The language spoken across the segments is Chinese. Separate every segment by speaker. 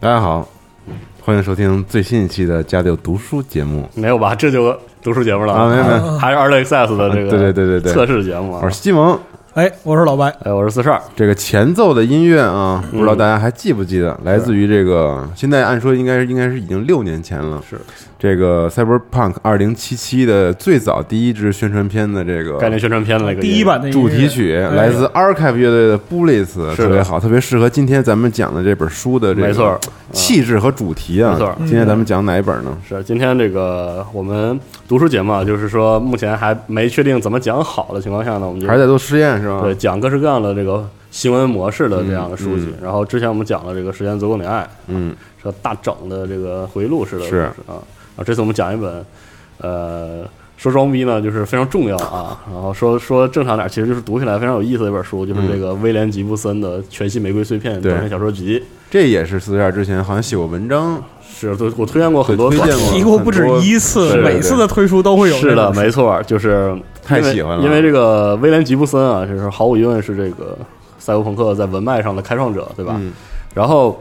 Speaker 1: 大家好，欢迎收听最新一期的《家里有读书》节目，
Speaker 2: 没有吧？这就读书节目了，
Speaker 1: 啊没有没有
Speaker 2: 还是 Alex S 的这个
Speaker 1: 啊对对对对对
Speaker 2: 测试节目啊
Speaker 1: 我。是西蒙。
Speaker 3: 哎，我是老白，
Speaker 2: 哎，我是四十二，
Speaker 1: 这个前奏的音乐啊，
Speaker 2: 嗯
Speaker 1: 不知道大家还记不记得，来自于这个，现在按说应该是应该是已经六年前了，
Speaker 2: 是
Speaker 1: 这个《Cyberpunk 2077》的最早第一支宣传片的这个
Speaker 2: 概念宣传片的那个
Speaker 3: 啊第一版的音乐
Speaker 1: 主题曲，
Speaker 3: 哎
Speaker 1: 来自 Archive 乐队的《Bullets》，
Speaker 2: 是
Speaker 1: 特
Speaker 2: 的
Speaker 1: 别好，特别适合今天咱们讲的这本书的这个
Speaker 2: 没错儿啊
Speaker 1: 气质和主题啊
Speaker 2: 没错嗯儿。
Speaker 1: 今天咱们讲哪一本呢？
Speaker 2: 是今天这个我们读书节目，啊，就是说目前还没确定怎么讲好的情况下呢，我们就
Speaker 1: 还是在做实验是吧
Speaker 2: 对？讲各式各样的这个行为模式的这样的书籍。然后之前我们讲了这个《时间足够你爱》，
Speaker 1: 嗯，
Speaker 2: 是个大整的这个回忆录式的故
Speaker 1: 是
Speaker 2: 事啊。然后这次我们讲一本，呃，说装逼呢就是非常重要啊。然后说说正常点儿，其实就是读起来非常有意思的一本书，就是这个威廉吉布森的《全息玫瑰碎片》
Speaker 1: 嗯对
Speaker 2: 短篇小说集。
Speaker 1: 这也是四十二之前好像写过文章，
Speaker 2: 是，对我推荐过很多
Speaker 1: 对
Speaker 2: 作
Speaker 1: 推
Speaker 2: 品
Speaker 1: 荐过
Speaker 3: 提过不止一
Speaker 2: 是
Speaker 3: 次，
Speaker 2: 对对
Speaker 3: 每次的推出都会有
Speaker 2: 是
Speaker 3: 这
Speaker 2: 的，
Speaker 3: 种。
Speaker 2: 没错儿，就是
Speaker 1: 太
Speaker 2: 因为
Speaker 1: 喜欢了
Speaker 2: 因为这个威廉吉布森啊，就是毫无疑问是这个赛博朋克在文脉上的开创者，对吧？
Speaker 1: 嗯
Speaker 2: 然后。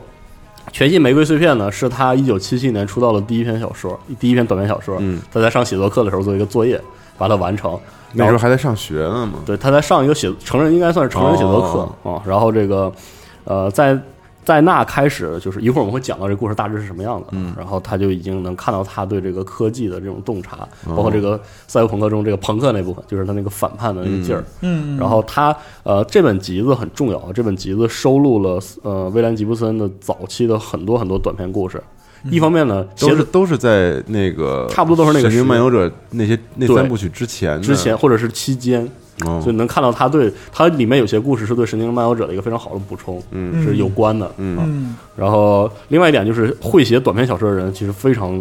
Speaker 2: 全息玫瑰碎片呢，是他一九七七年出道的第一篇小说，第一篇短篇小说。
Speaker 1: 嗯，
Speaker 2: 他在上写作课的时候做一个作业，把它完成。
Speaker 1: 那时
Speaker 2: 然
Speaker 1: 候
Speaker 2: 后
Speaker 1: 还在上学呢嘛。
Speaker 2: 对，他在上一个写成人应该算是成人写作课
Speaker 1: 哦
Speaker 2: 啊、然后这个呃，在在那开始，就是一会儿我们会讲到这故事大致是什么样的。嗯，然后他就已经能看到他对这个科技的这种洞察，
Speaker 1: 哦
Speaker 2: 包括这个赛博朋克中这个朋克那部分，就是他那个反叛的那个劲儿。
Speaker 3: 嗯，
Speaker 2: 然后他呃，这本集子很重要，啊这本集子收录了呃威廉吉布森的早期的很多很多短篇故事。一方面呢，写
Speaker 1: 都是
Speaker 2: 作
Speaker 1: 都是在那个
Speaker 2: 差不多都是那个
Speaker 1: 神
Speaker 2: 时
Speaker 1: 经
Speaker 2: 间
Speaker 1: 漫游者那些那
Speaker 2: 对
Speaker 1: 三部曲之前的
Speaker 2: 之前，或者是期间，
Speaker 1: 哦
Speaker 2: 所以能看到他对他里面有些故事是对《神经漫游者》的一个非常好的补充，嗯，是有关的，嗯
Speaker 3: 嗯，
Speaker 2: 然后另外一点就是会写短篇小说的人其实非常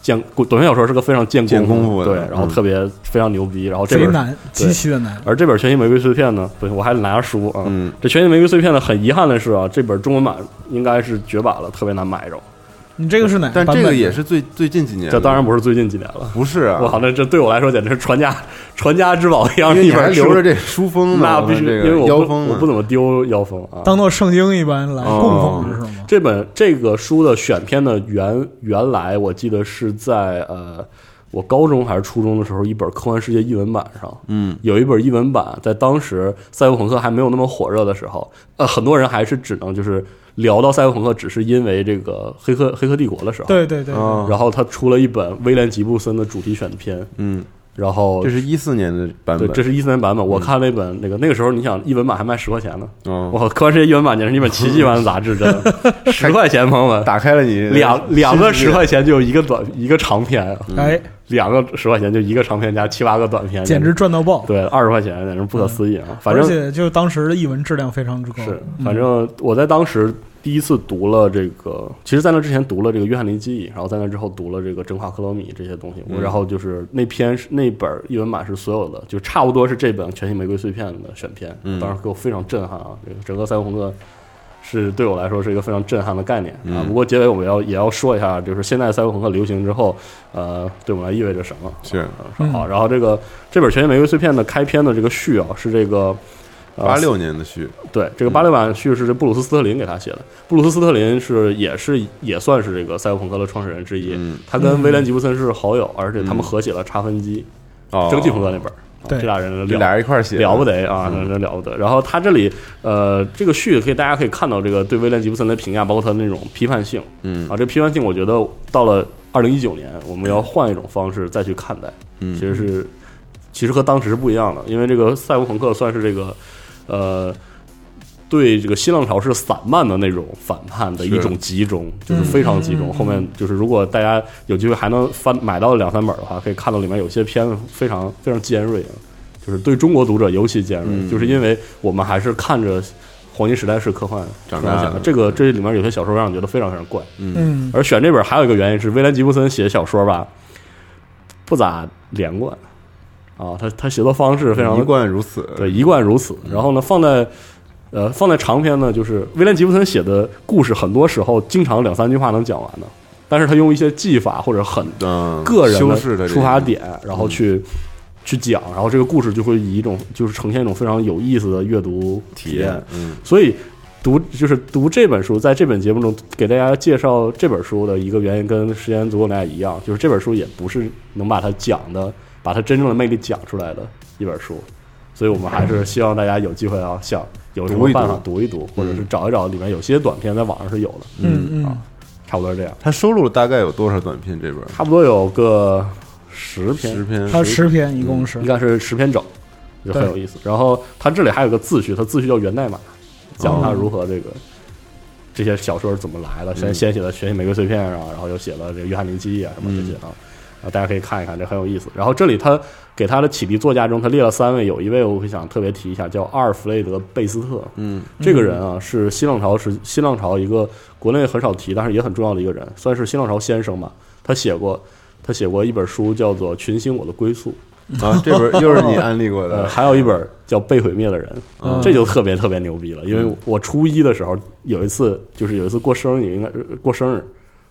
Speaker 2: 见，短篇小说是个非常见
Speaker 1: 见功夫的
Speaker 2: 对，然后
Speaker 1: 嗯
Speaker 2: 特别非常牛逼，然后这
Speaker 3: 贼
Speaker 2: 本
Speaker 3: 难，
Speaker 2: 对
Speaker 3: 极其的难。
Speaker 2: 而这本《全息玫瑰碎片》呢，对我还得拿着书啊。
Speaker 1: 嗯
Speaker 2: 这《全息玫瑰碎片》呢，很遗憾的是啊，这本中文版应该是绝版了，特别难买着。
Speaker 3: 你这个是哪版
Speaker 1: 但
Speaker 3: 本？
Speaker 1: 这个也是最最近几年的，
Speaker 2: 这当然不是最近几年了，
Speaker 1: 不是啊，
Speaker 2: 我靠，那这对我来说简直是传家 传家之宝一样
Speaker 1: 因
Speaker 2: 的
Speaker 1: 为
Speaker 2: 一
Speaker 1: 你还
Speaker 2: 本书
Speaker 1: 留着这书封呢，
Speaker 2: 那
Speaker 1: 我
Speaker 2: 必
Speaker 1: 看
Speaker 2: 须，
Speaker 1: 这
Speaker 2: 因为
Speaker 1: 个
Speaker 2: 我
Speaker 1: 腰
Speaker 2: 不
Speaker 1: 封呢
Speaker 2: 我不怎么丢腰封啊。
Speaker 3: 当做圣经一般来
Speaker 1: 哦
Speaker 3: 供奉是吗？
Speaker 2: 这本这个书的选片呢，原原来我记得是在呃我高中还是初中的时候，一本科幻世界译文版上，
Speaker 1: 嗯，
Speaker 2: 有一本译文版，在当时赛博朋克还没有那么火热的时候，呃，很多人还是只能就是聊到赛博朋克，只是因为这个黑客黑客帝国的时候，，
Speaker 3: 对对对，对
Speaker 1: 啊，
Speaker 2: 然后他出了一本威廉吉布森的主题选片，
Speaker 1: 嗯，
Speaker 2: 然后
Speaker 1: 这是一四年的版嗯
Speaker 2: 对
Speaker 1: 本，，
Speaker 2: 这是一三版本，我看那本那个那个时候，你想译文版还卖十块钱呢，
Speaker 1: 哦
Speaker 2: 我科幻世界译文版简直是一本奇迹般的杂志，真 的十块钱，朋友们，
Speaker 1: 打开了你
Speaker 2: 两
Speaker 1: 啊
Speaker 2: 两个十，块钱就有一个短一个长篇，啊
Speaker 3: 哎，
Speaker 2: 两个十块钱就一个长篇加七八个短篇，
Speaker 3: 简直赚到爆。
Speaker 2: 对二十块钱简直不可思议啊！反
Speaker 3: 而
Speaker 2: 正
Speaker 3: 且就当时的译文质量非常之
Speaker 1: 嗯
Speaker 3: 高。
Speaker 2: 是，反正我在当时第一次读了这个，其实在那之前读了这个《约翰尼记忆》，然后在那之后读了这个《真话克罗米》这些东
Speaker 1: 嗯
Speaker 2: 西，我然后就是那篇是那本译文版是所有的，就差不多是这本《全新玫瑰碎片》的选片，
Speaker 1: 嗯
Speaker 2: 当时给我非常震撼啊！这个整个赛博朋克。是对我来说是一个非常震撼的概念
Speaker 1: 嗯
Speaker 2: 啊！不过结尾我们要也要说一下，就是现在赛博朋克流行之后，呃，对我们来意味着什么？
Speaker 1: 是
Speaker 2: 嗯好，然后这个这本《全新玫瑰碎片》的开篇的这个序啊，是这个呃
Speaker 1: 八六年的序，
Speaker 2: 对，这个
Speaker 1: 嗯
Speaker 2: 八六版叙事是布鲁斯·斯特林给他写的。布鲁斯·斯特林是也是也算是这个赛博朋克的创始人之一，
Speaker 1: 嗯
Speaker 2: 他跟威廉·吉布森是好友，而且他们合写了《差分机》
Speaker 1: 哦，
Speaker 2: 蒸汽朋克那本儿。啊
Speaker 3: 对
Speaker 2: 这俩人
Speaker 1: 这
Speaker 2: 了
Speaker 1: 俩人一块儿写的嗯
Speaker 2: 了不得啊，那真了不得。然后他这里，呃，这个序可以大家可以看到这个对威廉吉布森的评价，包括他那种批判性，
Speaker 1: 嗯
Speaker 2: 啊，这批判性我觉得到了二零一九年，我们要换一种方式再去看待，
Speaker 1: 嗯
Speaker 2: 啊其实是其实和当时是不一样的，因为这个赛博朋克算是这个呃对这个新浪潮是散漫的那种反叛的一种集
Speaker 1: 嗯
Speaker 2: 中，就是非常集中。后面就是如果大家有机会还能翻买到两三本的话，可以看到里面有些片子非常非常尖锐啊，就是对中国读者尤其尖锐，
Speaker 1: 嗯
Speaker 2: 就是因为我们还是看着。黄金时代式科幻
Speaker 1: 长大的
Speaker 2: 科幻小这个这里面有些小说让我觉得非常非常怪，
Speaker 3: 嗯，
Speaker 2: 而选这本还有一个原因是威廉吉布森写小说吧，不咋连贯啊，他他写作方式非常
Speaker 1: 一贯如此，
Speaker 2: 对，一贯如此。然后呢，放在呃放在长篇呢，就是威廉吉布森写的故事，很多时候经常两三句话能讲完的，但是他用一些技法或者很
Speaker 1: 嗯，
Speaker 2: 个人
Speaker 1: 修饰的这
Speaker 2: 出发
Speaker 1: 种，嗯
Speaker 2: 点，然后去、去讲，然后这个故事就会以一种就是呈现一种非常有意思的阅读体验。
Speaker 1: 嗯
Speaker 2: 所以读就是读这本书，在这本节目中给大家介绍这本书的一个原因，跟时间足够大家一样，就是这本书也不是能把它讲的，把它真正的魅力讲出来的一本书，所以我们还是希望大家有机会啊，想有什
Speaker 1: 读
Speaker 2: 么
Speaker 1: 一读
Speaker 2: 办法读一读，或者是找一找里面有些短片在网上是有的，
Speaker 3: 嗯嗯
Speaker 2: 啊，差不多是这样，
Speaker 1: 他收录了大概有多少短片？这本
Speaker 2: 差不多有个十篇，
Speaker 1: 十篇，
Speaker 3: 还有十篇，一共是
Speaker 2: 嗯应该是十篇整，就很
Speaker 3: 对
Speaker 2: 有意思。然后它这里还有个自序，它自序叫源代码，讲他如何这个、这些小说是怎么来的。先
Speaker 1: 哦嗯
Speaker 2: 先写的《学习玫瑰碎片》啊，然后又写了这个《约翰尼基》啊什么这
Speaker 1: 嗯
Speaker 2: 些啊。啊，大家可以看一看，这很有意思。然后这里他给他的启迪作家中，他列了三位，有一位我会想特别提一下，叫阿尔弗雷德·贝斯特。
Speaker 1: 嗯，
Speaker 2: 这个人啊，是新浪潮时新浪潮一个国内很少提，但是也很重要的一个人，算是新浪潮先生吧。他写过他写过一本书，叫做《群星我的归宿》。
Speaker 1: 啊，这 本又是你安利过
Speaker 2: 呃，
Speaker 1: 的，
Speaker 2: 还有一本叫《被毁灭的人》，
Speaker 1: 嗯
Speaker 2: 这就特别特别牛逼了。因为我初一的时候有一次，就是有一次过生日，应该是过生日，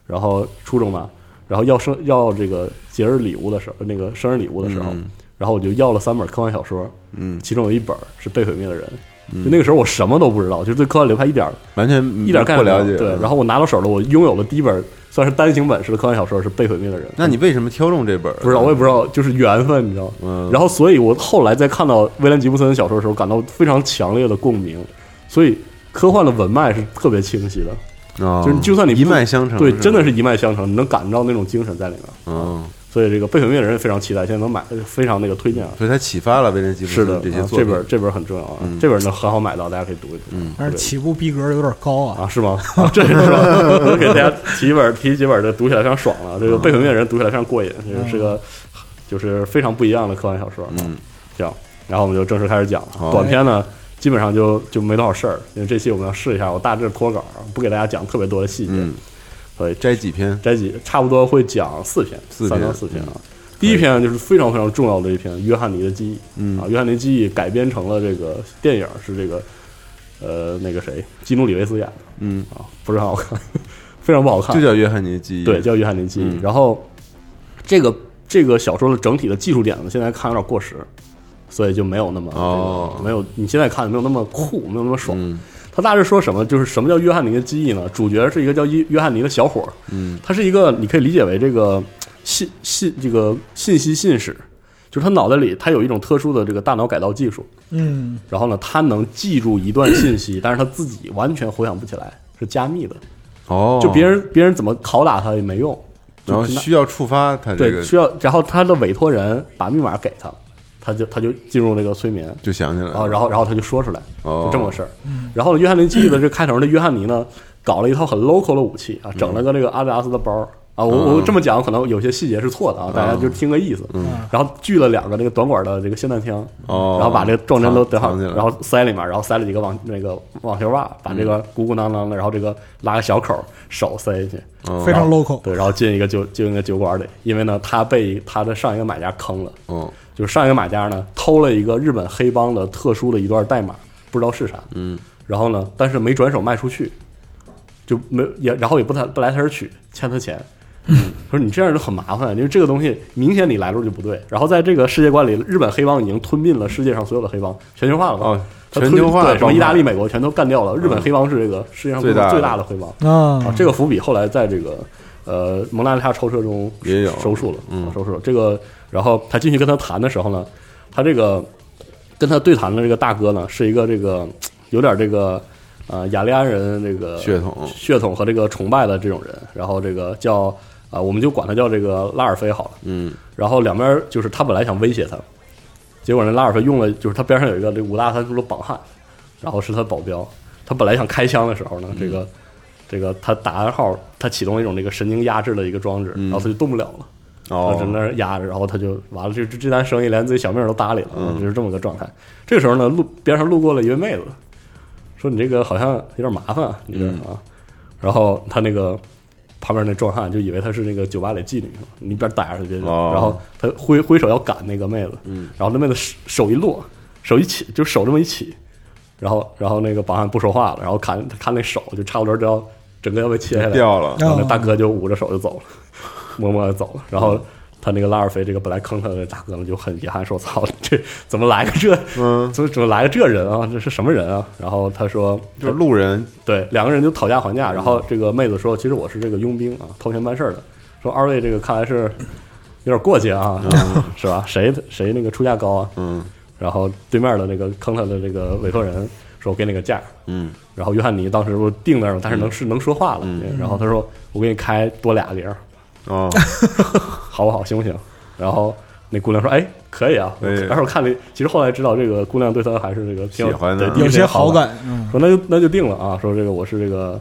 Speaker 2: 然后初中嘛，然后要生要这个节日礼物的时候，那个生日礼物的时候，然后我就要了三本科幻小说，
Speaker 1: 嗯，
Speaker 2: 其中有一本是《被毁灭的人》。就那个时候我什么都不知道，就对科幻流派一点儿
Speaker 1: 完全
Speaker 2: 一点儿
Speaker 1: 嗯
Speaker 2: 概
Speaker 1: 不
Speaker 2: 念
Speaker 1: 了
Speaker 2: 没
Speaker 1: 解。
Speaker 2: 有对，然后我拿到手了，我拥有了第一本算是单行本式的科幻小说是《被毁灭的人》。
Speaker 1: 那你为什么挑中这本？
Speaker 2: 不知道，我也不知道，就是缘分，你知道吗？
Speaker 1: 嗯
Speaker 2: 然后，所以我后来在看到威廉吉布森的小说的时候，感到非常强烈的共鸣。所以，科幻的文脉是特别清晰的，
Speaker 1: 啊，
Speaker 2: 就是就算你不
Speaker 1: 一脉相承，
Speaker 2: 对，
Speaker 1: 是吧
Speaker 2: 真的是一脉相承，你能感到那种精神在里面。
Speaker 1: 嗯，
Speaker 2: 所以，这个《被毁灭的人》非常期待，现在能买，非常那个推荐啊。
Speaker 1: 所以他启发了威廉吉布
Speaker 2: 是
Speaker 1: 森
Speaker 2: 的，
Speaker 1: 嗯这些
Speaker 2: 啊
Speaker 1: 作
Speaker 2: 这
Speaker 1: 品。
Speaker 2: 本这本很重要啊，
Speaker 1: 嗯
Speaker 2: 这本呢很好买到，大家可以读一读。嗯
Speaker 3: 但是起步逼格有点高啊。
Speaker 2: 啊，是吗？啊、这是吧？ 我给大家提一本，提几本，这读起来非常爽啊了。这
Speaker 1: 嗯
Speaker 2: 个《被毁灭的人》读起来非常过瘾，这是个就是非常不一样的科幻小说。
Speaker 1: 嗯，
Speaker 2: 这样，然后我们就正式开始讲
Speaker 1: 好
Speaker 2: 了。短片呢，基本上就就没多少事儿，因为这期我们要试一下，我大致脱稿，不给大家讲特别多的细节。
Speaker 1: 嗯，
Speaker 2: 所以
Speaker 1: 摘几篇，
Speaker 2: 这几差不多会讲四篇，
Speaker 1: 四篇嗯
Speaker 2: 三到四篇啊。第一篇就是非常非常重要的一篇《约翰尼的记忆》
Speaker 1: 嗯
Speaker 2: 啊，《约翰尼的记忆》改编成了这个电影，是这个呃那个谁基努里维斯演的。
Speaker 1: 嗯，
Speaker 2: 啊，不是很好看， 非常不好看。
Speaker 1: 就叫约翰尼的记忆。
Speaker 2: 啊对，，叫《约翰尼记忆》
Speaker 1: 嗯
Speaker 2: 然后这个这个小说的整体的技术点呢，现在看有点过时，所以就没有那么、
Speaker 1: 哦
Speaker 2: 这个没有你现在看的没有那么酷，没有那么爽。
Speaker 1: 嗯
Speaker 2: 他大致说什么？就是什么叫约翰尼的记忆呢？主角是一个叫约约翰尼的小伙儿，
Speaker 1: 嗯
Speaker 2: 他是一个你可以理解为这个信信这个信息信使，就是他脑袋里他有一种特殊的这个大脑改造技术，
Speaker 3: 嗯，
Speaker 2: 然后呢，他能记住一段信息，但是他自己完全回想不起来，是加密的。
Speaker 1: 哦，
Speaker 2: 就别人别人怎么拷打他也没用，就
Speaker 1: 然后
Speaker 2: 那
Speaker 1: 需要触发他这
Speaker 2: 对
Speaker 1: 个，
Speaker 2: 需要，然后他的委托人把密码给他，他就他就进入那个催眠
Speaker 1: 就想起来
Speaker 2: 啊，
Speaker 1: 了。
Speaker 2: 然后然后他就说出来，
Speaker 1: 嗯哦
Speaker 2: 就这么个事儿。
Speaker 3: 嗯
Speaker 2: 然后呢，约翰尼记忆的这开头的约翰尼呢，搞了一套很 local 的武器啊，整了
Speaker 1: 嗯
Speaker 2: 个这个阿迪达斯的包啊，我我这么讲可能有些细节是错的啊，大家
Speaker 1: 嗯
Speaker 2: 就听个意思。然后锯了两个那个短管的这个霰弹枪，
Speaker 1: 哦
Speaker 2: 然后把这个撞针都得好，
Speaker 1: 藏起来
Speaker 2: 然后塞里面，然后塞了几个网那个网球袜，把这
Speaker 1: 嗯
Speaker 2: 个鼓鼓囊囊的，然后这个拉个小口，手塞进去。
Speaker 1: 哦
Speaker 3: 非常 local。
Speaker 2: 对，然后进一个酒进一个酒馆里，因为呢，他被他的上一个买家坑了，
Speaker 1: 哦，
Speaker 2: 就是上一个买家呢偷了一个日本黑帮的特殊的一段代码，不知道是啥，
Speaker 1: 嗯，
Speaker 2: 然后呢，但是没转手卖出去，就没也然后也不他不来他这儿取，欠他钱。不是你这样就很麻烦，因为这个东西明显你来路就不对。然后在这个世界观里，日本黑帮已经吞并了世界上所有的黑帮，全球化了嘛？
Speaker 1: 哦
Speaker 2: 它吞
Speaker 1: 全球化
Speaker 2: 对，什么
Speaker 1: 帮派
Speaker 2: 意大利、美国全都干掉了。日本黑帮是这个世界上
Speaker 1: 最大的
Speaker 2: 最大的黑帮。啊
Speaker 3: 啊，，
Speaker 2: 这个伏笔后来在这个呃蒙娜丽莎超车中
Speaker 1: 也有
Speaker 2: 收束了，嗯，收束了。这个，然后他进去跟他谈的时候呢，他这个跟他对谈的这个大哥呢，是一个这个有点这个呃雅利安人这个
Speaker 1: 血统
Speaker 2: 血统和这个崇拜的这种人，然后这个叫啊、我们就管他叫这个拉尔菲好了。
Speaker 1: 嗯
Speaker 2: 然后两边儿就是他本来想威胁他，结果那拉尔菲用了就是他边上有一个这五大三粗的绑汉，然后是他保镖。他本来想开枪的时候呢，这个这个他打暗号，他启动了一种这个神经压制的一个装置，然后他就动不了了。
Speaker 1: 哦，
Speaker 2: 就在那儿压着，然后他就完了，这这这单生意连自己小命儿都搭理了，
Speaker 1: 嗯
Speaker 2: 就是这么个状态。这个时候呢，路边上路过了一位妹子，说你这个好像有点麻烦，啊，你这
Speaker 1: 嗯
Speaker 2: 啊。然后他那个旁边那壮汉就以为他是那个酒吧里妓女，你一边逮着他别走。
Speaker 1: 哦嗯
Speaker 2: 然后他挥挥手要赶那个妹子，然后那妹子手手一落，手一起，就手这么一起，然后然后那个保安不说话了，然后看他看那手就差不多就要整个要被切下来
Speaker 1: 掉了
Speaker 2: 然后那大哥就捂着手就走了，默默的走了。然后他那个拉尔菲这个本来坑他的大哥呢，就很遗憾说：“操，这怎么来个这？
Speaker 1: 嗯，
Speaker 2: 怎么怎么来个这人啊？这是什么人啊？”然后他说：“
Speaker 1: 就是路人，
Speaker 2: 对，两个人就讨价还
Speaker 1: 嗯
Speaker 2: 价。然后这个妹子说：‘其实我是这个佣兵啊，偷钱办事儿的。’说二位这个看来是有点过节啊， 是吧？谁谁那个出价高啊？
Speaker 1: 嗯
Speaker 2: 然后对面的那个坑他的这个委托人说：‘我给你个价儿。’
Speaker 1: 嗯
Speaker 2: 然后约翰尼当时不是定那儿了，但是能是能说话了。然后他说：“我给你开多俩零儿，
Speaker 1: 哦，
Speaker 2: 好不好？行不行？”然后那姑娘说：“哎，可以啊。
Speaker 1: 哎
Speaker 2: 但是我看了，其实后来知道这个姑娘对他还是这个挺
Speaker 1: 喜欢的
Speaker 2: 对
Speaker 1: 有
Speaker 3: 有
Speaker 2: 挺
Speaker 3: 些好
Speaker 2: 好。
Speaker 3: 感，嗯，
Speaker 2: 说那就那就定了啊，说这个我是这个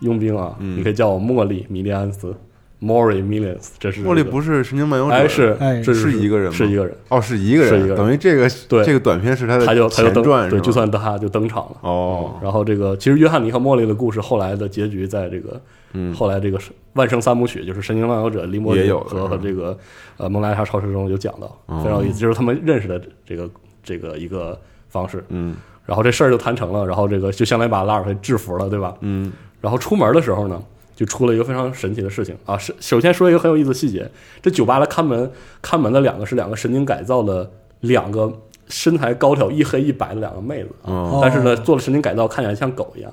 Speaker 2: 佣兵啊，
Speaker 1: 嗯
Speaker 2: 你可以叫我莫莉米利安斯 （Mori Millions），这是
Speaker 1: 茉莉
Speaker 2: 这个
Speaker 1: 不是神经漫游者，
Speaker 2: 哎是
Speaker 3: 哎
Speaker 2: 这
Speaker 1: 是一个人吗
Speaker 2: 是一个人，
Speaker 1: 哦，是一个人，
Speaker 2: 是一个人
Speaker 1: 等于这个
Speaker 2: 对
Speaker 1: 这个短片是他的
Speaker 2: 他就他就
Speaker 1: 前传，
Speaker 2: 登
Speaker 1: 是
Speaker 2: 对，
Speaker 1: 吧
Speaker 2: 就算他就登场了。
Speaker 1: 哦，
Speaker 2: 然后这个其实约翰尼和茉莉的故事后来的结局，在这个
Speaker 1: 嗯
Speaker 2: 后来这个是《万圣三部曲》，就是《神经漫游者》利莫
Speaker 1: 也
Speaker 2: 里
Speaker 1: 有
Speaker 2: 和
Speaker 1: 的
Speaker 2: 和
Speaker 1: 嗯
Speaker 2: 这个呃蒙娜丽莎超市中有讲到，
Speaker 1: 哦
Speaker 2: 非常有意思，就是他们认识的这个这个一个方式。
Speaker 1: 嗯
Speaker 2: 然后这事儿就谈成了，然后这个就相当于把拉尔菲制服了，对吧？
Speaker 1: 嗯
Speaker 2: 然后出门的时候呢，就出了一个非常神奇的事情啊。是首先说一个很有意思的细节，这酒吧的看门看门的两个是两个神经改造的两个身材高挑一黑一白的两个妹子啊，
Speaker 1: 哦，
Speaker 2: 但是呢做了神经改造，看起来像狗一样，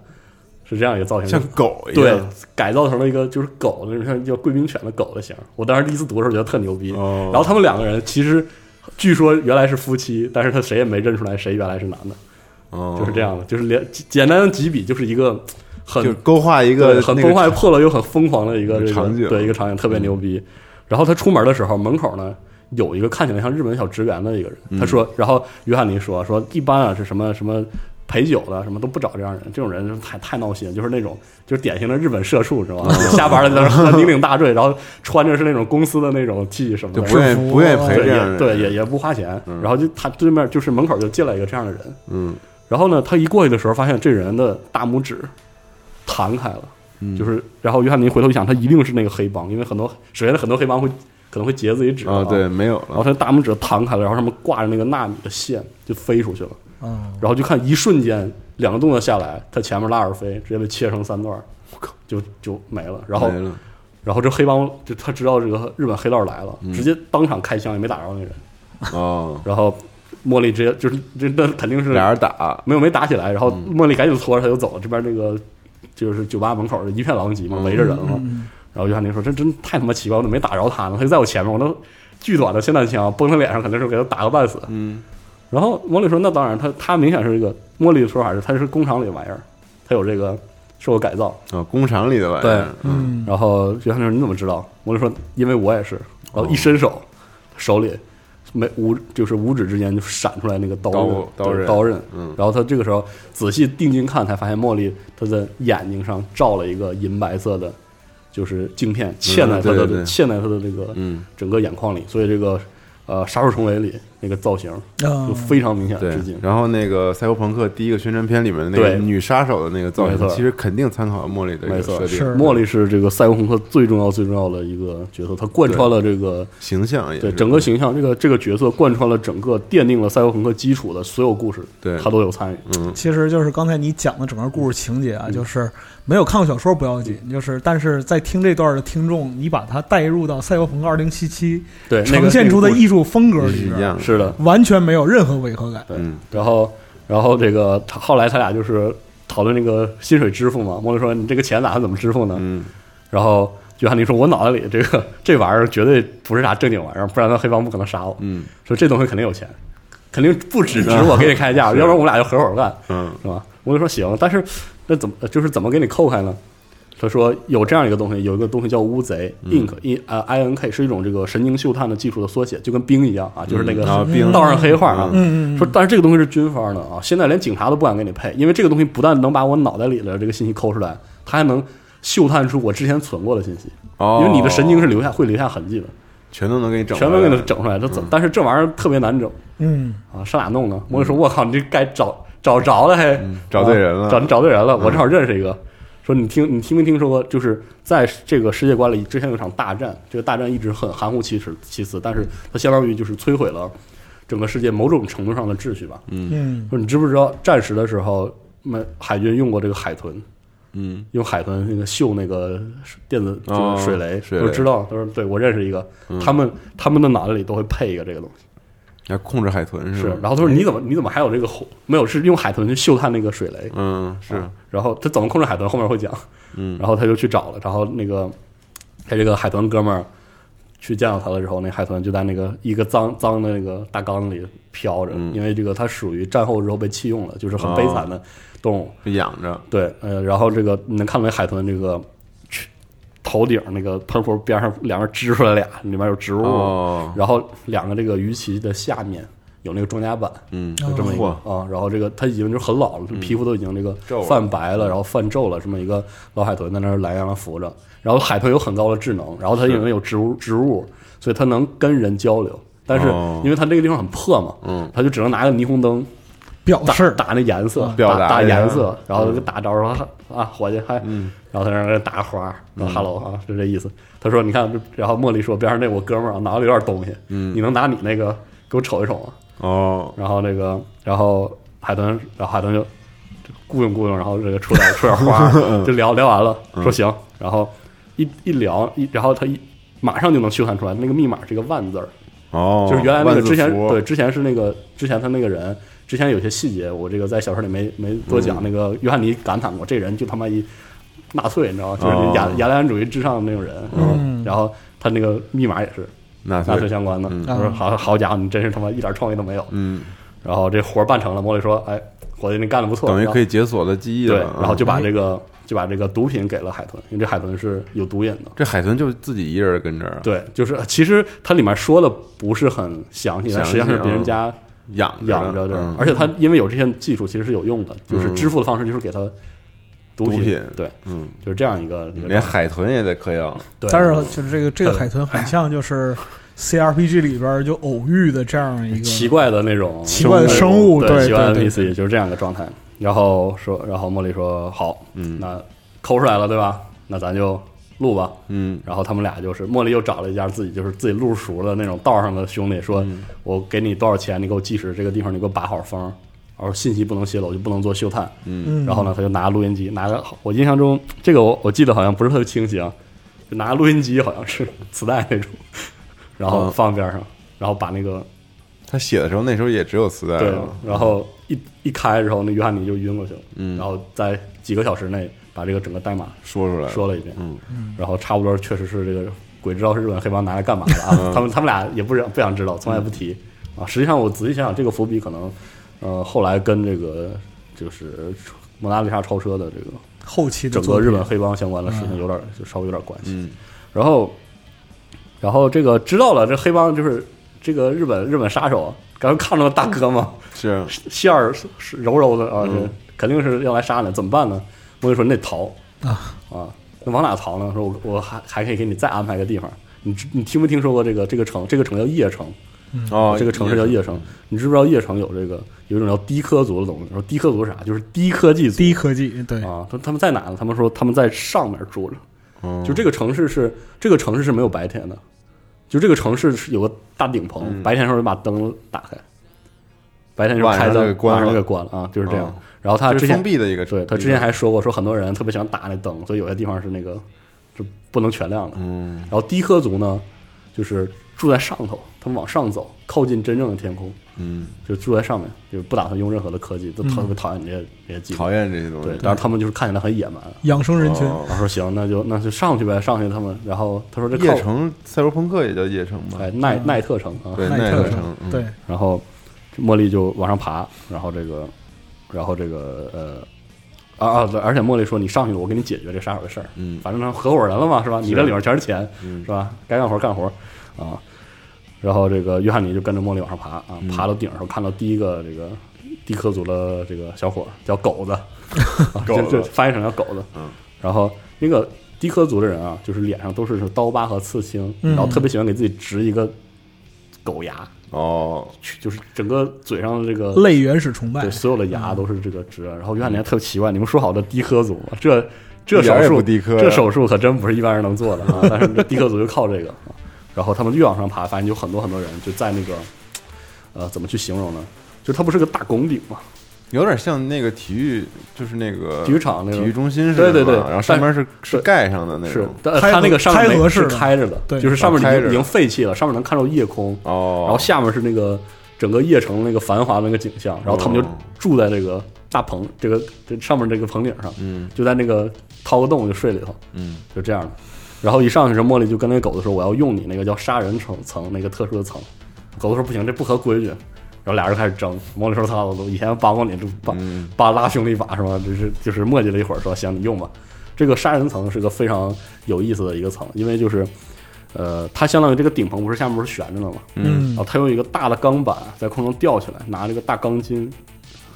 Speaker 2: 是这样一个造型，
Speaker 1: 像狗一
Speaker 2: 对
Speaker 1: 样，
Speaker 2: 改造成了一个就是狗那种像叫贵宾犬的狗的型儿。我当时第一次读的时候觉得特牛逼，
Speaker 1: 哦
Speaker 2: 然后他们两个人其实。据说原来是夫妻，但是他谁也没认出来谁原来是男的，
Speaker 1: 哦，
Speaker 2: 就是这样的，就是连简简单的几笔就是一个很
Speaker 1: 就是勾画一
Speaker 2: 对
Speaker 1: 个
Speaker 2: 很
Speaker 1: 那个
Speaker 2: 崩坏破了又很疯狂的一个这个
Speaker 1: 场景嗯
Speaker 2: 对一个场景特别牛逼。然后他出门的时候，门口呢有一个看起来像日本小职员的一个
Speaker 1: 嗯
Speaker 2: 人，他说，然后约翰尼说说一般啊是什么什么。陪酒的什么都不找这样人，这种人太太闹心，就是那种就是典型的日本社畜，知道吧？
Speaker 1: 嗯
Speaker 2: 瞎玩儿的在那儿喝酩酊大醉，然后穿着是那种公司的那种 T 什么
Speaker 1: 就
Speaker 2: 的，
Speaker 1: 不愿
Speaker 3: 制
Speaker 1: 意
Speaker 3: 服
Speaker 1: 不愿意陪
Speaker 2: 啊
Speaker 1: 这
Speaker 2: 对
Speaker 1: 样的
Speaker 2: 也
Speaker 1: 人，
Speaker 2: 对也也不花钱，然后就他对面就是门口就进来一个这样的人，
Speaker 1: 嗯，
Speaker 2: 然后呢，他一过去的时候，发现这人的大拇指弹开了，
Speaker 1: 嗯
Speaker 2: 就是，然后约翰尼回头一想，他一定是那个黑帮，因为很多首先很多黑帮会可能会截自己指
Speaker 1: 啊，对，，没有
Speaker 2: 然后
Speaker 1: 了，
Speaker 2: 他大拇指弹开了，然后上面挂着那个纳米的线就飞出去了，
Speaker 3: 嗯，
Speaker 2: 然后就看一瞬间两个动作下来，他前面拉尔菲直接被切成三段，我靠，就就没了，然后
Speaker 1: 没了，
Speaker 2: 然后这黑帮就他知道这个日本黑道来
Speaker 1: 嗯
Speaker 2: 了，直接当场开枪也没打着那人，
Speaker 1: 哦，
Speaker 2: 然后茉莉直接就是这那肯定是
Speaker 1: 俩人打，啊
Speaker 2: 没有没打起来，然后
Speaker 1: 嗯
Speaker 2: 茉莉赶紧拖着他就走了。这边那个就是酒吧门口一片狼藉嘛，
Speaker 1: 嗯
Speaker 2: 围着人了。然后约翰尼说：“这真太他妈奇怪，我怎么没打着他呢？他就在我前面，我能巨短的霰弹枪崩他脸上，肯定是给他打个半死。
Speaker 1: 嗯，”
Speaker 2: 然后茉莉说：“那当然，他他明显是这个茉莉的说法是他是工厂里的玩意儿，他有这个受过改造。
Speaker 1: 啊，工厂里的玩意儿，嗯，
Speaker 3: 嗯，
Speaker 2: 然后约翰尼说：“你怎么知道？”茉莉说：“因为我也是。”然后一伸手，手里没五就是五指之间就闪出来那个刀刃
Speaker 1: 刀刀
Speaker 2: 对
Speaker 1: 刃
Speaker 2: 刀刃。
Speaker 1: 嗯
Speaker 2: 然后他这个时候仔细定睛看，才发现茉莉她的眼睛上罩了一个银白色的，就是镜片嵌在
Speaker 1: 嗯
Speaker 2: 她
Speaker 1: 对
Speaker 2: 的、
Speaker 1: 对对
Speaker 2: 嵌在她的这个
Speaker 1: 嗯
Speaker 2: 整个眼眶里，所以这个呃《杀手重围》里那个造型
Speaker 3: 嗯
Speaker 2: 就非常明显
Speaker 1: 啊对
Speaker 2: 致敬。，
Speaker 1: 然后那个《赛博朋克》第一个宣传片里面的那个
Speaker 2: 对
Speaker 1: 女杀手的那个造
Speaker 2: 没
Speaker 1: 型，
Speaker 2: 错
Speaker 1: 其实肯定参考了茉莉的一
Speaker 2: 没
Speaker 1: 个
Speaker 2: 错
Speaker 1: 设定
Speaker 3: 是
Speaker 2: 茉莉是这个赛博朋克最重要、最重要的一个角色，她贯穿了这个
Speaker 1: 形象也
Speaker 2: 对
Speaker 1: 是
Speaker 2: 整个形象，这个这个角色贯穿了整个奠定了赛博朋克基础的所有故事，
Speaker 1: 对
Speaker 2: 他都有参与。
Speaker 1: 嗯
Speaker 3: 其实就是刚才你讲的整个故事情节
Speaker 2: 嗯
Speaker 3: 啊，就是没有看过小说不要紧，就是但是在听这段的听众，你把它带入到《赛博朋克2077
Speaker 2: 对，》那
Speaker 3: 呈
Speaker 2: 个
Speaker 3: 现出的艺术风格
Speaker 1: 是
Speaker 3: 里
Speaker 1: 一
Speaker 3: 边，
Speaker 1: 样的，
Speaker 2: 是的，
Speaker 3: 完全没有任何违和感。
Speaker 2: 对
Speaker 1: 嗯，
Speaker 2: 然后然后这个他后来他俩就是讨论这个薪水支付嘛，莫莉说你这个钱打算怎么支付呢？
Speaker 1: 嗯
Speaker 2: 然后约翰尼说，我脑袋里这个这玩意儿绝对不是啥正经玩意儿，不然他黑帮不可能杀我。
Speaker 1: 嗯
Speaker 2: 说这东西肯定有钱，肯定不只值我给你 开价，要不然我们俩就合伙干。
Speaker 1: 嗯
Speaker 2: 是吧？我就说行，但是那怎么就是怎么给你扣开呢？他说有这样一个东西，有一个东西叫乌贼 （ink i 呃 i n k） 是一种这个神经嗅探的技术的缩写，就跟冰一样啊，就是那个
Speaker 1: 嗯啊冰
Speaker 2: 道上黑话啊。
Speaker 3: 嗯嗯
Speaker 2: 说但是这个东西是军方的啊，现在连警察都不敢给你配，因为这个东西不但能把我脑袋里的这个信息抠出来，它还能嗅探出我之前存过的信息，
Speaker 1: 哦，
Speaker 2: 因为你的神经是留下会留下痕迹的，
Speaker 1: 全都能给你整，
Speaker 2: 全都给你，整出来。它怎但是这玩意儿特别难整。
Speaker 3: 嗯，
Speaker 2: 啊，上哪弄呢？我就说，我靠，你这该找找着了，还
Speaker 1: 嗯找对人了嗯
Speaker 2: 啊找找对人了。我正好认识一个，说你听，你听没听说过？就是在这个世界观里，之前有一场大战，这个大战一直很含糊其辞，其辞，但是它相当于就是摧毁了整个世界某种程度上的秩序吧。
Speaker 3: 嗯
Speaker 2: 说你知不知道，战时的时候，那海军用过这个海豚，
Speaker 1: 嗯，
Speaker 2: 用海豚那个秀那个电子
Speaker 1: 哦
Speaker 2: 就是水雷，
Speaker 1: 水雷
Speaker 2: 我知道，他说对我认识一个，
Speaker 1: 嗯
Speaker 2: 他们他们的脑袋里都会配一个这个东西，
Speaker 1: 要控制海豚
Speaker 2: 是
Speaker 1: 是，吧？
Speaker 2: 然后他说你怎么你怎么还有这个火没有是用海豚去嗅探那个水雷，
Speaker 1: 嗯，是
Speaker 2: 啊，然后他怎么控制海豚后面会讲，
Speaker 1: 嗯，
Speaker 2: 然后他就去找了，然后那个他这个海豚哥们儿去见到他了之后，那海豚就在那个一个脏脏的那个大缸里飘着，
Speaker 1: 嗯啊
Speaker 2: 因为这个它属于战后之后被弃用了，就是很悲惨的动物。
Speaker 1: 养着，
Speaker 2: 对，呃，然后这个你能看到那海豚这个去头顶那个喷壶边上两边支出来俩，里面有植物，
Speaker 1: 哦，
Speaker 2: 然后两个这个鱼鳍的下面有那个装甲板。
Speaker 1: 嗯，
Speaker 2: 就这么一个
Speaker 1: 嚯嗯
Speaker 2: 啊，然后这个它已经就很老了，皮肤都已经这个
Speaker 1: 皱了嗯
Speaker 2: 泛白了，然后泛皱了，这么一个老海豚在那儿懒洋洋扶着，然后海豚有很高的智能，然后它因为有植物植物，所以它能跟人交流，但是
Speaker 1: 哦
Speaker 2: 因为它这个地方很破嘛，
Speaker 1: 嗯，
Speaker 2: 它就只能拿个霓虹灯
Speaker 3: 表
Speaker 2: 打
Speaker 3: 示
Speaker 2: 打那颜色，
Speaker 1: 表
Speaker 2: 打
Speaker 1: 达嗯
Speaker 2: 打
Speaker 1: 一下
Speaker 2: 颜色，然后就打招呼说啊，伙计嗨，
Speaker 1: 嗯
Speaker 2: 然后他在那儿打花，说 hello 啊，就这意思。他说你看，这然后茉莉说边上那我哥们儿啊脑子里有点东西，
Speaker 1: 嗯
Speaker 2: 你能拿你那个给我瞅一瞅吗？
Speaker 1: 哦，
Speaker 2: 然后那个，然后海豚，然后海豚就雇佣雇佣，然后这个出点出 点花，
Speaker 1: 嗯
Speaker 2: 就聊聊完了，说行，然后一一聊一，然后他一马上就能嗅探出来，那个密码是一个万字儿，
Speaker 1: 哦，
Speaker 2: 就是原来那个
Speaker 1: 万字
Speaker 2: 之前
Speaker 1: 符
Speaker 2: 对，之前是那个之前他那个人，之前有些细节我这个在小说里没没多
Speaker 1: 嗯
Speaker 2: 讲，那个约翰尼感叹过，这人就他妈一纳粹，你知道吗？就是
Speaker 1: 哦
Speaker 2: 雅雅利安主义至上的那种人，
Speaker 3: 嗯
Speaker 2: 然后他那个密码也是
Speaker 1: 纳
Speaker 2: 纳粹
Speaker 1: 粹，
Speaker 2: 相关的，
Speaker 1: 嗯
Speaker 2: 我说好好家伙，你真是他妈一点创意都没有，
Speaker 1: 嗯，
Speaker 2: 然后这活儿办成了，茉莉说：“哎，伙计，你干的不错。”
Speaker 1: 等于可
Speaker 2: 以
Speaker 1: 以解锁了记忆
Speaker 2: 对，
Speaker 1: 了，
Speaker 2: 然后
Speaker 1: 嗯
Speaker 2: 就把这个就把这个毒品给了海豚，因为这海豚是有毒瘾的。
Speaker 1: 这海豚就自己一人跟这儿啊
Speaker 2: 对，就是其实它里面说的不是很详细，但实际上是别人
Speaker 1: 啊
Speaker 2: 家
Speaker 1: 养
Speaker 2: 养着
Speaker 1: 着嗯
Speaker 2: 的
Speaker 1: 呢，，
Speaker 2: 而且它因为有这些技术，其实是有用的，就是
Speaker 1: 嗯
Speaker 2: 支付的方式就是给它毒
Speaker 1: 毒品
Speaker 2: 对，
Speaker 1: 嗯，
Speaker 2: 就是这样一个一
Speaker 1: 嗯
Speaker 2: 个
Speaker 1: 连
Speaker 2: 状态。
Speaker 1: 海豚也得嗑药，
Speaker 2: 对，
Speaker 3: 但是就是这个这个海豚很像就是 CRPG 里边就偶遇的这样一
Speaker 2: 奇
Speaker 3: 个，
Speaker 2: 怪的那种
Speaker 3: 奇怪的生物
Speaker 2: 对
Speaker 3: 对
Speaker 2: 奇怪的
Speaker 3: 对对
Speaker 2: 意思，也就是这样一个状态。然后说，然后茉莉说：“好，
Speaker 1: 嗯
Speaker 2: 那抠出来了，对吧？那咱就录吧。”
Speaker 1: 嗯，
Speaker 2: 然后他们俩就是茉莉又找了一家自己就是自己路熟的那种道上的兄弟，说、
Speaker 1: 嗯
Speaker 2: 我给你多少钱，你给我计时，这个地方你给我把好风，然后信息不能泄露，就不能做嗅探。
Speaker 3: 嗯，
Speaker 2: 然后呢，他就拿录音机，拿个我印象中这个我我记得好像不是特别清晰啊，就拿录音机好像是磁带那种，然后
Speaker 1: 嗯
Speaker 2: 放边上，然后把那个
Speaker 1: 他写的时候那时候也只有磁带啊
Speaker 2: 对
Speaker 1: 了，，
Speaker 2: 然后一一开之后，那约翰尼就晕过去了，
Speaker 1: 嗯
Speaker 2: 然后在几个小时内把这个整个代码
Speaker 1: 说出来了
Speaker 2: 说了一遍，
Speaker 1: 嗯
Speaker 2: 然后差不多确实是这个鬼知道是日本黑帮拿来干嘛的啊，他们他们俩也不是不想知道，从来不提啊。实际上我仔细想想，这个伏笔可能呃后来跟这个就是蒙娜丽莎超车的这个
Speaker 3: 后期的
Speaker 2: 整
Speaker 3: 作
Speaker 2: 个
Speaker 3: 品
Speaker 2: 日本黑帮相关的事情有点就稍微有点关系。
Speaker 1: 嗯
Speaker 2: 然后然后这个知道了，这黑帮就是这个日本日本杀手，刚刚看到大哥嘛，
Speaker 1: 是
Speaker 2: 馅儿是是柔柔的啊，
Speaker 1: 嗯
Speaker 2: 这肯定是要来杀你，怎么办呢？我就说你得逃
Speaker 3: 啊
Speaker 2: 啊，那往哪逃呢？说我我还还可以给你再安排个地方。你知你听没听说过这个这个城？这个城叫叶城，
Speaker 1: 哦，
Speaker 2: 嗯这个城市叫叶城。你知不知道叶城有这个有一种叫低科族的东西？说低科族是啥？就是低科技族。
Speaker 3: 低科技，对，
Speaker 2: 啊，他他们在哪呢？他们说他们在上面住着。
Speaker 1: 哦
Speaker 2: 就这个城市是这个城市是没有白天的，就这个城市是有个大顶棚，白天的时候就把灯打开，白天的时
Speaker 1: 嗯
Speaker 2: 候
Speaker 1: 晚上
Speaker 2: 开灯
Speaker 1: 就给，关
Speaker 2: 晚上
Speaker 1: 了
Speaker 2: 就给关了啊，就是这样。
Speaker 1: 哦嗯
Speaker 2: 然后他
Speaker 1: 这
Speaker 2: 之
Speaker 1: 是
Speaker 2: 前
Speaker 1: 封闭的一个，
Speaker 2: 对他之前还说过，说很多人特别喜欢打那灯，所以有些地方是那个就不能全亮的。
Speaker 1: 嗯
Speaker 2: 然后低科族呢，就是住在上头，他们往上走，靠近真正的天空，
Speaker 1: 嗯，
Speaker 2: 就住在上面，就不打算用任何的科技，都特别讨厌这些这些技术。
Speaker 1: 讨厌这些东西，
Speaker 2: 对，但是他们就是看起来很野蛮。
Speaker 3: 养生人群，
Speaker 1: 哦
Speaker 2: 然后说行，那就那就上去呗，上去他们。然后他说这
Speaker 1: 叶
Speaker 2: 靠
Speaker 1: 城赛博朋克也叫叶城吧？
Speaker 2: 哎奈奈特城啊，
Speaker 1: 对
Speaker 3: 奈
Speaker 1: 奈
Speaker 3: 特
Speaker 1: 特
Speaker 3: 城
Speaker 1: 城，嗯
Speaker 3: 对，
Speaker 2: 然后茉莉就往上爬，然后这个，然后这个呃。啊啊！对，而且茉莉说：“你上去了，我给你解决这杀手的事儿。
Speaker 1: 嗯
Speaker 2: 反正呢，合伙人了嘛，是吧？你这里面全是钱，
Speaker 1: 嗯
Speaker 2: 是吧？该干活干活啊。然后这个约翰尼就跟着茉莉往上爬啊，
Speaker 1: 嗯
Speaker 2: 爬到顶上看到第一个这个地科族的这个小伙儿叫 狗子，啊
Speaker 1: 狗
Speaker 2: 就就
Speaker 1: 子
Speaker 2: 翻译成叫狗子。
Speaker 1: 嗯，
Speaker 2: 然后那个低科族的人啊，就是脸上都是刀疤和刺青，
Speaker 3: 嗯
Speaker 2: 然后特别喜欢给自己植一个狗牙，
Speaker 1: 哦，
Speaker 2: 去就是整个嘴上的这个
Speaker 3: 类原始崇拜
Speaker 1: 哎
Speaker 2: 对，所有的牙都是这个植。啊
Speaker 1: 嗯
Speaker 2: 然后约翰尼还特别奇怪，你们说好的低科族吗，这这
Speaker 1: 一点
Speaker 2: 手
Speaker 1: 儿也
Speaker 2: 术
Speaker 1: 不低科呀啊
Speaker 2: 这手术可真不是一般人能做的 啊！但是这低科族就靠这个。啊然后他们越往上爬，发现有很多很多人就在那个，呃，怎么去形容呢？就它不是个大拱顶嘛，
Speaker 1: 有点像那个体育，就是那个
Speaker 2: 体育场那种
Speaker 1: 体育中心似的
Speaker 2: 对
Speaker 1: 嘛，
Speaker 2: 对对
Speaker 1: 然后上面是是
Speaker 2: 对
Speaker 1: 盖上的那
Speaker 2: 是
Speaker 1: 种，，
Speaker 2: 但
Speaker 3: 开
Speaker 2: 它那
Speaker 3: 合
Speaker 2: 个上面
Speaker 3: 开
Speaker 2: 没
Speaker 3: 合式
Speaker 2: 是
Speaker 3: 的
Speaker 2: 开着的，
Speaker 3: 对
Speaker 2: 就是上面
Speaker 1: 哎啊开
Speaker 2: 已
Speaker 1: 着的
Speaker 2: 经已经废弃了，上面能看到夜空，
Speaker 1: 哦，
Speaker 2: 然后下面是那个整个夜城那个繁华的那个景象，然后他们就
Speaker 1: 哦
Speaker 2: 住在这个大棚这个这上面这个棚顶上，
Speaker 1: 嗯
Speaker 2: 就在那个掏个洞就睡里头，
Speaker 1: 嗯
Speaker 2: 就这样的。然后一上去时，茉莉就跟那狗子说：“我要用你那个叫杀人层层那个特殊的层。”狗子说：“不行，这不合规矩。”然后俩人开始争。茉莉说：“操，我以前扒光你，就扒
Speaker 1: 嗯
Speaker 2: 扒拉兄弟一把是吗？”就是就是磨叽了一会儿，说：“行，你用吧。”这个杀人层是个非常有意思的一个层，因为就是，呃，它相当于这个顶棚不是下面不是悬着呢吗？
Speaker 1: 嗯，
Speaker 2: 然后它用一个大的钢板在空中吊起来，拿这个大钢筋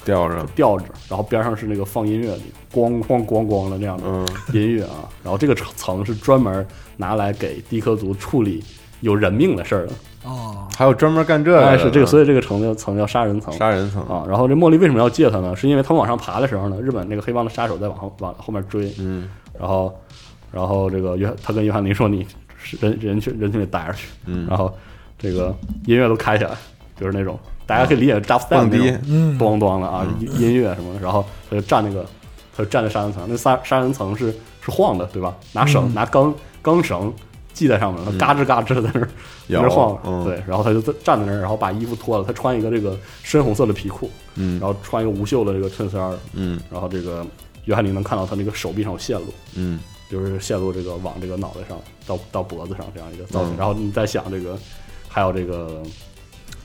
Speaker 1: 吊着，
Speaker 2: 吊着，然后边上是那个放音乐的，咣咣咣咣的那样的。
Speaker 1: 嗯
Speaker 2: 音乐啊，然后这个层是专门拿来给低科族处理有人命的事儿的，
Speaker 3: 哦，
Speaker 1: 还有专门干这个
Speaker 2: 哎，
Speaker 1: 的，
Speaker 2: 是这个，所以这个层叫层叫杀人层
Speaker 1: 杀人层，
Speaker 2: 啊。然后这茉莉为什么要借它呢？是因为他们往上爬的时候呢，日本那个黑帮的杀手在往后往后面追，
Speaker 1: 嗯
Speaker 2: 然后然后这个约他跟约翰尼说：“你是人人群人群里待着去。”
Speaker 1: 嗯
Speaker 2: 然后这个音乐都开起来，就是那种大家可以理解 dubstep
Speaker 1: 蹦迪
Speaker 2: 那种
Speaker 3: 嗯
Speaker 2: 咣咣的啊，音音乐什么的，然后他就站那个，他就站在杀人层，那杀杀人层是是晃的，对吧？拿绳
Speaker 3: 嗯
Speaker 2: 拿钢钢绳系在上面，他嘎吱嘎吱的在那儿在那儿
Speaker 1: 摇
Speaker 2: 晃，
Speaker 1: 嗯
Speaker 2: 对，然后他就在站在那儿，然后把衣服脱了，他穿一个这个深红色的皮裤，
Speaker 1: 嗯
Speaker 2: 然后穿一个无袖的这个衬衫儿，
Speaker 1: 嗯
Speaker 2: 然后这个约翰尼能看到他那个手臂上有线路，
Speaker 1: 嗯
Speaker 2: 就是线路这个往这个脑袋上到到脖子上这样一个造型，
Speaker 1: 嗯
Speaker 2: 然后你再想这个，还有这个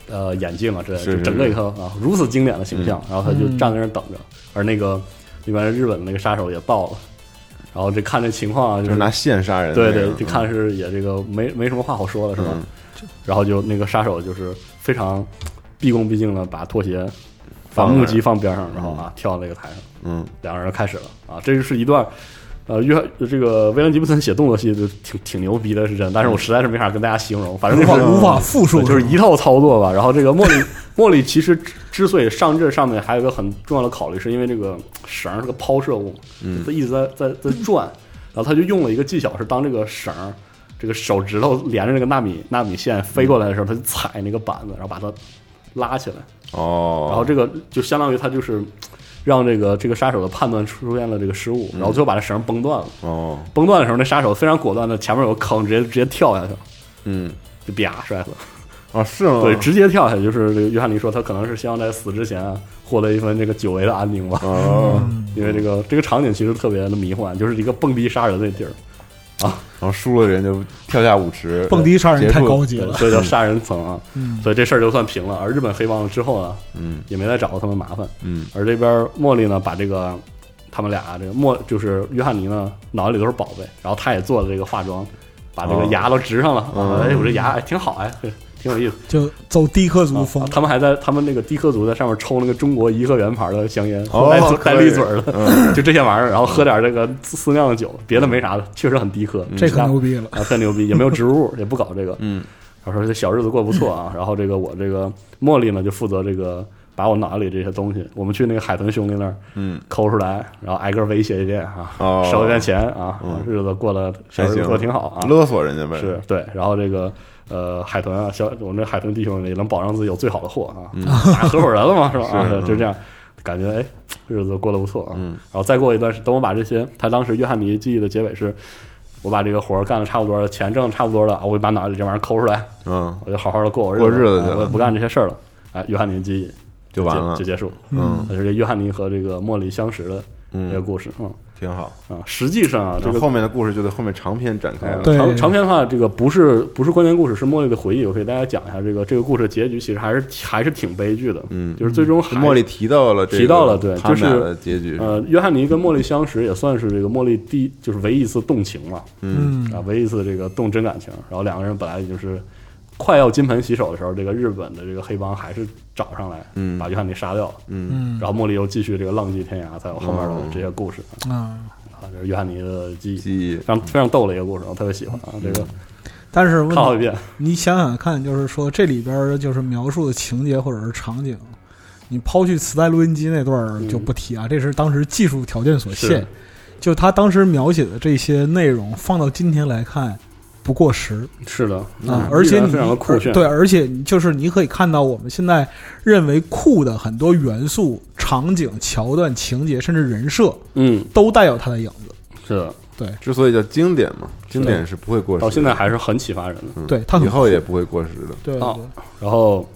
Speaker 2: 呃眼镜啊之类的，
Speaker 1: 是
Speaker 2: 就是整个一个啊如此经典的形象，然后他就
Speaker 3: 嗯
Speaker 2: 站在那儿等着，而那个那边日本那个杀手也到了，然后这看这情况啊，
Speaker 1: 就
Speaker 2: 就是是
Speaker 1: 拿线杀人的那
Speaker 2: 对
Speaker 1: 个，
Speaker 2: 对，就
Speaker 1: 嗯
Speaker 2: 看是也这个没没什么话好说了是吧？
Speaker 1: 嗯
Speaker 2: 然后就那个杀手就是非常毕恭毕敬的把拖鞋把
Speaker 1: 放那儿
Speaker 2: 木屐放边上，然后啊跳到那个台上。
Speaker 1: 嗯
Speaker 2: 两个人开始了啊，这是一段。呃，约这个威廉吉布森写动作戏就挺挺牛逼的，是真，但是我实在是没法跟大家形容，反正
Speaker 3: 嗯无
Speaker 2: 就
Speaker 3: 法
Speaker 2: 是
Speaker 3: 无法复述，
Speaker 2: 就是
Speaker 3: 吧
Speaker 2: 一套操作吧。然后这个茉莉茉莉其实之之所以上这上面还有一个很重要的考虑，是因为这个绳儿是个抛射物，
Speaker 1: 嗯
Speaker 2: 它一直在在在转，然后他就用了一个技巧，是当这个绳儿这个手指头连着那个纳米纳米线飞过来的时候，他就踩那个板子，然后把它拉起来。
Speaker 1: 哦，
Speaker 2: 然后这个就相当于他就是让这个这个杀手的判断出现了这个失误，然后最后把这绳崩断了。
Speaker 1: 哦
Speaker 2: 崩断的时候，那杀手非常果断的，前面有个坑，直接直接跳下去了，
Speaker 1: 嗯
Speaker 2: 就啪摔死了。
Speaker 1: 啊是吗？
Speaker 3: 嗯
Speaker 2: 对，直接跳下去，就是这个约翰尼说他可能是希望在死之前啊获得一份这个久违的安宁吧，
Speaker 1: 哦，
Speaker 3: 嗯
Speaker 2: 因为这个这个场景其实特别的迷幻，就是一个蹦迪杀人的地儿，
Speaker 1: 然后输了人就跳下舞池，
Speaker 3: 蹦迪杀人太高级
Speaker 2: 对，
Speaker 3: 了，
Speaker 2: 所以叫杀人层啊。
Speaker 3: 嗯
Speaker 2: 所以这事儿就算平了。而日本黑帮之后呢，
Speaker 1: 嗯
Speaker 2: 也没再找过他们麻烦。
Speaker 1: 嗯
Speaker 2: 而这边茉莉呢，把这个他们俩这个茉就是约翰尼呢，脑袋里都是宝贝，然后他也做了这个化妆，把这个
Speaker 1: 哦
Speaker 2: 牙都植上了。
Speaker 1: 嗯
Speaker 2: 哎，我这牙哎挺好哎， 嘿挺有意思。
Speaker 3: 就走低科族
Speaker 2: 啊
Speaker 3: 风
Speaker 2: 啊，他们还在他们那个低科族在上面抽那个中国颐和园牌的香烟，
Speaker 1: 哦
Speaker 2: 带
Speaker 1: 可以
Speaker 2: 带绿嘴儿的，
Speaker 1: 嗯
Speaker 2: 就这些玩意儿，然后喝点这个自自酿的酒，别的没啥的，确 实很低科，
Speaker 3: 这可
Speaker 2: 啊
Speaker 3: 牛逼了，
Speaker 2: 啊，特牛逼，也没有植 入，也不搞这个，
Speaker 1: 嗯
Speaker 2: 然后说这小日子过得不错啊。然后这个我这个茉莉呢，就负责这个把我脑袋里这些东西，我们去那个海豚兄弟那儿
Speaker 1: 嗯
Speaker 2: 抠出来，然后挨个威胁一遍啊，
Speaker 1: 哦
Speaker 2: 收一遍钱啊，
Speaker 1: 嗯
Speaker 2: 日子过得小
Speaker 1: 还
Speaker 2: 日子
Speaker 1: 行，
Speaker 2: 过得挺好啊。
Speaker 1: 勒索人家呗，
Speaker 2: 是对，然后这个呃海豚啊，小我们这海豚弟兄也能保证自己有最好的货啊，打 合伙人了嘛，是吧？啊
Speaker 1: 嗯是
Speaker 2: 对
Speaker 1: 嗯
Speaker 2: 就这样，感觉哎日子过得不错啊。
Speaker 1: 嗯
Speaker 2: 然后再过一段时，等我把这些，他当时约翰尼记忆的结尾是，我把这个活儿干的差不多了，钱挣的差不多了，啊我就把脑袋里这玩意儿抠出来，
Speaker 1: 嗯
Speaker 2: 我就好好的过我
Speaker 1: 过
Speaker 2: 日
Speaker 1: 日子去
Speaker 2: 哎
Speaker 1: 了
Speaker 2: 我也不干这些事儿了。哎，约翰尼记忆
Speaker 1: 就完了
Speaker 2: 就，结束。啊
Speaker 1: 嗯
Speaker 2: 这是约翰尼和这个茉莉相识的这个
Speaker 1: 嗯
Speaker 2: 故事。嗯
Speaker 1: 挺好。
Speaker 2: 啊，实际上啊，这
Speaker 1: 然后
Speaker 2: 个哦
Speaker 1: 后面的故事就在后面长篇展开了，
Speaker 3: 对
Speaker 2: 呃长长篇的话，这个不是不是关键故事，是茉莉的回忆。我给大家讲一下这个这个故事的结局，其实还是还是挺悲剧的。
Speaker 1: 嗯
Speaker 2: 就是最终还
Speaker 1: 茉莉提到了这个
Speaker 2: 提到了对
Speaker 1: 他们俩
Speaker 2: 就是
Speaker 1: 的结局，
Speaker 2: 呃，约翰尼跟茉莉相识也算是这个茉莉第就是唯一一次动情嘛，
Speaker 3: 嗯
Speaker 2: 啊，唯一一次这个动真感情。然后两个人本来也就是快要金盆洗手的时候，这个日本的这个黑帮还是找上来，
Speaker 1: 嗯
Speaker 2: 把约翰尼杀掉了。
Speaker 1: 嗯
Speaker 3: 嗯
Speaker 2: 然后茉莉又继续这个浪迹天涯，才有后面的这些故事、
Speaker 3: 啊。
Speaker 2: 啊，这是约翰尼的记忆，
Speaker 1: 哦记忆
Speaker 2: 非常非常逗的一个故事，我特别喜欢啊，这
Speaker 3: 嗯
Speaker 2: 个
Speaker 3: 但是问
Speaker 2: 看好几
Speaker 3: 题
Speaker 2: 遍，
Speaker 3: 你想想看，就是说这里边儿就是描述的情节或者是场景，你抛去磁带录音机那段儿就不提啊，这是当时技术条件所限
Speaker 2: 是。
Speaker 3: 就他当时描写的这些内容，放到今天来看，不过时
Speaker 2: 是的，
Speaker 3: 啊
Speaker 2: 嗯，
Speaker 3: 而且
Speaker 2: 依然
Speaker 3: 你呃
Speaker 2: 非常的酷炫，
Speaker 3: 对，而且就是你可以看到我们现在认为酷的很多元素、场景、桥段、情节，甚至人设，
Speaker 2: 嗯，
Speaker 3: 都带有它的影子。
Speaker 2: 是的，
Speaker 3: 对
Speaker 1: 之所以叫经典嘛，经典是不会过时的，
Speaker 2: 到现在还是很启发人的。
Speaker 1: 嗯
Speaker 3: 对它很
Speaker 1: 以后也不会过时的。
Speaker 3: 对
Speaker 2: 啊
Speaker 3: 对
Speaker 2: 然后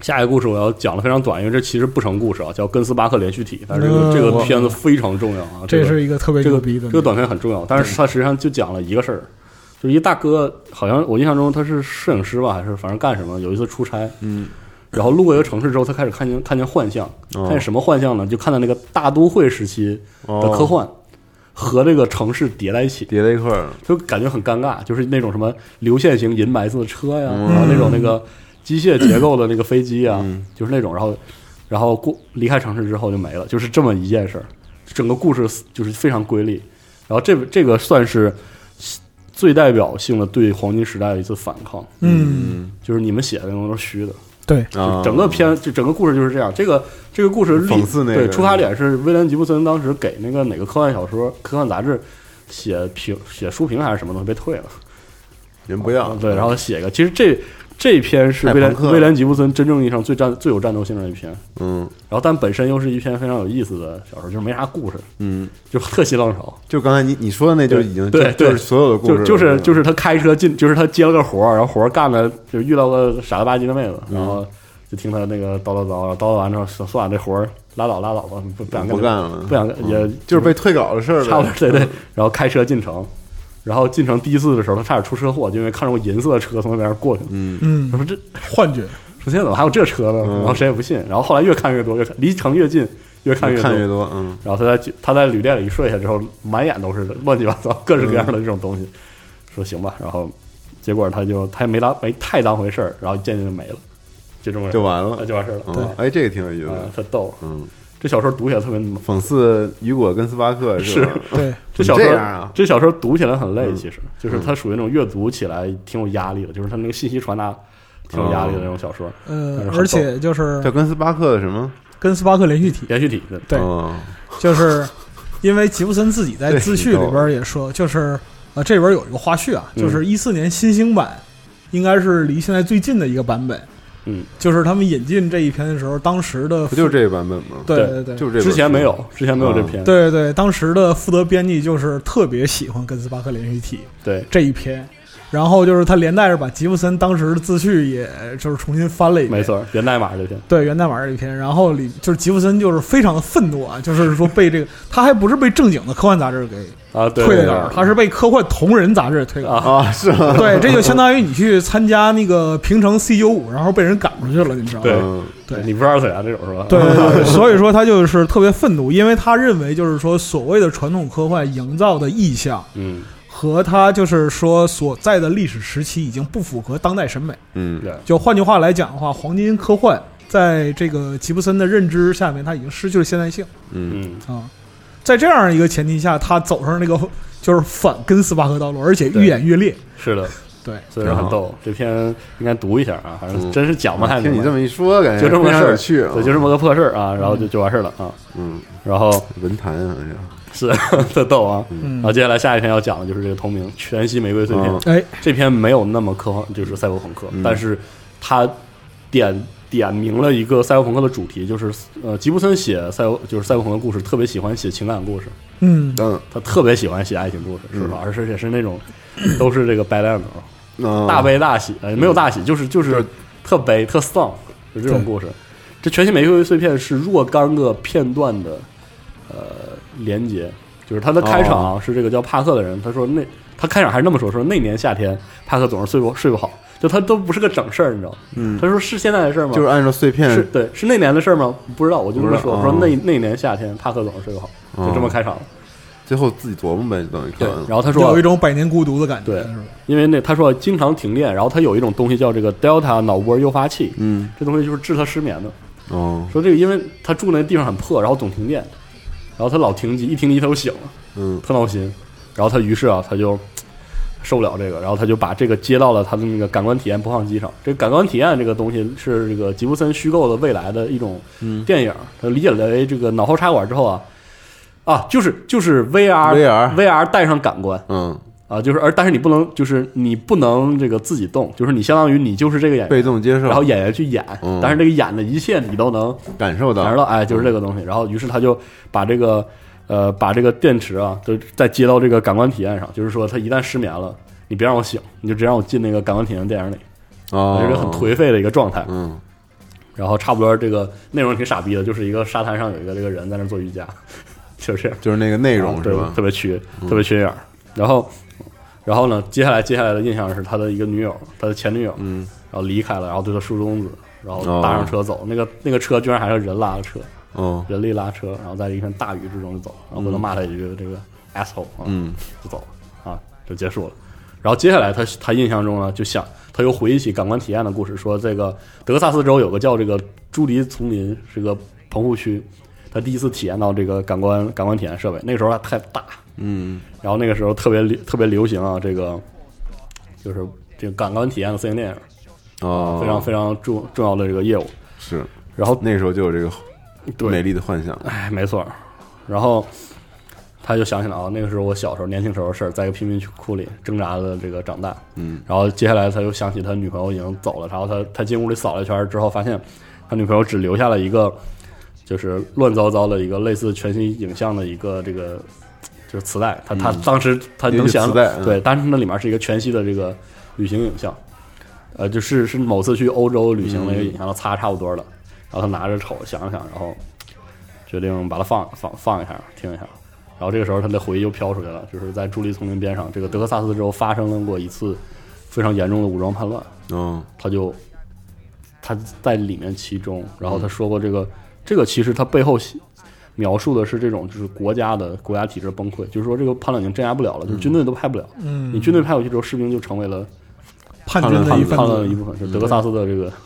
Speaker 2: 下一个故事我要讲的非常短，因为这其实不成故事啊，叫《根斯巴克连续体》，但是这个、
Speaker 3: 嗯
Speaker 2: 这个片子非常重要啊，
Speaker 3: 这
Speaker 2: 个
Speaker 3: 是一个特别
Speaker 2: 这
Speaker 3: 牛
Speaker 2: 个
Speaker 3: 逼的
Speaker 2: 这个短片很重要，但是它实际上就讲了一个事儿，就是一大哥，好像我印象中他是摄影师吧，还是反正干什么？有一次出差，
Speaker 1: 嗯，
Speaker 2: 然后路过一个城市之后，他开始看见看见幻象，
Speaker 1: 哦
Speaker 2: 看见什么幻象呢？就看到那个大都会时期
Speaker 1: 哦
Speaker 2: 的科幻
Speaker 3: 哦
Speaker 2: 和这个城市叠在一起，
Speaker 1: 叠在一块儿，
Speaker 2: 就感觉很尴尬，就是那种什么流线型银白色的车呀，
Speaker 1: 嗯
Speaker 2: 然后那种那个机械结构的那个飞机啊，
Speaker 1: 嗯
Speaker 2: 就是那种，然后然后过离开城市之后就没了，就是这么一件事儿。整个故事就是非常瑰丽，然后这这个算是最代表性的对黄金时代的一次反抗，
Speaker 3: 嗯，
Speaker 2: 就是你们写的那种都是虚的，
Speaker 3: 对，
Speaker 1: 啊，
Speaker 2: 整个片就整个故事就是这样。这个这个故事立
Speaker 1: 讽刺那个
Speaker 2: 对出发点是威廉吉布森当时给那个哪个科幻小说、科幻杂志写评写书评还是什么东西被退了。
Speaker 1: 人不要，
Speaker 2: 啊对，然后写一个。其实这这篇是威
Speaker 1: 嗯太朋克
Speaker 2: 廉
Speaker 1: 了
Speaker 2: 威廉吉布森真正意义上最战最有战斗性的一篇，
Speaker 1: 嗯
Speaker 2: 然后但本身又是一篇非常有意思的小说，就是没啥故事，
Speaker 1: 嗯，
Speaker 2: 就特新浪潮。
Speaker 1: 就刚才你你说的那就已经
Speaker 2: 对
Speaker 1: 就
Speaker 2: 对
Speaker 1: 就是所有的故
Speaker 2: 就
Speaker 1: 事，
Speaker 2: 就是就是是他开车进，就是他接了个活儿，然后活儿干的就遇到个傻了吧唧的妹子，
Speaker 1: 嗯
Speaker 2: 然后就听他那个叨叨叨，然后叨叨完之后说算了，这活儿拉倒拉倒吧，不不想
Speaker 1: 不
Speaker 2: 跟你
Speaker 1: 干了，嗯
Speaker 2: 不想跟也
Speaker 1: 就是被退稿的事儿呗，嗯
Speaker 2: 差不多对对，然后开车进城，然后进城第一次的时候，他差点出车祸，就因为看着我银色的车从那边过去了，
Speaker 1: 嗯，
Speaker 3: 嗯
Speaker 2: 我，说这
Speaker 3: 幻觉，
Speaker 2: 说现在怎么还有这车呢？
Speaker 1: 嗯
Speaker 2: 然后谁也不信，然后后来越看越多，越看离城越近，越看越多。
Speaker 1: 看越多，嗯，
Speaker 2: 然后他在酒他在旅店里一睡下之后，满眼都是乱七八糟各式各样的这种东
Speaker 1: 嗯
Speaker 2: 西。说行吧，然后结果他就他也没当没太当回事儿，然后渐渐就没了，就这么
Speaker 1: 就完
Speaker 2: 呃
Speaker 1: 了，
Speaker 2: 就完事儿了。
Speaker 1: 嗯，哎，这个挺有意思
Speaker 2: 啊
Speaker 1: 的，，
Speaker 2: 他逗，
Speaker 1: 嗯，
Speaker 2: 这小说读起来特别猛。
Speaker 1: 讽刺雨果跟斯巴克是吧？
Speaker 3: 对，
Speaker 2: 这小说
Speaker 1: 这样啊嗯
Speaker 2: 这小说读起来很累，其实就是它属于那种阅读起来挺有压力的，就是它那个信息传达挺有压力的那种小说，
Speaker 1: 嗯
Speaker 3: 呃
Speaker 2: 但是，很
Speaker 3: 而且就是
Speaker 1: 叫跟斯巴克的什么？
Speaker 3: 跟斯巴克连续体，
Speaker 2: 连续体的。
Speaker 3: 对，
Speaker 1: 哦
Speaker 3: 就是因为吉布森自己在自序里边也说，就是呃，这里边有一个花絮啊，
Speaker 2: 嗯
Speaker 3: 就是一四年新兴版，应该是离现在最近的一个版本。
Speaker 2: 嗯，
Speaker 3: 就是他们引进这一篇的时候，当时的
Speaker 1: 不就是这个版本吗？
Speaker 3: 对
Speaker 2: 对
Speaker 3: 对对，
Speaker 1: 就是这本书
Speaker 2: 之前没有，之前没有这篇。
Speaker 3: 对对，当时的负责编辑就是特别喜欢跟斯巴克连续体
Speaker 2: 对，
Speaker 3: 这一篇，然后就是他连带着把吉布森当时的自序，也就是重新翻了一遍，
Speaker 2: 没，错，源代码这篇。
Speaker 3: 对源代码这一篇，然后里就是吉布森就是非常的愤怒啊，就是说被这个他还不是被正经的科幻杂志给
Speaker 2: 啊，对
Speaker 3: 推
Speaker 2: 对
Speaker 3: 稿，
Speaker 2: 对
Speaker 3: 他是被科幻同人杂志推稿。
Speaker 2: 啊，
Speaker 1: 啊，是吗？
Speaker 3: 对，这就相当于你去参加那个平成 C 九五，然后被人赶出去了，你知道吗？
Speaker 2: 对
Speaker 1: 嗯
Speaker 3: 对
Speaker 2: 你不是二次元啊这种是吧？
Speaker 3: 对对 对，所以说他就是特别愤怒，因为他认为就是说所谓的传统科幻营造的意象
Speaker 2: 嗯，
Speaker 3: 和他就是说所在的历史时期已经不符合当代审美。
Speaker 1: 嗯，
Speaker 2: 对，
Speaker 3: 就换句话来讲的话，黄金科幻在这个吉布森的认知下面，它已经失去了现代性
Speaker 1: 嗯，
Speaker 2: 嗯，
Speaker 3: 啊。在这样一个前提下，他走上那个就是反跟斯巴克道路，而且
Speaker 2: 对
Speaker 3: 愈演愈烈。
Speaker 2: 是的，
Speaker 3: 对，
Speaker 2: 所以说很逗。这篇应该读一下啊，反正真是讲不太
Speaker 1: 嗯听
Speaker 2: 明
Speaker 1: 你
Speaker 2: 白
Speaker 1: 这么一说，感觉
Speaker 2: 就这么
Speaker 1: 非
Speaker 2: 个
Speaker 1: 常
Speaker 2: 事儿
Speaker 1: 有趣啊，
Speaker 2: 对，就这么个破事儿啊，然后就就完事儿了啊。
Speaker 1: 嗯，
Speaker 2: 然后
Speaker 1: 文坛好像
Speaker 2: 是 特逗啊，
Speaker 3: 嗯
Speaker 2: 然后接下来下一篇要讲的就是这个同名《全息玫瑰碎片》
Speaker 1: 嗯
Speaker 3: 哎，
Speaker 2: 这篇没有那么科幻，就是赛博朋克，
Speaker 1: 嗯
Speaker 2: 但是它点点明了一个赛博朋克的主题，就是呃，吉布森写赛博就是赛博朋克故事，特别喜欢写情感故事，
Speaker 3: 嗯，
Speaker 1: 嗯
Speaker 2: 他特别喜欢写爱情故事，是吧？而且是那种 都是这个白烂头，
Speaker 1: 嗯，
Speaker 2: 大悲大喜，呃没有大喜，就是就是特悲特丧，就这种
Speaker 3: 对
Speaker 2: 故事。这《全新玫瑰碎片》是若干个片段的呃连接，就是它的开
Speaker 1: 哦
Speaker 2: 场、是这个叫帕克的人，他说那他开场还是那么说，说那年夏天帕克总是睡不睡不好，就他都不是个整事儿，你知道吗？
Speaker 1: 嗯
Speaker 2: 他说是现在的事儿吗？
Speaker 1: 就是按照碎片
Speaker 2: 是对，是那年的事儿吗？不知道，我就这么
Speaker 1: 不知道
Speaker 2: 说，
Speaker 1: 哦
Speaker 2: 说那那年夏天帕克总是睡不好，就这么
Speaker 1: 哦
Speaker 2: 开场了。
Speaker 1: 最后自己琢磨呗，就等于看
Speaker 2: 对
Speaker 1: 完，了。
Speaker 2: 然后他说
Speaker 3: 有一种百年孤独的感觉。
Speaker 2: 对
Speaker 3: 是吧
Speaker 2: 因为那他说经常停电，然后他有一种东西叫这个 delta 脑波诱发器，
Speaker 1: 嗯，
Speaker 2: 这东西就是治他失眠的。
Speaker 1: 哦，
Speaker 2: 说这个因为他住那地方很破，然后总停电，然后他老停机，一停机他就醒了，
Speaker 1: 嗯
Speaker 2: 特闹心。然后他于是啊，他就嘖受不了这个，然后他就把这个接到了他的那个感官体验播放机上。这个感官体验这个东西是这个吉布森虚构的未来的一种
Speaker 1: 嗯
Speaker 2: 电影，他理解为这个脑后插管之后啊。啊，就是就是 VR
Speaker 1: VR
Speaker 2: VR 带上感官
Speaker 1: 嗯，
Speaker 2: 啊，就是而但是你不能就是你不能这个自己动，就是你相当于你就是这个演员，
Speaker 1: 被动接受，
Speaker 2: 然后演员去演，
Speaker 1: 嗯
Speaker 2: 但是这个演的一切你都能
Speaker 1: 感受到，
Speaker 2: 感受到，哎，就是这个东西。然后于是他就把这个呃把这个电池啊，就再接到这个感官体验上，就是说他一旦失眠了，你别让我醒，你就直接让我进那个感官体验电影里，
Speaker 1: 哦，
Speaker 2: 就是一个很颓废的一个状态。
Speaker 1: 嗯，
Speaker 2: 然后差不多这个内容挺傻逼的，就是一个沙滩上有一个这个人在那做瑜伽， 就是这样。
Speaker 1: 就是那个内容
Speaker 2: 啊
Speaker 1: 是
Speaker 2: 对
Speaker 1: 吧嗯
Speaker 2: 特？别缺，特别缺眼儿。然后，然后呢，接下来接下来的印象是他的一个女友，他的前女友，
Speaker 1: 嗯，
Speaker 2: 然后离开了，然后对他竖中指，然后
Speaker 1: 哦
Speaker 2: 搭上车走。那个那个车居然还是人拉的车，
Speaker 1: 哦，
Speaker 2: 人力拉车，然后在一片大雨之中就走，然后回头骂他一句这个 asshole，啊
Speaker 1: 嗯，
Speaker 2: 就走了啊，就结束了。然后接下来他他印象中呢，就想他又回忆起感官体验的故事，说这个德克萨斯州有个叫这个朱迪丛林是个棚户区，他第一次体验到这个感官感官体验设备，那个时候还太大，
Speaker 1: 嗯，
Speaker 2: 然后那个时候特别流特别流行啊，这个就是这个感官体验的色情电影，
Speaker 1: 哦，
Speaker 2: 非常非常重重要的这个业务。
Speaker 1: 是
Speaker 2: 然后
Speaker 1: 那时候就有这个
Speaker 2: 对
Speaker 1: 美丽的幻想，
Speaker 2: 哎，没错儿。然后他就想起来啊，那个时候我小时候年轻时候的事儿，在一个贫民窟里挣扎的这个长大。
Speaker 1: 嗯，
Speaker 2: 然后接下来他又想起他女朋友已经走了，然后他他进屋里扫了一圈儿之后，发现他女朋友只留下了一个就是乱糟糟的一个类似全息影像的一个这个就是磁带。他他当时他能想
Speaker 1: 一个磁带嗯
Speaker 2: 对，但是那里面是一个全息的这个旅行影像。呃，就是是某次去欧洲旅行的一个影像，他擦差不多了，然后他拿着瞅想了想，然后决定把它放放放一下，听一下。然后这个时候他的回忆又飘出来了，就是在朱利丛林边上，这个德克萨斯州发生了过一次非常严重的武装叛乱，
Speaker 1: 嗯，
Speaker 2: 他就他在里面其中，然
Speaker 3: 嗯
Speaker 2: 后他说过这个、这个其实他背后写描述的是这种就是国家的国家体制崩溃，就是说这个叛乱已经镇压不了了，就是军队都派不了，
Speaker 3: 嗯
Speaker 2: 你军队派过去之后，士兵就成为了
Speaker 3: 叛军的
Speaker 2: 叛
Speaker 3: 一份
Speaker 2: 叛乱的一
Speaker 3: 子，
Speaker 2: 部
Speaker 3: 嗯
Speaker 2: 分，就是德克萨斯的这个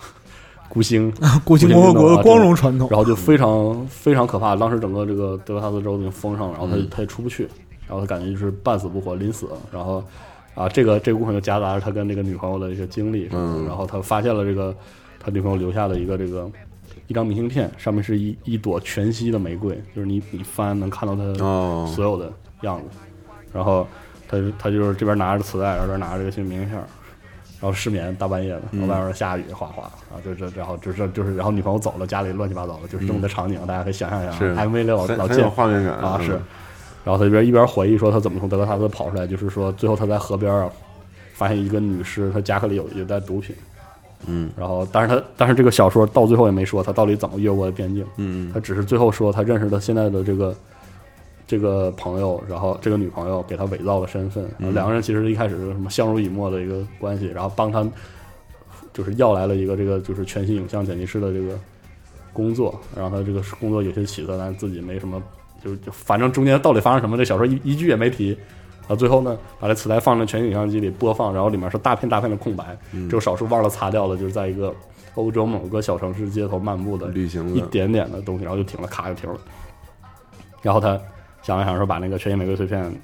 Speaker 2: 孤星
Speaker 3: 国际共和国的光荣传统。
Speaker 2: 啊然后就非常非常可怕。当时整个这个德克萨斯州已经封上了，然后他
Speaker 3: 嗯
Speaker 2: 他也出不去，然后他感觉就是半死不活，临死了。然后啊，这个这个部分就夹杂着他跟这个女朋友的一些经历，
Speaker 1: 嗯
Speaker 2: 然后他发现了这个他女朋友留下的一个这个一张明信片，上面是一一朵全息的玫瑰，就是你你翻能看到它
Speaker 3: 啊
Speaker 1: 哦，
Speaker 2: 所有的样子。然后他就他就是这边拿着磁带，然后这边拿着这个姓名片儿，然后失眠大半夜的，
Speaker 1: 嗯
Speaker 2: 然后外面下雨哗哗，然后就这然后就这就是然后女朋友走了，家里乱七八糟的，就是这么的场景，大家可以想象一下
Speaker 1: 嗯是
Speaker 2: 啊 MV 里老
Speaker 1: 很
Speaker 2: 老
Speaker 1: 很有
Speaker 2: 见
Speaker 1: 画面感
Speaker 2: 啊是
Speaker 1: 嗯。
Speaker 2: 然后他一边一边回忆说他怎么从德克萨斯跑出来，就是说最后他在河边儿啊发现一个女尸，她夹克里有有袋毒品。
Speaker 1: 嗯，
Speaker 2: 然后，但是他，但是这个小说到最后也没说他到底怎么越过的边境，
Speaker 1: 嗯
Speaker 2: 他只是最后说他认识了现在的这个这个朋友，然后这个女朋友给他伪造了身份，
Speaker 1: 嗯
Speaker 2: 然后两个人其实一开始是什么相濡以沫的一个关系，然后帮他就是要来了一个这个就是全息影像剪辑师的这个工作，然后他这个工作有些起色，但是自己没什么，就是就反正中间到底发生什么，这小说一一句也没提。然后最后呢，把这磁带放在全息影像机里播放，然后里面是大片大片的空白，只有少数忘了擦掉了，就是在一个欧洲某个小城市街头漫步的
Speaker 1: 旅行
Speaker 2: 一
Speaker 1: 的，
Speaker 2: 点点的东西，然后就停了，咔就停了。然后他想了想说，把那个全息玫瑰碎片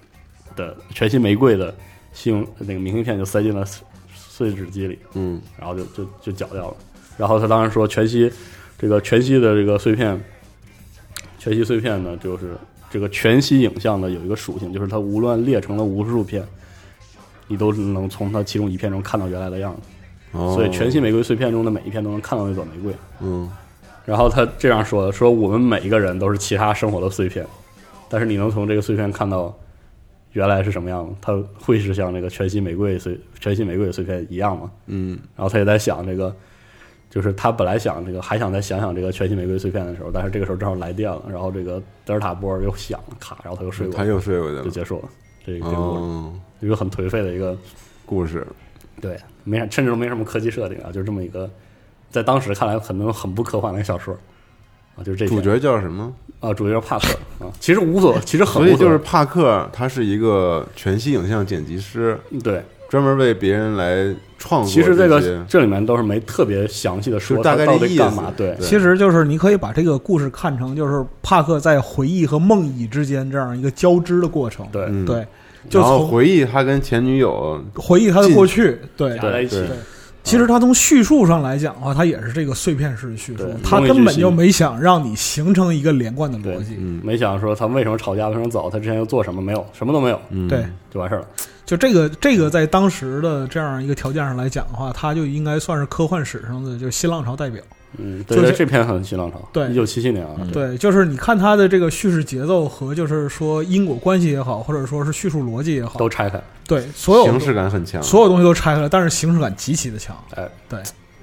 Speaker 2: 的全息玫瑰的信用那个明信片就塞进了碎碎纸机里，
Speaker 1: 嗯，
Speaker 2: 然后就就就绞掉了。然后他当时说，全息这个全息的这个碎片，全息碎片呢，就是这个全息影像的有一个属性，就是它无论列成了无数片，你都能从它其中一片中看到原来的样子。
Speaker 1: 哦
Speaker 2: 所以全息玫瑰碎片中的每一片都能看到那朵玫瑰。
Speaker 1: 嗯，
Speaker 2: 然后他这样说：“说我们每一个人都是其他生活的碎片，但是你能从这个碎片看到原来是什么样的？它会是像那个全息玫瑰碎、全息玫瑰碎片一样吗？”
Speaker 1: 嗯，
Speaker 2: 然后他也在想这个，就是他本来想这个还想再想想这个全息玫瑰碎片的时候，但是这个时候正好来电了，然后这个德尔塔波又响了，卡，然后他又睡过
Speaker 1: 嗯他
Speaker 2: 去，
Speaker 1: 又睡过
Speaker 2: 就
Speaker 1: 去
Speaker 2: 结束了。这个
Speaker 1: 了，
Speaker 2: 这个故事
Speaker 1: 哦，
Speaker 2: 一个很颓废的一个
Speaker 1: 故事，
Speaker 2: 对，没啥，甚至都没什么科技设定啊，就是这么一个，在当时看来可能很不科幻的一个小说啊，就是这一
Speaker 1: 主
Speaker 2: 点
Speaker 1: 角叫什么？
Speaker 2: 啊，主角帕克啊，其实无所，其实很
Speaker 1: 所
Speaker 2: 无
Speaker 1: 以
Speaker 2: 所
Speaker 1: 就是
Speaker 2: 谓，
Speaker 1: 帕克，他是一个全息影像剪辑师，
Speaker 2: 对。
Speaker 1: 专门为别人来创作些。
Speaker 2: 其实这个这里面都是没特别详细的说
Speaker 1: 就大概
Speaker 2: 他到
Speaker 1: 这意
Speaker 2: 底
Speaker 1: 思
Speaker 2: 干嘛，对
Speaker 1: 对
Speaker 3: 其实就是你可以把这个故事看成就是帕克在回忆和梦呓之间这样一个交织的过程。
Speaker 2: 对，
Speaker 1: 嗯，
Speaker 3: 对，就
Speaker 1: 然后
Speaker 3: 从
Speaker 1: 回忆他跟前女友，
Speaker 3: 回忆他的
Speaker 1: 进
Speaker 3: 过去。对
Speaker 2: 加，在一起
Speaker 1: 对，
Speaker 3: 其实他从叙述上来讲的话，他也是这个碎片式的叙述
Speaker 2: 对，
Speaker 3: 他根本就没想让你形成一个连贯的逻辑。
Speaker 1: 嗯，
Speaker 2: 没想说他为什么吵架，为什么走，他之前又做什么没有，什么都没有
Speaker 1: 嗯
Speaker 3: 对，
Speaker 2: 就完事儿了。
Speaker 3: 就这个这个在当时的这样一个条件上来讲的话，它就应该算是科幻史上的就是新浪潮代表。
Speaker 2: 嗯，对，
Speaker 3: 就是
Speaker 2: 对这篇很新浪潮，
Speaker 3: 对
Speaker 2: 一九七七年啊，
Speaker 1: 嗯
Speaker 3: 对，就是你看它的这个叙事节奏和就是说因果关系也好，或者说是叙述逻辑也好，
Speaker 2: 都拆开，
Speaker 3: 对所有
Speaker 1: 形式感很强，
Speaker 3: 所有东西都拆开了，但是形式感极其的强。
Speaker 2: 哎，
Speaker 3: 对，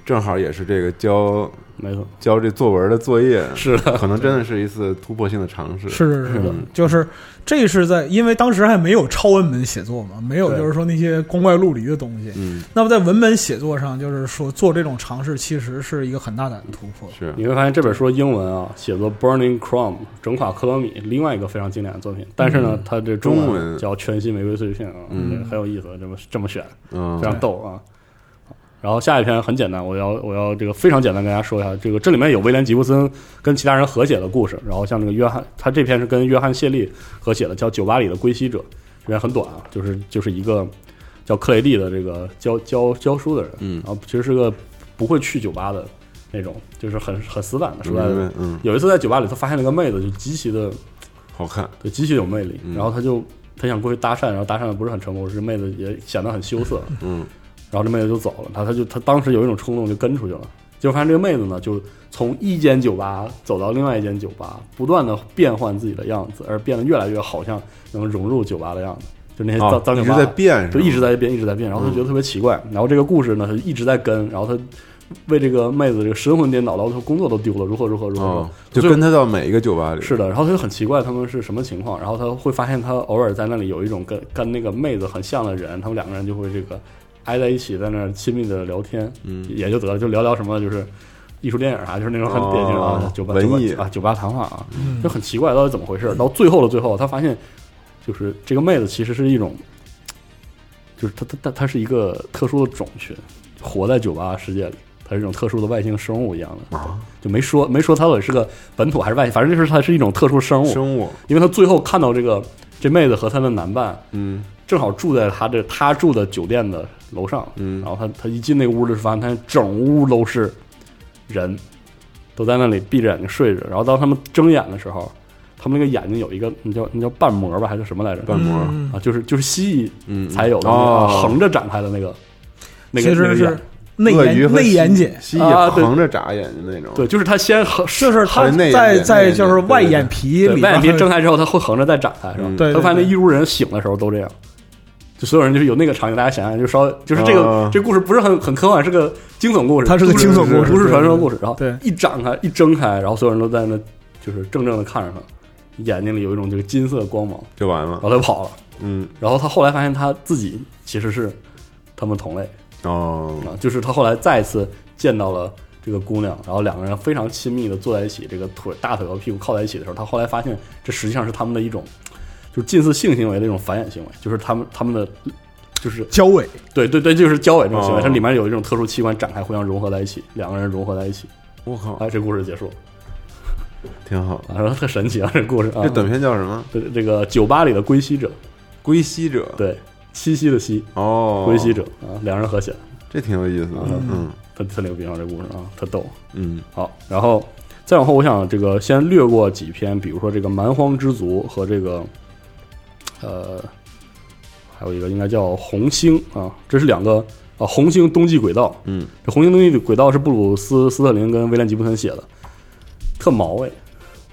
Speaker 1: 正好也是这个交
Speaker 2: 没错，
Speaker 1: 交这作文的作业，
Speaker 2: 是的，
Speaker 1: 可能真的是一次突破性的尝试。
Speaker 3: 是是是的
Speaker 1: 嗯，
Speaker 3: 就是这是在因为当时还没有超文本写作嘛，没有
Speaker 2: 对
Speaker 3: 就是说那些光怪陆离的东西。
Speaker 1: 嗯，
Speaker 3: 那么在文本写作上，就是说做这种尝试，其实是一个很大胆的突破。
Speaker 1: 是
Speaker 2: 你会发现这本书的英文啊，写作《Burning Crumb》整垮克罗米，另外一个非常经典的作品。但是呢，它这中
Speaker 1: 嗯中文
Speaker 2: 叫《全息玫瑰碎片》啊，
Speaker 1: 嗯
Speaker 2: 对很有意思，这么这么选，
Speaker 1: 嗯
Speaker 2: 非，常逗啊。然后下一篇很简单，我要我要这个非常简单跟大家说一下，这个这里面有威廉吉布森跟其他人合写的故事，然后像这个约翰，他这篇是跟约翰谢利合写的，叫《酒吧里的归西者》，这篇很短啊，就是就是一个叫克雷蒂的这个教教教书的人，
Speaker 1: 嗯
Speaker 2: 然后其实是个不会去酒吧的那种，就是很很死板的，说
Speaker 1: 明
Speaker 2: 白
Speaker 1: 白
Speaker 2: 了。
Speaker 1: 没嗯，
Speaker 2: 有一次在酒吧里头发现了一个妹子，就极其的
Speaker 1: 好看，
Speaker 2: 对极其有魅力，
Speaker 1: 嗯
Speaker 2: 然后他就他想过去搭讪，然后搭讪的不是很成功，是妹子也显得很羞涩，
Speaker 1: 嗯，
Speaker 2: 然后这妹子就走了，他他就他当时有一种冲动就跟出去了，结果发现这个妹子呢，就从一间酒吧走到另外一间酒吧，不断的变换自己的样子，而变得越来越好像能融入酒吧的样子，就那些
Speaker 1: 啊
Speaker 2: 脏脏
Speaker 1: 一
Speaker 2: 酒
Speaker 1: 直
Speaker 2: 吧
Speaker 1: 在变，嗯
Speaker 2: 就是
Speaker 1: 吗
Speaker 2: 一直在变，一直在变，然后他觉得特别奇怪。然后这个故事呢，他就一直在跟，然后他为这个妹子这个神魂颠倒，然后他工作都丢了，如何如何如何如
Speaker 1: 哦就
Speaker 2: 何。，嗯最
Speaker 1: 跟他到每一个酒吧里，
Speaker 2: 是的，然后他就很奇怪他们是什么情况，然后他会发现他偶尔在那里有一种跟跟那个妹子很像的人，他们两个人就会这个挨在一起，在那儿亲密的聊天，
Speaker 1: 嗯
Speaker 2: 也就得了，就聊聊什么就是艺术电影啊，就是那种很典型的啊
Speaker 1: 哦
Speaker 2: 酒吧
Speaker 1: 文艺
Speaker 2: 酒吧啊酒吧谈话啊，
Speaker 3: 嗯
Speaker 2: 就很奇怪到底怎么回事。到最后的最后，他发现就是这个妹子其实是一种，就是她她她她是一个特殊的种群，活在酒吧世界里，她是一种特殊的外星生物一样的。
Speaker 1: 啊，
Speaker 2: 就没说没说它到底是个本土还是外星，反正就是它是一种特殊生物。
Speaker 1: 生物，
Speaker 2: 因为他最后看到这个这妹子和她的男伴
Speaker 1: 嗯
Speaker 2: 正好住在他这他住的酒店的楼上，
Speaker 1: 嗯
Speaker 2: 然后他他一进那个屋的时候，发现他整屋都是人，都在那里闭着眼睛睡着。然后当他们睁眼的时候，他们那个眼睛有一个那叫那叫瓣膜吧，还是什么来着？
Speaker 1: 瓣膜
Speaker 3: 嗯
Speaker 2: 啊，就是就是蜥
Speaker 1: 嗯，
Speaker 2: 蜴才有的、那个
Speaker 1: 哦，
Speaker 2: 横着展开的那个那个
Speaker 3: 其
Speaker 2: 那个啊
Speaker 3: 实
Speaker 2: 眼
Speaker 3: 是。内
Speaker 1: 鳄鱼
Speaker 3: 眼
Speaker 1: 和
Speaker 3: 内
Speaker 1: 蜥
Speaker 3: 眼睑，
Speaker 1: 蜥
Speaker 2: 啊
Speaker 1: 蜴
Speaker 2: 对
Speaker 1: 横着眨眼睛那种，
Speaker 2: 对，就是他先横，
Speaker 3: 就是它
Speaker 1: 还是内眼
Speaker 3: 在
Speaker 1: 睑内
Speaker 3: 在
Speaker 1: 眼
Speaker 3: 就是
Speaker 1: 睑
Speaker 3: 外
Speaker 1: 对
Speaker 3: 眼皮
Speaker 2: 对
Speaker 3: 里
Speaker 2: 外眼皮
Speaker 3: 边
Speaker 2: 睁开之后，它会横着再展开，是吧？
Speaker 1: 嗯
Speaker 3: 对
Speaker 2: 他
Speaker 3: 对
Speaker 2: 发现那
Speaker 3: 对
Speaker 2: 一屋人醒的时候都这样，就所有人就是有那个场景，大家想想，就稍微就是这个、
Speaker 1: 啊
Speaker 2: 这故事不是很很科幻，是个惊悚故事，
Speaker 3: 哦它是个
Speaker 2: 都
Speaker 3: 惊悚
Speaker 1: 故事
Speaker 2: 都市
Speaker 3: 对
Speaker 2: 传说故事。然后
Speaker 3: 对
Speaker 2: 一展开一睁开，然后所有人都在那就是怔怔的看着他，眼睛里有一种这个金色的光芒，
Speaker 1: 就完
Speaker 2: 然
Speaker 1: 了，
Speaker 2: 后他就跑了。
Speaker 1: 嗯，
Speaker 2: 然后他后来发现他自己其实是他们同类
Speaker 1: 哦，
Speaker 2: 啊，就是他后来再次见到了。这个姑娘，然后两个人非常亲密的坐在一起，这个腿、大腿和屁股靠在一起的时候，他后来发现这实际上是他们的一种就是近似性行为的一种繁衍行为，就是他们他们的就是
Speaker 3: 交尾，
Speaker 2: 对对对，就是交尾这种行为，
Speaker 1: 哦
Speaker 2: 它里面有一种特殊器官展开，互相融合在一起，两个人融合在一起。
Speaker 1: 我靠，
Speaker 2: 哎，这故事结束了，
Speaker 1: 挺好。
Speaker 2: 啊，然后特神奇啊，这故事啊，
Speaker 1: 这短片叫什么？
Speaker 2: 这这个酒吧里的归西者，
Speaker 1: 归西者，
Speaker 2: 对，七夕的夕，
Speaker 1: 哦，
Speaker 2: 归西者啊，两人合写，
Speaker 1: 这挺有意思的，嗯
Speaker 3: 嗯
Speaker 2: 特特牛逼啊，这故事啊，特逗。
Speaker 1: 嗯
Speaker 2: 好，然后再往后，我想这个先略过几篇，比如说这个《蛮荒之族》和这个，呃，还有一个应该叫《红星》啊，这是两个啊，《红星冬季轨道》
Speaker 1: 嗯，
Speaker 2: 这《红星冬季轨道》是布鲁斯斯特林跟威廉吉布森写的，特毛哎，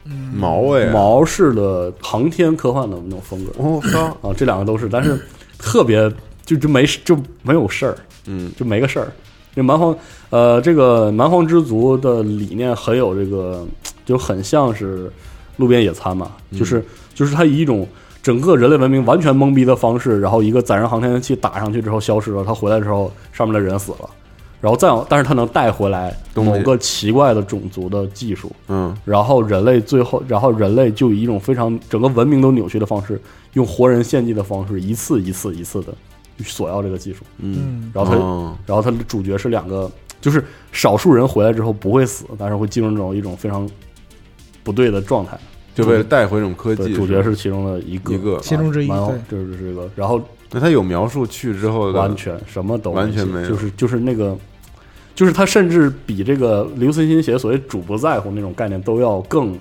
Speaker 3: 嗯，
Speaker 1: 毛哎，，
Speaker 2: 毛式的航天科幻的那种风格
Speaker 1: 我 操，
Speaker 2: 啊，这两个都是，但是特别就就没就没有事儿，
Speaker 1: 嗯
Speaker 2: 就没个事儿。这蛮荒，呃，这个蛮荒之族的理念很有这个，就很像是路边野餐嘛，就是就是它以一种整个人类文明完全懵逼的方式，然后一个载人航天器打上去之后消失了，它回来之后上面的人死了，然后再往，但是它能带回来
Speaker 1: 东西
Speaker 2: 某个奇怪的种族的技术，
Speaker 1: 嗯，
Speaker 2: 然后人类最后，然后人类就以一种非常整个文明都扭曲的方式，用活人献祭的方式，一次一次一次的索要这个技术，
Speaker 3: 嗯，
Speaker 2: 然后它。
Speaker 1: 哦
Speaker 2: 然后它的主角是两个，就是少数人回来之后不会死，但是会进入这种一种非常不对的状态。
Speaker 1: 就为了带回这种科
Speaker 2: 嗯对，
Speaker 1: 技，
Speaker 2: 主角是其中的一个，
Speaker 1: 一个
Speaker 2: 啊
Speaker 3: 其中之一
Speaker 2: 然后
Speaker 3: 对
Speaker 2: 就是这个，然后
Speaker 1: 那他有描述去之后的
Speaker 2: 完全什么都
Speaker 1: 完全没有
Speaker 2: 就是就是那个，就是他甚至比这个刘慈欣写所谓“主不在乎”那种概念都要更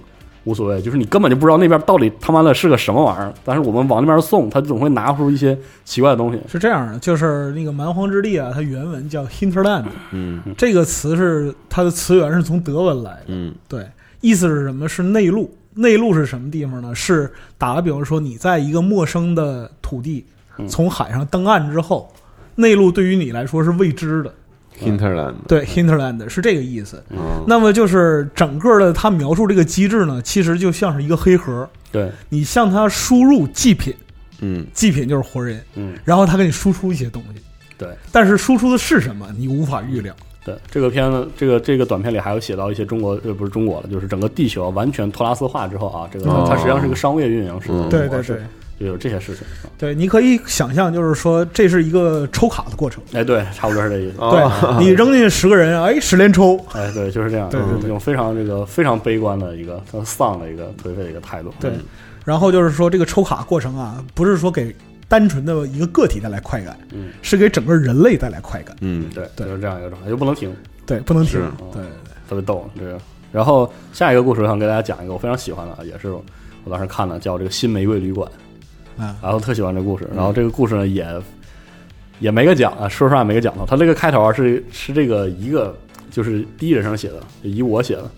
Speaker 2: 无所谓，就是你根本就不知道那边到底他妈的是个什么玩意儿。但是我们往那边送，他总会拿出一些奇怪的东西。
Speaker 3: 是这样的，就是那个蛮荒之地啊，它原文叫 Hinterland，
Speaker 1: 嗯
Speaker 3: 这个词是它的词源是从德文来的，
Speaker 1: 嗯
Speaker 3: 对，意思是什么？是内陆。内陆是什么地方呢？是打个比方说，你在一个陌生的土地
Speaker 2: 嗯
Speaker 3: 从海上登岸之后，内陆对于你来说是未知的。
Speaker 1: ，Hinterland，
Speaker 3: 对，Hinterland 是这个意思。
Speaker 1: 嗯，
Speaker 3: 那么就是整个的它描述这个机制呢，其实就像是一个黑盒，
Speaker 2: 对，
Speaker 3: 你向它输入祭品，
Speaker 1: 嗯
Speaker 3: 祭品就是活人，
Speaker 2: 嗯，
Speaker 3: 然后它给你输出一些东西，
Speaker 2: 对。
Speaker 3: 但是输出的是什么，你无法预料。
Speaker 2: 对，这个片子，这个这个短片里还有写到一些中国，呃，不是中国了，就是整个地球啊完全托拉斯化之后啊，这个它,、
Speaker 1: 哦
Speaker 2: 实际上是个商业运营式的
Speaker 1: 嗯
Speaker 3: 对
Speaker 2: 模
Speaker 3: 对
Speaker 2: 式
Speaker 3: 对，
Speaker 2: 就有这些事情。啊
Speaker 3: 对，你可以想象，就是说这是一个抽卡的过程。
Speaker 2: 哎，对，差不多是这意思。
Speaker 1: 哦
Speaker 3: 对你扔进去十个人，哎，十连抽，
Speaker 2: 哎，对，就是这样，
Speaker 3: 对对对
Speaker 2: 一种非常这个非常悲观的一个，他丧的一个颓废的一个态度。嗯
Speaker 3: 对，然后就是说这个抽卡过程啊，不是说给单纯的一个个体带来快感，
Speaker 2: 嗯，
Speaker 3: 是给整个人类带来快感。
Speaker 1: 嗯，
Speaker 2: 对，
Speaker 3: 对
Speaker 2: 就是这样一个状态，又不能停，
Speaker 3: 对，不能停
Speaker 1: 是。
Speaker 3: 对，
Speaker 2: 特别逗这个。然后下一个故事，我想给大家讲一个我非常喜欢的，啊也是我当时看的，叫这个《新玫瑰旅馆》，
Speaker 3: 啊，
Speaker 2: 然后特喜欢这故事。然后这个故事呢，也也没个讲啊，说实话没个讲头。他这个开头啊，是是这个一个就是第一人称写的，以我写的。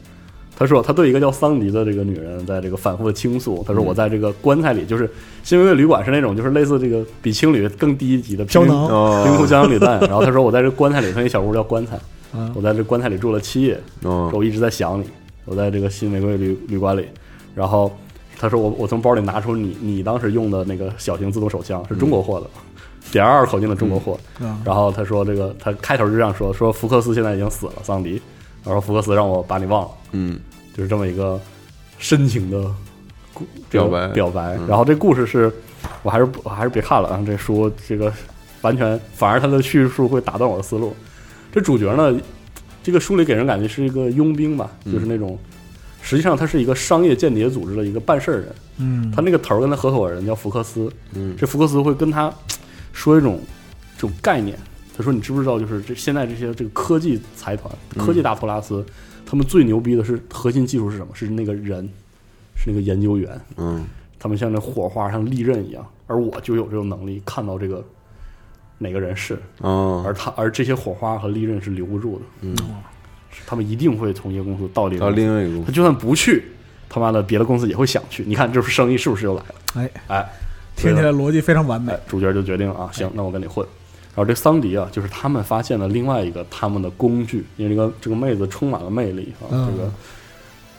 Speaker 2: 他说他对一个叫桑迪的这个女人，在这个反复的倾诉。他说我在这个棺材里，就是新玫瑰旅馆是那种就是类似这个比青旅更低一级的
Speaker 3: 胶
Speaker 2: 贫
Speaker 3: 囊
Speaker 1: 哦
Speaker 2: 贫困胶囊旅蛋。然后他说我在这棺材里，他那小屋叫棺材，
Speaker 3: 啊
Speaker 2: 我在这棺材里住了七夜。
Speaker 1: 哦
Speaker 2: 说我一直在想你，我在这个新玫瑰旅旅馆里，然后他说我我从包里拿出你你当时用的那个小型自动手枪是中国货的，点二口径的中国货，
Speaker 3: 啊，
Speaker 2: 然后他说这个他开头就这样说说福克斯现在已经死了桑迪，然后福克斯让我把你忘了，
Speaker 1: 嗯
Speaker 2: 就是这么一个深情的故这
Speaker 1: 表
Speaker 2: 个
Speaker 1: 白
Speaker 2: 表白
Speaker 1: 嗯。
Speaker 2: 然后这故事是，我还是不我还是别看了啊，这书这个完全反而它的叙述会打断我的思路。这主角呢，这个书里给人感觉是一个佣兵吧，
Speaker 1: 嗯
Speaker 2: 就是那种。实际上，他是一个商业间谍组织的一个办事儿人。
Speaker 3: 嗯
Speaker 2: 他那个头儿跟他合伙人叫福克斯，
Speaker 1: 嗯
Speaker 2: 这福克斯会跟他说一种这种概念，他说你知不知道，就是这现在这些这个科技财团、科技大托拉斯，他们最牛逼的是核心技术是什么？是那个人，是那个研究员，
Speaker 1: 嗯
Speaker 2: 他们像那火花像利刃一样，而我就有这种能力看到这个哪个人是，而
Speaker 1: 哦，
Speaker 2: 他而这些火花和利刃是留不住的，
Speaker 1: 嗯，
Speaker 2: 他们一定会从一个公司到另一
Speaker 1: 到
Speaker 2: 个公司，
Speaker 1: 另外一个
Speaker 2: 他就算不去，他妈的别的公司也会想去，你看这生意是不是又来了？
Speaker 3: 哎，
Speaker 2: 哎，
Speaker 3: 听起来逻辑非常完美
Speaker 2: 哎。，主角就决定啊，行，那我跟你混。然后这桑迪啊，就是他们发现了另外一个他们的工具，因为这个这个妹子充满了魅力啊，
Speaker 3: 嗯
Speaker 2: 这个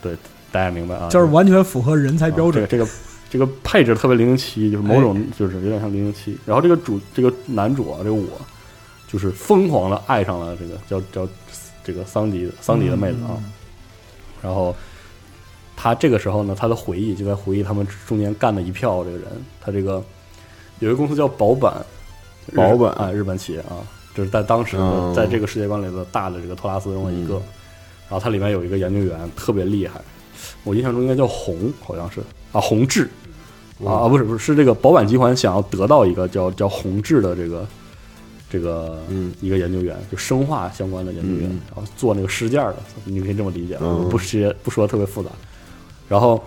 Speaker 2: 对大家明白啊，
Speaker 3: 就是完全符合人才标准
Speaker 2: 啊。这个这个这个配置特别零零七，就是某种就是有点像零零七。然后这个主这个男主啊，这个我就是疯狂的爱上了这个叫叫这个桑迪桑迪的妹子啊。然后他这个时候呢，他的回忆就在回忆他们中间干的一票这个人，他这个有一个公司叫宝版，日
Speaker 1: 宝版
Speaker 2: 啊，日本企业啊，这是在当时的
Speaker 1: 嗯
Speaker 2: 在这个世界观里的大的这个托拉斯中的一个。
Speaker 1: 嗯
Speaker 2: 然后它里面有一个研究员特别厉害，我印象中应该叫红，好像是啊，红志
Speaker 1: 嗯
Speaker 2: 啊，啊不是不是是这个保板集团想要得到一个叫叫红志的这个这个
Speaker 1: 嗯
Speaker 2: 一个研究员，就生化相关的研究员，
Speaker 1: 嗯
Speaker 2: 然后做那个尸件儿的，你可以这么理解，啊
Speaker 1: 嗯
Speaker 2: 我不是不说的特别复杂。然后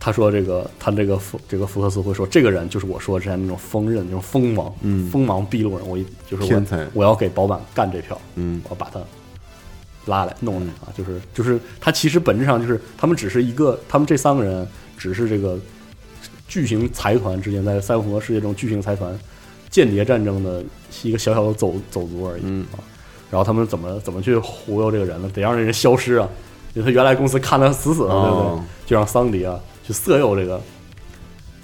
Speaker 2: 他说这个他这个福这个福克斯会说，这个人就是我说之前那种锋刃、那种锋芒、
Speaker 1: 嗯
Speaker 2: 锋芒毕露人，我一就是我
Speaker 1: 天才
Speaker 2: 我要给保板干这票，
Speaker 1: 嗯
Speaker 2: 我要把他拉来弄来啊，就是就是他其实本质上就是他们只是一个，他们这三个人只是这个巨型财团之间在赛博朋克世界中巨型财团间谍战争的一个小小的走走卒而已、
Speaker 1: 嗯
Speaker 2: 啊。然后他们怎么怎么去忽悠这个人呢？得让这人消失啊！因为他原来公司看他死死的，对不对？
Speaker 1: 哦
Speaker 2: 就让桑迪啊去色诱这个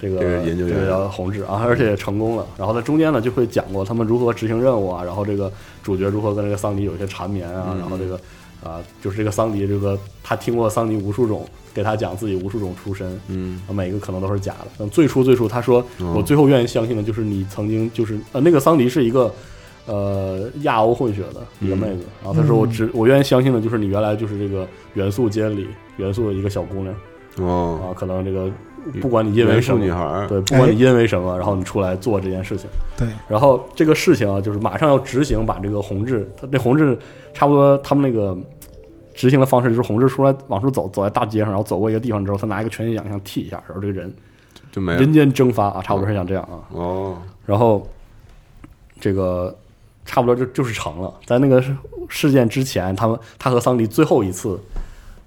Speaker 2: 这个
Speaker 1: 这个研究员
Speaker 2: 这个叫宏志啊，而 且成功了。然后他中间呢就会讲过他们如何执行任务啊，然后这个主角如何跟这个桑迪有一些缠绵啊，
Speaker 1: 嗯
Speaker 2: 然后这个啊、就是这个桑迪这个他听过桑迪无数种给他讲自己无数种出身，
Speaker 1: 嗯
Speaker 2: 每个可能都是假的。但最初最初他说
Speaker 1: 哦
Speaker 2: 我最后愿意相信的就是你曾经就是呃那个桑迪是一个。呃，亚欧混血的
Speaker 1: 嗯
Speaker 2: 一个妹子，然后他说我只我愿意相信的就是你原来就是这个元素街里元素的一个小姑娘，
Speaker 1: 哦，
Speaker 2: 啊，可能这个不管你因为什
Speaker 1: 元素女孩
Speaker 2: 么，
Speaker 1: 儿
Speaker 2: 对，不管你因为什么，然后你出来做这件事情，
Speaker 3: 对，
Speaker 2: 然后这个事情啊，就是马上要执行，把这个红志，他这红志差不多他们那个执行的方式就是红志出来往出走，走在大街上，然后走过一个地方之后，他拿一个拳击奖项踢一下，然后这个人
Speaker 1: 就没了
Speaker 2: 人。间蒸发啊，差不多是想这样啊。
Speaker 1: 哦，
Speaker 2: 然后这个差不多就就是成了。在那个事件之前，他们他和桑迪最后一次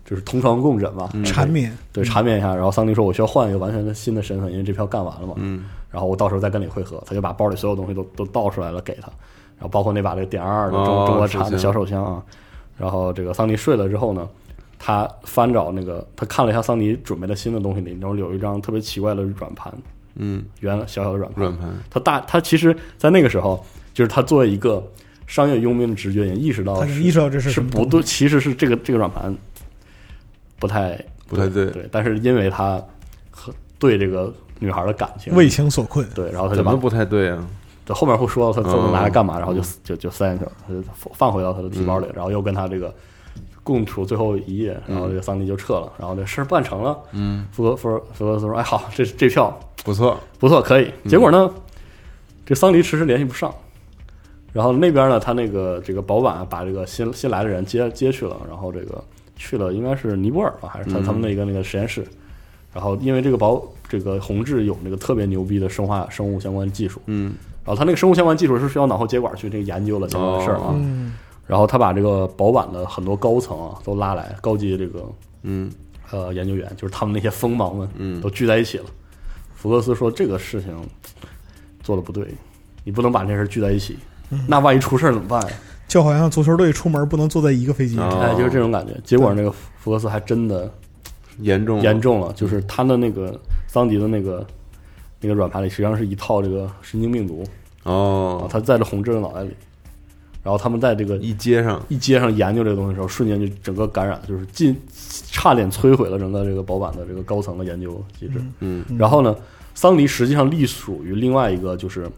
Speaker 2: 就是同床共枕嘛，
Speaker 1: 嗯
Speaker 3: 缠绵，
Speaker 2: 对缠绵一下。然后桑迪说：“我需要换一个完全的新的身份，因为这票干完了嘛。”嗯。然后我到时候再跟你会合。他就把包里所有东西都都倒出来了给他，然后包括那把这个点二二的中
Speaker 1: 哦
Speaker 2: 中国
Speaker 1: 手
Speaker 2: 产的
Speaker 1: 枪
Speaker 2: 小手枪啊。然后这个桑迪睡了之后呢，他翻找那个，他看了一下桑迪准备的新的东西里，然后有一张特别奇怪的软盘，
Speaker 1: 嗯，
Speaker 2: 圆小小的软盘。
Speaker 1: 软盘
Speaker 2: 他大他其实，在那个时候，就是他作为一个商业佣兵的直觉，也意识到
Speaker 3: 他
Speaker 2: 是
Speaker 3: 就意识到这是
Speaker 2: 是
Speaker 3: 什么
Speaker 2: 不
Speaker 3: 东
Speaker 2: 对，其实是这个这个软盘不太
Speaker 1: 不太对，
Speaker 2: 对，但是因为他和对这个女孩的感
Speaker 3: 西
Speaker 2: 情，
Speaker 3: 为情所困，
Speaker 2: 对，然后他就
Speaker 1: 怎么
Speaker 2: 把
Speaker 1: 不太对啊？
Speaker 2: 他后面会说到他怎么拿来干嘛，
Speaker 1: 嗯
Speaker 2: 然后就就就塞进去了，他就放回到他的提包里，然后又跟他这个共处最后一夜，然后这个桑迪就撤了，然后这事儿办成了，嗯，福格福格福格斯说，哎，好，这这票
Speaker 1: 不错，
Speaker 2: 不错，可以。结果呢，这桑迪迟迟联系不上，然后那边呢，他那个这个保板把这个新新来的人接接去了，然后这个去了应该是尼泊尔吧，还是他他们那个那个实验室。然后因为这个保这个宏志有那个特别牛逼的生化生物相关技术，
Speaker 1: 嗯，
Speaker 2: 然后他那个生物相关技术是需要脑后接管去这个研究了相关的事儿啊。
Speaker 1: 哦
Speaker 3: 嗯，
Speaker 2: 然后他把这个保板的很多高层啊都拉来，高级这个
Speaker 1: 嗯
Speaker 2: 呃研究员，就是他们那些锋芒们，
Speaker 1: 嗯
Speaker 2: 都聚在一起了。福克斯说这个事情做的不对，你不能把这事儿聚在一起，
Speaker 1: 嗯
Speaker 2: 那万一出事儿怎么办呀？
Speaker 3: 就好像足球队出门不能坐在一个飞机上，
Speaker 1: 哦
Speaker 2: 哎，就是这种感觉。结果那个福克斯还真的
Speaker 1: 严重
Speaker 2: 严重了，就是他的那个桑迪的那个那个软盘里，实际上是一套这个神经病毒，啊，
Speaker 1: 哦，
Speaker 2: 他在这红志的脑袋里，然后他们在这个
Speaker 1: 一接上
Speaker 2: 一接上研究这个东西的时候，瞬间就整个感染，就是进差点摧毁了整个这个保板的这个高层的研究机制。
Speaker 1: 嗯
Speaker 2: 然后呢，桑迪实际上隶属于另外一个，就是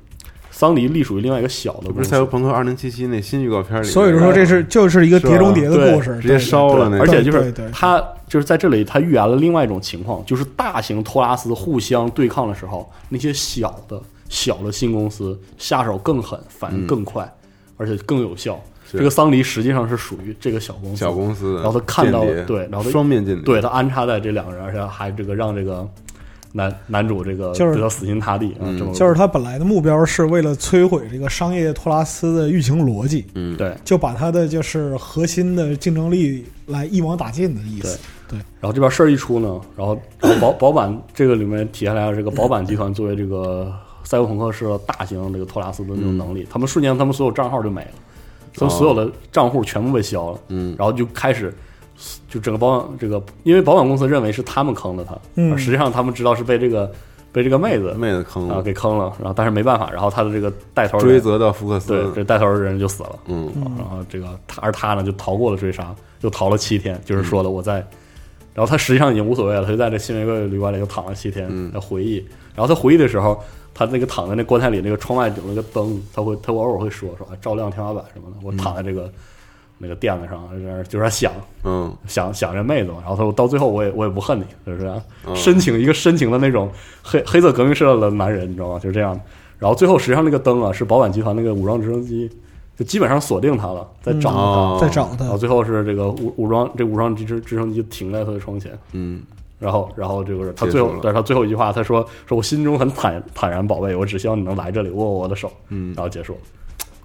Speaker 2: 桑迪隶属于另外一个小的
Speaker 1: 这
Speaker 2: 公
Speaker 1: 不是《
Speaker 2: 司，
Speaker 1: 赛博朋克二零七七》那新预告片里，啊
Speaker 3: 所以说这是就是一个碟中谍的故事，
Speaker 1: 直接
Speaker 3: 烧。
Speaker 1: 烧了那
Speaker 2: 而
Speaker 1: 个，
Speaker 2: 且就是
Speaker 3: 对对对
Speaker 2: 他就是在这里，他预言了另外一种情况，就是大型托拉斯互相对抗的时候，那些小的小的新公司下手更狠，反应更快，而且更有效。
Speaker 1: 嗯是
Speaker 2: 这个桑迪实际上是属于这个小公司，
Speaker 1: 小公司的间谍，
Speaker 2: 然后他看到了对然后他
Speaker 1: 双面间谍，
Speaker 2: 对他安插在这两个人，而且还这个让这个男男主这个
Speaker 3: 就是
Speaker 2: 得到死心塌地啊，
Speaker 1: 嗯
Speaker 2: 这么
Speaker 3: 就是他本来的目标是为了摧毁这个商业托拉斯的运行逻辑，
Speaker 1: 嗯，
Speaker 2: 对。
Speaker 3: 就把他的就是核心的竞争力来一网打尽的意思。对，
Speaker 2: 然后这边事儿一出呢，然后 然后保保板这个里面体现来了这个保板集团作为这个赛博朋克式的大型这个托拉斯的这种能
Speaker 1: 嗯
Speaker 2: 力，他们瞬间他们所有账号就没了，
Speaker 1: 哦
Speaker 2: 他们所有的账户全部被消了，
Speaker 1: 嗯
Speaker 2: 然后就开始就整个保险这个，因为保险公司认为是他们坑了他，
Speaker 3: 嗯
Speaker 2: 而实际上他们知道是被这个被这个妹子
Speaker 1: 妹子坑
Speaker 2: 啊
Speaker 1: 了，
Speaker 2: 给坑了，然后但是没办法，然后他的这个带头人
Speaker 1: 嗯追责到嗯福克
Speaker 2: 对
Speaker 1: 斯，
Speaker 2: 这带头的人就死了。
Speaker 1: 嗯
Speaker 2: 然后这个他而他呢就逃过了追杀，又逃了七天，就是说的
Speaker 1: 嗯
Speaker 2: 我在，然后他实际上已经无所谓了，他就在这新玫瑰旅馆里就躺了七天，
Speaker 1: 嗯
Speaker 2: 在回忆。然后他回忆的时候，他那个躺在那棺材里那个窗外有那个灯，他会他偶尔会说说啊照亮天花板什么的，我躺在这个、那个垫子上，在那儿就在那儿想
Speaker 1: 嗯，
Speaker 2: 想想这妹子嘛，然后他说到最后我也我也不恨你，就是这样
Speaker 1: 嗯
Speaker 2: 深情一个深情的那种黑黑色革命社的男人，你知道吗？就是这样。然后最后实际上那个灯啊是保管集团那个武装直升机，就基本上锁定他了，在找他。
Speaker 1: 哦
Speaker 3: 再找
Speaker 2: 然后
Speaker 3: 他，
Speaker 2: 最后是这个武武装这武装直直升机停在他的窗前，
Speaker 1: 嗯，
Speaker 2: 然后然后这个人他
Speaker 1: 结
Speaker 2: 最后
Speaker 1: 束了
Speaker 2: 对他最后一句话他说说我心中很坦坦然宝贝，我只希望你能来这里握握我的手，嗯，然后结束，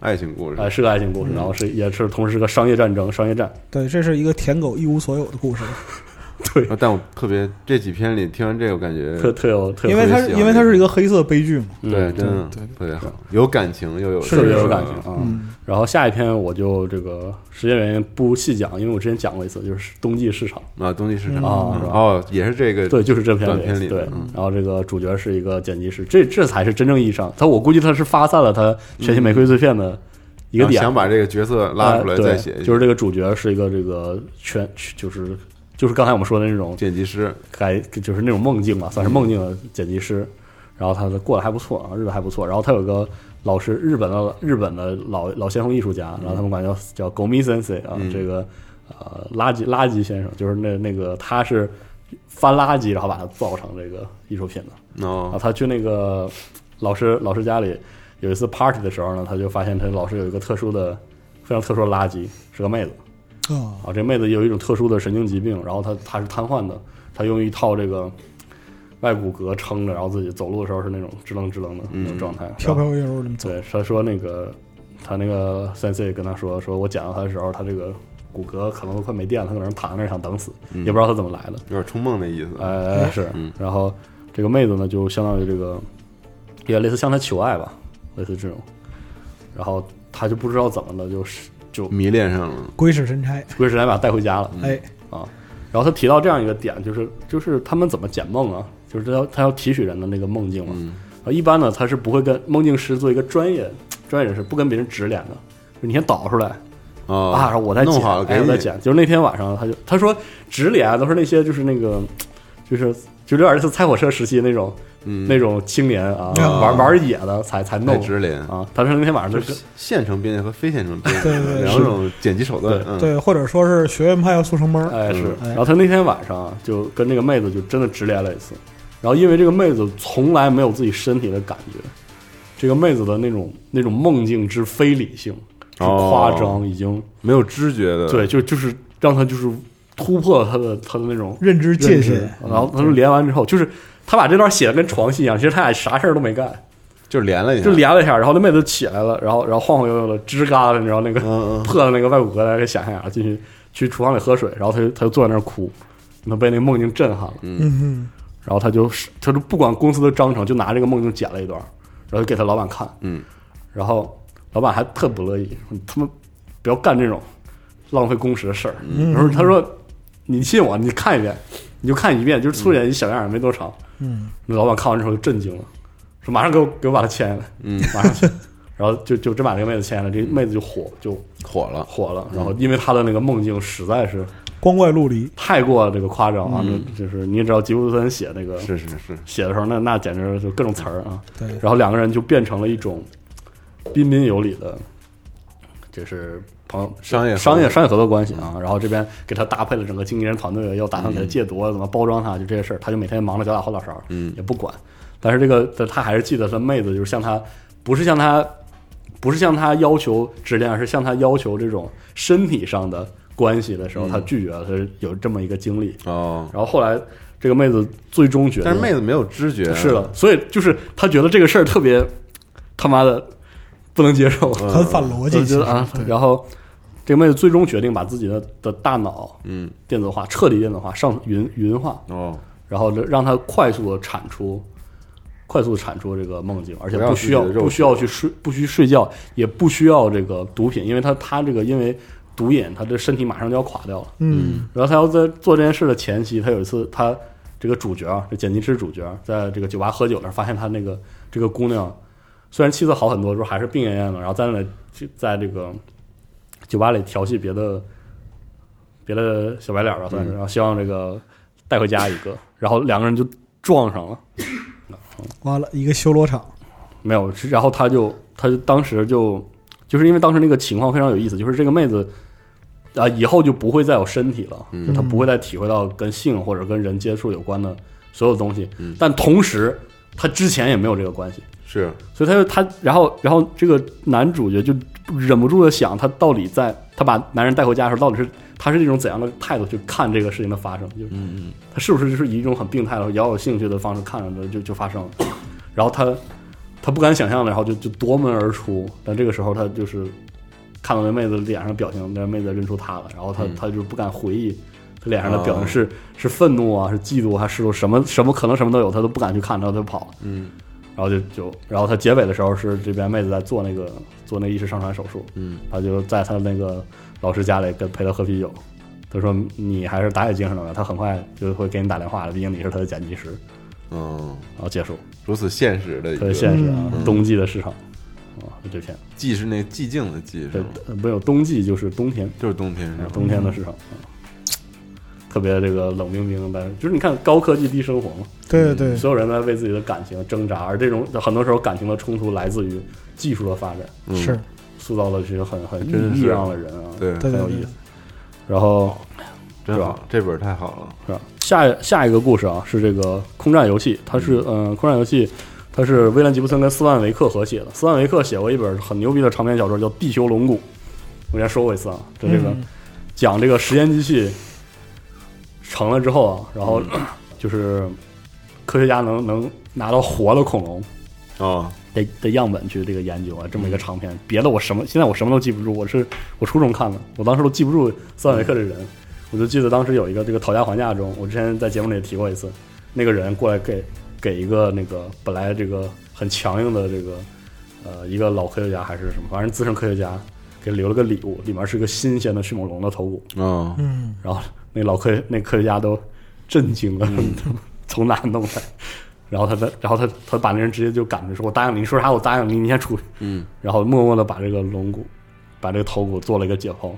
Speaker 1: 爱情故
Speaker 2: 哎，
Speaker 1: 事，
Speaker 2: 是个爱情
Speaker 1: 嗯
Speaker 2: 故事，然后是也是同时是个商业战争，商业战，
Speaker 3: 对，这是一个舔狗一无所有的故事，
Speaker 2: 对，
Speaker 1: 但我特别这几篇里听完这个，我感觉
Speaker 2: 特特有特有
Speaker 3: 因为
Speaker 1: 特
Speaker 3: 它
Speaker 1: 别喜欢
Speaker 3: 因为它是一个黑色悲剧嘛。
Speaker 2: 嗯
Speaker 1: 对，真的特别好，有感情又有
Speaker 2: 特别
Speaker 3: 是
Speaker 2: 有
Speaker 3: 是
Speaker 2: 感情啊。
Speaker 1: 嗯
Speaker 3: 嗯
Speaker 2: 然后下一篇我就这个时间原因不细讲，因为我之前讲过一次，就是冬季市场，
Speaker 1: 啊，东西市场
Speaker 2: 啊
Speaker 1: 嗯哦，也是这个
Speaker 2: 对，就是这篇
Speaker 1: 短篇里
Speaker 2: 对
Speaker 1: 的嗯。
Speaker 2: 然后这个主角是一个剪辑师，这这才是真正意义上，他我估计他是发散了他全新玫瑰碎片的一个
Speaker 1: 然后
Speaker 2: 点，
Speaker 1: 啊想把这个角色拉出来
Speaker 2: 哎对
Speaker 1: 再写一遍，
Speaker 2: 就是这个主角是一个这个全就是就是刚才我们说的那种
Speaker 1: 剪辑师，
Speaker 2: 改就是那种梦境吧，算是梦境的剪辑师。然后他的过得还不错啊，日子还不错。然后他有个老师，日本的日本的老老先锋艺术家，然后他们管叫叫 Gomi Sensei 啊，这个呃垃圾垃圾先生，就是那那个他是翻垃圾，然后把它造成这个艺术品的。然后
Speaker 1: 哦，
Speaker 2: 他去那个老师老师家里有一次 party 的时候呢，他就发现他老师有一个特殊的非常特殊的垃圾，是个妹子。
Speaker 3: 啊
Speaker 2: 啊，这妹子有一种特殊的神经疾病，然后她她是瘫痪的，她用一套这个外骨骼撑着，然后自己走路的时候是那种支棱支棱的那种状态，
Speaker 3: 飘
Speaker 2: 然后。
Speaker 3: 飘悠悠这么走，
Speaker 2: 嗯对，她说那个她那个 sensei 跟她说，说我捡到她的时候，她这个骨骼可能都快没电了，她搁那儿躺那儿想等死，也不知道她怎么来的。
Speaker 1: 有点冲梦那意思。
Speaker 3: 哎
Speaker 2: 呃，是，然后这个妹子呢，就相当于这个，也类似向他求爱吧，类似这种，然后他就不知道怎么了，就是就
Speaker 1: 迷恋上了，
Speaker 3: 鬼使神差，
Speaker 2: 鬼使神差把他带回家了
Speaker 3: 哎，
Speaker 2: 啊。然后他提到这样一个点，就是就是他们怎么解梦啊，就是他要他要提取人的那个梦境嘛。
Speaker 1: 嗯
Speaker 2: 然后一般呢，他是不会跟梦境师做一个专业专业人士，不跟别人指脸的，就你先导出来，
Speaker 1: 哦
Speaker 2: 啊，我再
Speaker 1: 弄
Speaker 2: 剪
Speaker 1: 好了，
Speaker 2: 哎
Speaker 1: 给
Speaker 2: 我
Speaker 1: 你
Speaker 2: 再剪。就是那天晚上，他就他说直脸啊都是那些就是那个就是就有点类似猜火车时期那种、
Speaker 1: 嗯，哦
Speaker 2: 那种青年啊，
Speaker 3: 啊
Speaker 2: 玩玩野的才才
Speaker 1: 太
Speaker 2: 弄
Speaker 1: 直连，
Speaker 2: 啊。他说那天晚上就
Speaker 1: 就是是现成编辑和非现成编辑
Speaker 3: 对对对
Speaker 1: 两种剪辑手段
Speaker 2: 对。
Speaker 1: 嗯，
Speaker 3: 对，或者说是学院派要速成 班儿，
Speaker 2: 哎是，
Speaker 3: 哎
Speaker 2: 然后他那天晚上啊就跟那个妹子就真的直连了一次，然后因为这个妹子从来没有自己身体的感觉，这个妹子的那种那种梦境之非理性、之夸张，已经
Speaker 1: 没有知觉的，
Speaker 2: 对，就就是让他就是突破他的他的那种
Speaker 3: 认知界
Speaker 2: 认识
Speaker 3: 限，
Speaker 2: 然后他们连完之后，就是他把这段写的跟床戏一样，其实他俩啥事儿都没干，
Speaker 1: 就是连了一下，
Speaker 2: 就连了一下，然后那妹子起来了，然后然后晃晃悠悠的吱嘎的，然后那个
Speaker 1: 嗯嗯
Speaker 2: 破的那个外骨骼在给想象啊，进去去厨房里喝水，然后
Speaker 1: 嗯
Speaker 2: 他就他就坐在那儿哭，他被那个梦境震撼了，
Speaker 3: 嗯
Speaker 2: 然后他就是他就不管公司的章程，就拿这个梦境剪了一段，然后就给他老板看，
Speaker 1: 嗯，
Speaker 2: 然后老板还特不乐意，说你他妈不要干这种浪费工时的事儿。
Speaker 1: 嗯
Speaker 2: 然后他说：“你信我，你看一遍，你就看一遍，就
Speaker 1: 嗯
Speaker 2: 是粗剪一小样儿，没多长。”
Speaker 3: 嗯，
Speaker 2: 那老板看完之后就震惊了，说：“马上给我给我把他签下来，嗯，马上签。”然后就就真把这个妹子签下来，这妹子就火就
Speaker 1: 火了，
Speaker 2: 火了。然后因为她的那个梦境实在是
Speaker 3: 哼，光怪陆离，
Speaker 2: 太过这个夸张啊，就就是你也知道吉布森写那个
Speaker 1: 是是是，
Speaker 2: 写的时候，那那简直就各种词儿啊。
Speaker 3: 对，
Speaker 2: 然后两个人就变成了一种彬彬有礼的，就是朋友
Speaker 1: 商业合作
Speaker 2: 商业商业合作关系啊。然后这边给他搭配了整个经纪人团队，要打算给他戒毒啊，怎么包装他，就这些事儿，他就每天忙着脚打后脑勺，
Speaker 1: 嗯
Speaker 2: 也不管。但是这个他他还是记得他妹子，就是向他不是向他不是向他要求质量，而是向他要求这种身体上的关系的时候，
Speaker 1: 嗯
Speaker 2: 他拒绝了，他是有这么一个经历。
Speaker 1: 哦，
Speaker 2: 然后后来这个妹子最终觉得，
Speaker 1: 但是妹子没有知觉，
Speaker 2: 是的，所以就是他觉得这个事儿特别他妈的不能接受，
Speaker 1: 嗯，
Speaker 3: 很反逻辑
Speaker 2: 我，觉得啊
Speaker 3: 其实，对嗯
Speaker 2: 然后这个妹子最终决定把自己的的大脑
Speaker 1: 嗯，
Speaker 2: 电子化，彻底电子化，上云云化，
Speaker 1: 哦，
Speaker 2: 然后让它快速的产出。快速地产出这个梦境，而且
Speaker 1: 不要
Speaker 2: 不需要
Speaker 1: 自己的肉体
Speaker 2: 不需要去睡，不需睡觉，也不需要这个毒品，因为他他这个因为毒瘾，他的身体马上就要垮掉了。
Speaker 3: 嗯，
Speaker 2: 然后他要在做这件事的前夕，他有一次他这个主角啊，这剪辑师主角，在这个酒吧喝酒那儿发现他那个这个姑娘，虽然气色好很多，之后还是病恹恹的，然后在那里在这个酒吧里调戏别的别的小白脸吧，算是，然后希望这个带回家一个，然后两个人就撞上了，
Speaker 3: 完了一个修罗场，
Speaker 2: 没有，是然后他就他就当时就就是因为当时那个情况非常有意思，就是这个妹子啊以后就不会再有身体了，就她不会再体会到跟性或者跟人接触有关的所有东西，但同时她之前也没有这个关系，
Speaker 1: 是
Speaker 2: 所以他就他，然后然后这个男主角就忍不住的想，他到底在他把男人带回家的时候，到底是他是一种怎样的态度去看这个事情的发生？就是，
Speaker 1: 嗯
Speaker 2: 他是不是就是以一种很病态的、饶有兴趣的方式看着就就发生了？ 然后他他不敢想象了，然后就就夺门而出。但这个时候他就是看到那妹子脸上的表情，那妹子认出他了，然后他、他就不敢回忆。他脸上的表情是、是愤怒啊，是嫉妒啊，还是嫉妒什么什么可能什么都有，他都不敢去看，然后他就跑了。
Speaker 1: 嗯
Speaker 2: 然后就就，然后他结尾的时候是这边妹子在做那个做那个意识上传手术，
Speaker 1: 嗯，
Speaker 2: 他就在他那个老师家里跟陪他喝啤酒，他说你还是打野精神了，他很快就会给你打电话的，毕竟你是他的剪辑师，
Speaker 1: 嗯，
Speaker 2: 然后结束，
Speaker 1: 如此现实的一
Speaker 2: 特别
Speaker 1: 个，
Speaker 2: 现实啊，冬季的市场啊，就这片，
Speaker 1: 既是那个寂静的寂，是
Speaker 2: 对
Speaker 1: 吗？，
Speaker 2: 没有冬季就是冬天，
Speaker 1: 就是冬天是吧？
Speaker 2: 冬天的市场啊，特别这个冷冰冰，但是就是你看高科技低生活嘛，
Speaker 3: 对对对，
Speaker 2: 所有人在为自己的感情挣扎，而这种很多时候感情的冲突来自于技术的发展。
Speaker 1: 嗯
Speaker 3: 是，
Speaker 2: 塑造了这些很很
Speaker 1: 真是
Speaker 2: 异样的人啊，，
Speaker 1: 对，
Speaker 3: 对
Speaker 2: 很
Speaker 3: 对
Speaker 2: 有意
Speaker 3: 对
Speaker 2: 思。然后
Speaker 1: 真
Speaker 2: 是
Speaker 1: 好
Speaker 2: 吧，
Speaker 1: 这本儿太好了，
Speaker 2: 是吧下下一个故事啊，是这个空战游戏，它是嗯、呃空战游戏，它是威廉吉布森跟斯万维克合写的。斯万维克写过一本很牛逼的长篇小说，叫《地球龙骨》，我原来说过一次啊，这这个
Speaker 3: 嗯
Speaker 2: 讲这个时间机器成了之后啊，然后就是科学家能能拿到活的恐龙
Speaker 1: 哦，
Speaker 2: 的的样本去这个研究啊，这么一个长篇。别的我什么现在我什么都记不住，我是我初中看的，我当时都记不住斯坦维克这人，我就记得当时有一个这个讨价还价中，我之前在节目里也提过一次，那个人过来给给一个那个本来这个很强硬的这个呃一个老科学家还是什么，反正资深科学家给留了个礼物，里面是个新鲜的迅猛龙的头骨，
Speaker 1: 哦，
Speaker 3: 嗯，
Speaker 2: 然后那老科那科学家都震惊了， 从哪弄来？然后他的，然后他他把那人直接就赶出去，说：“我答应你，你说啥我答应你，你先出去。”
Speaker 1: 嗯，
Speaker 2: 然后默默的把这个龙骨，把这个头骨做了一个解剖，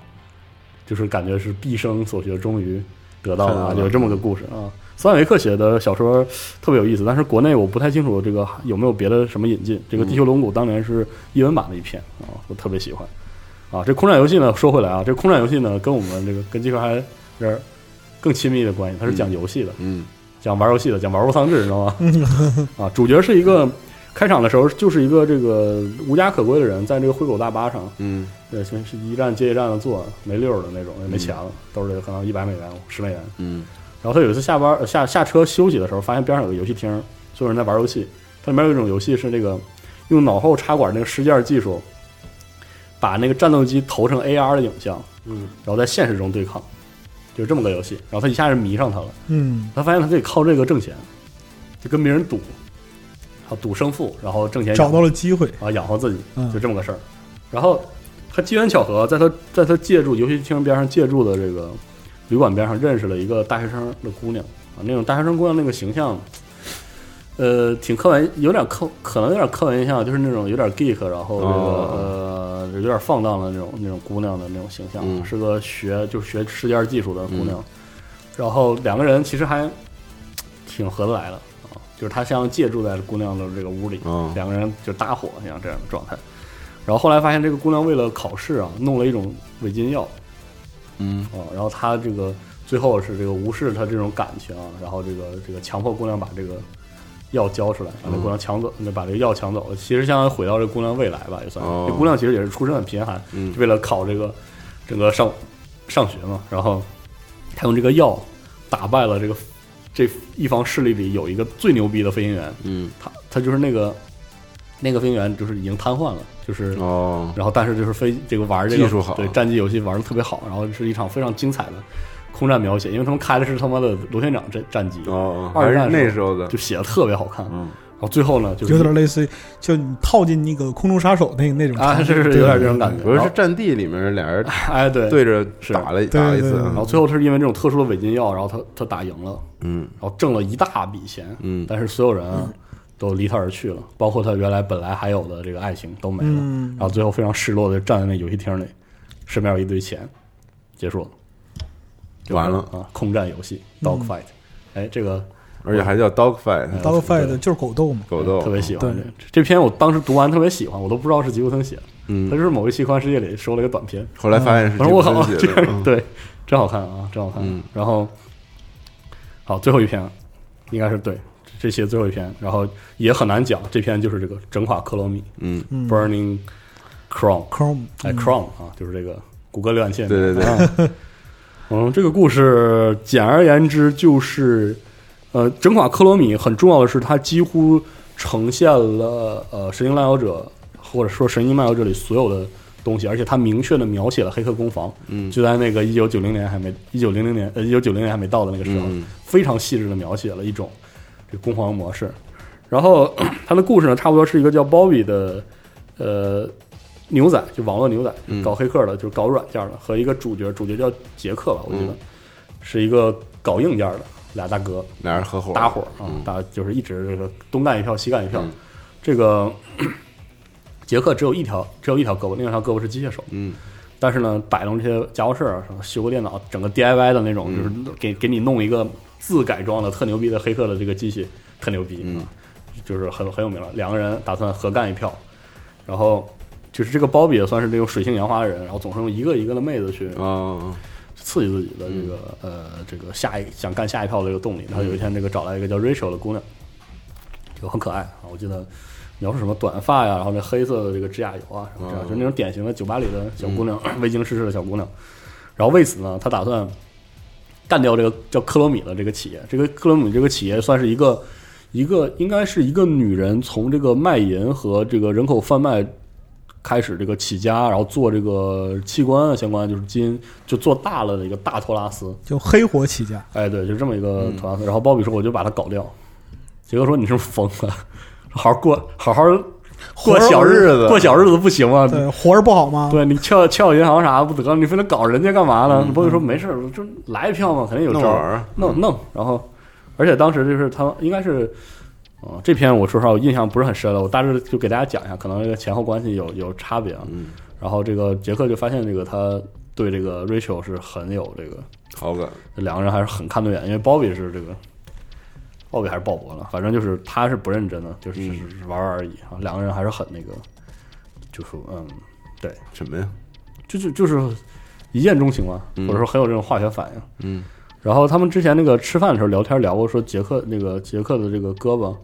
Speaker 2: 就是感觉是毕生所学，终于得到了啊，
Speaker 1: 看到了
Speaker 2: 有这么个故事啊。斯坦维克写的小说特别有意思，但是国内我不太清楚这个有没有别的什么引进。这个《地球龙骨》当年是译文版的一篇啊，我特别喜欢啊。这空战游戏呢，说回来啊，这空战游戏呢，跟我们这个跟机壳还这儿更亲密的关系，它是讲游戏的，
Speaker 1: 嗯
Speaker 2: 讲玩游戏的，讲玩物丧志，你知道吗？啊，主角是一个开场的时候就是一个这个无家可归的人，在这个灰狗大巴上，
Speaker 1: 嗯
Speaker 2: 对，先是一站接一站的坐，没溜儿的那种，也没钱了，兜里可能一百美元、十美元。
Speaker 1: 嗯
Speaker 2: 然后他有一次下班呃下下车休息的时候，发现边上有个游戏厅，所有人在玩游戏。它里面有一种游戏是那个用脑后插管那个失件技术，把那个战斗机投成 AR 的影像，
Speaker 1: 嗯，
Speaker 2: 然后在现实中对抗，就是这么个游戏。然后他一下就迷上它了。
Speaker 3: 嗯，
Speaker 2: 他发现他可以靠这个挣钱，就跟别人赌，啊，赌胜负，然后挣钱
Speaker 3: 嗯找到
Speaker 2: 了
Speaker 3: 了机会，
Speaker 2: 啊，养活自己，
Speaker 3: 嗯
Speaker 2: 就这么个事儿。然后他机缘巧合，在他在他借住游戏厅边上借住的这个旅馆边上，认识了一个大学生的姑娘啊，那种大学生姑娘那个形象，呃，挺刻板，有点刻，可能有点刻板印象，就是那种有点 geek，然后这个、
Speaker 1: 哦
Speaker 2: 呃有点放荡的那种那种姑娘的那种形象，
Speaker 1: 嗯
Speaker 2: 是个学就是学世界技术的姑娘。然后两个人其实还挺合得来的啊，就是他像借住在姑娘的这个屋里，
Speaker 1: 哦
Speaker 2: 两个人就搭伙像这样的状态。然后后来发现这个姑娘为了考试啊，弄了一种违禁药
Speaker 1: 嗯
Speaker 2: 啊，然后他这个最后是这个无视他这种感情啊，然后这个这个强迫姑娘把这个药交出来，把这
Speaker 1: 嗯
Speaker 2: 姑娘抢走，那把这个药抢走了，其实相当于毁掉这姑娘未来吧，也算是。
Speaker 1: 哦
Speaker 2: 这姑娘其实也是出身很贫寒，
Speaker 1: 嗯
Speaker 2: 为了考这个这个上上学嘛，然后他用这个药打败了这个这一方势力里有一个最牛逼的飞行员，
Speaker 1: 嗯
Speaker 2: 他他就是那个那个飞行员就是已经瘫痪了，就是。
Speaker 1: 哦
Speaker 2: 然后，但是就是飞这个玩这个
Speaker 1: 技术好
Speaker 2: 对战机游戏玩的特别好，然后是一场非常精彩的空战描写，因为他们开的是他妈的螺旋桨战战机，
Speaker 1: 哦，还
Speaker 2: 二
Speaker 1: 是
Speaker 2: 战
Speaker 1: 那时候的
Speaker 2: 就，写的特别好看。
Speaker 1: 嗯
Speaker 2: 然后最后呢，就是
Speaker 3: 有点类似于就你套进那个空中杀手那那种
Speaker 2: 啊，
Speaker 3: 场景
Speaker 2: 是是
Speaker 3: 对
Speaker 2: 有点这种感觉。
Speaker 1: 不是
Speaker 2: 然
Speaker 1: 是
Speaker 2: 后
Speaker 1: 战地里面俩人
Speaker 2: 哎，对，
Speaker 1: 对着
Speaker 2: 是
Speaker 1: 打了
Speaker 3: 对
Speaker 1: 打了一次
Speaker 3: 对对
Speaker 2: 然
Speaker 1: 啊，
Speaker 2: 后最后他是因为这种特殊的违禁药，然后他他打赢了，
Speaker 1: 嗯
Speaker 2: 然后挣了一大笔钱，
Speaker 1: 嗯
Speaker 2: 但是所有人啊都离他而去了，包括他原来本来还有的这个爱情都没了，
Speaker 3: 嗯
Speaker 2: 然后最后非常失落的站在那游戏厅里，身边有一堆钱，结束了，
Speaker 1: 完了
Speaker 2: 啊，空战游戏 dog fight，、哎，这个
Speaker 1: 而且还叫 dog fight
Speaker 3: ，Dog Fight 就是狗斗嘛，
Speaker 1: 狗斗，
Speaker 2: 特别喜欢
Speaker 3: 对
Speaker 2: 这这篇，我当时读完特别喜欢，我都不知道是吉布森写的，他
Speaker 1: 嗯，
Speaker 2: 就是某一期《宽世界》里收了一个短篇，
Speaker 1: 后来发现是
Speaker 2: 我说我靠，
Speaker 1: 这
Speaker 2: 这
Speaker 1: 个东西写
Speaker 2: 个
Speaker 1: 的，
Speaker 2: 对，真好看啊，真好看。
Speaker 1: 嗯
Speaker 2: 然后好，最后一篇应该是对这些最后一篇，然后也很难讲，这篇就是这个整垮克罗米、
Speaker 1: 嗯，
Speaker 3: 嗯
Speaker 2: （Burning Chrome），
Speaker 3: ，Chrome，
Speaker 2: 哎
Speaker 3: 嗯
Speaker 2: ，Chrome 啊，就是这个谷歌浏览器。
Speaker 1: 对对对
Speaker 2: 对。嗯，这个故事简而言之就是，呃，整垮克罗米很重要的是，它几乎呈现了呃《神经漫游者》或者说《神经漫游者》里所有的东西，而且它明确的描写了黑客攻防，
Speaker 1: 嗯
Speaker 2: 就在那个一九九零年还没一九零零年呃一九九零年还没到的那个时候，
Speaker 1: 嗯
Speaker 2: 非常细致的描写了一种这个攻防模式。然后 他的故事呢，差不多是一个叫 Bobby 的呃牛仔，就网络牛仔，
Speaker 1: 嗯
Speaker 2: 搞黑客的，就是搞软件的，和一个主角，主角叫杰克吧，我记得、
Speaker 1: 嗯
Speaker 2: 是一个搞硬件的俩大哥
Speaker 1: 俩人合伙
Speaker 2: 搭伙啊
Speaker 1: 嗯，
Speaker 2: 搭就是一直这个东干一票西干一票。
Speaker 1: 嗯
Speaker 2: 这个 杰克只有一条只有一条胳膊，另一条胳膊是机械手。
Speaker 1: 嗯
Speaker 2: 但是呢，摆弄这些家伙事儿啊，什么修个电脑，整个 DIY 的那种，就是给给你弄一个自改装的特牛逼的黑客的这个机器，特牛逼啊，就是很很有名了。两个人打算合干一票，然后就是这个鲍比也算是这种水性杨花的人，然后总是用一个一个的妹子去
Speaker 1: 哦
Speaker 2: 刺激自己的这个、呃这个下一想干下一票的这个动力。然后有一天，这个找来一个叫 Rachel 的姑娘，就很可爱啊，我记得。描述什么短发呀，然后那黑色的这个指甲油啊，然后这样、
Speaker 1: 嗯
Speaker 2: 就那种典型的酒吧里的小姑娘，未经世事的小姑娘。然后为此呢，他打算干掉这个叫克罗米的这个企业。这个克罗米这个企业算是一个一个应该是一个女人从这个卖淫和这个人口贩卖开始这个起家，然后做这个器官啊相关就是基因就做大了的一个大托拉斯。
Speaker 3: 就黑火起家，
Speaker 2: 哎，对，就这么一个托拉斯。然后鲍比说我就把他搞掉，杰哥说你是不是疯了？ 好好过，好好过小
Speaker 1: 活日
Speaker 2: 日
Speaker 1: 子
Speaker 2: 过小日子不行吗？
Speaker 3: 对，活着不好吗？
Speaker 2: 嗯对你撬撬银行啥不得了？你非得搞人家干嘛呢？波比说没事儿，就来一票嘛，肯定有
Speaker 1: 弄
Speaker 2: 招
Speaker 1: 玩
Speaker 2: 儿，
Speaker 1: 儿，
Speaker 2: 嗯弄啊弄。然后，而且当时就是他应该是，啊、这篇我说实话我印象不是很深了，我大致就给大家讲一下，可能这个前后关系有有差别啊。
Speaker 1: 嗯，
Speaker 2: 然后这个杰克就发现这个他对这个 Rachel 是很有这个
Speaker 1: 好感，
Speaker 2: 两个人还是很看对眼，因为鲍比是这个鲍比还是鲍勃了，反正就是他是不认真的，就是
Speaker 1: 嗯
Speaker 2: 是玩玩而已啊。两个人还是很那个，就是嗯，
Speaker 1: 什么呀？
Speaker 2: 就是就是一见钟情嘛，
Speaker 1: 嗯
Speaker 2: 或者说很有这种化学反应。
Speaker 1: 嗯，
Speaker 2: 然后他们之前那个吃饭的时候聊天聊过，说杰克那个杰克的这个胳膊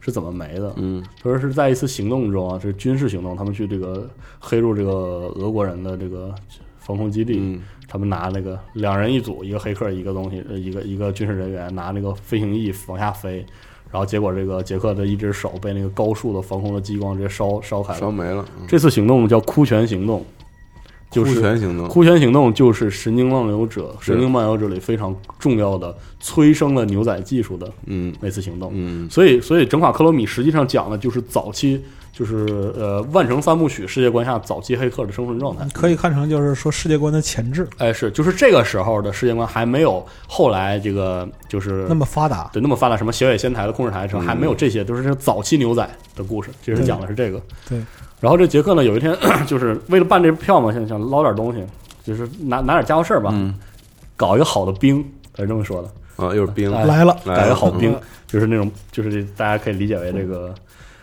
Speaker 2: 是怎么没的？
Speaker 1: 嗯
Speaker 2: 他说是在一次行动中啊，这是军事行动，他们去这个黑入这个俄国人的这个防空基地，
Speaker 1: 嗯
Speaker 2: 他们拿那个两人一组，一个黑客，一个东西，呃一个一个军事人员拿那个飞行翼往下飞，然后结果这个杰克的一只手被那个高速的防空的激光直接烧烧开
Speaker 1: 烧
Speaker 2: 了。
Speaker 1: 没了，嗯
Speaker 2: 这次行动叫哭泉行动，就
Speaker 1: 酷
Speaker 2: 是
Speaker 1: 拳行动，
Speaker 2: 哭泉行动就是《神经漫游者》《
Speaker 1: 是
Speaker 2: 神经漫游者》里非常重要的催生了牛仔技术的
Speaker 1: 嗯
Speaker 2: 那次行动。
Speaker 1: 嗯
Speaker 2: 所以，所以整垮克罗米实际上讲的就是早期，就是呃万城三部曲世界观下早期黑客的生存状态。
Speaker 3: 可以看成就是说世界观的前置
Speaker 2: 哎，是，就是这个时候的世界观还没有后来这个就是
Speaker 3: 那么发达，
Speaker 2: 对那么发达，什么小野仙台的控制台什么还没有这些，都是这早期牛仔的故事，其实
Speaker 3: 对
Speaker 2: 讲的是这个。
Speaker 3: 对。
Speaker 2: 然后这杰克呢，有一天 就是为了办这票嘛，想想捞点东西，就是拿拿点家伙事儿吧，
Speaker 1: 嗯
Speaker 2: 搞一个好的兵，他是这么说的，
Speaker 1: 啊，又是冰，
Speaker 2: 哎
Speaker 3: 来了，
Speaker 1: 来
Speaker 2: 搞一个
Speaker 1: 了
Speaker 2: 好兵，
Speaker 3: 嗯
Speaker 2: 就是那种就是这大家可以理解为这个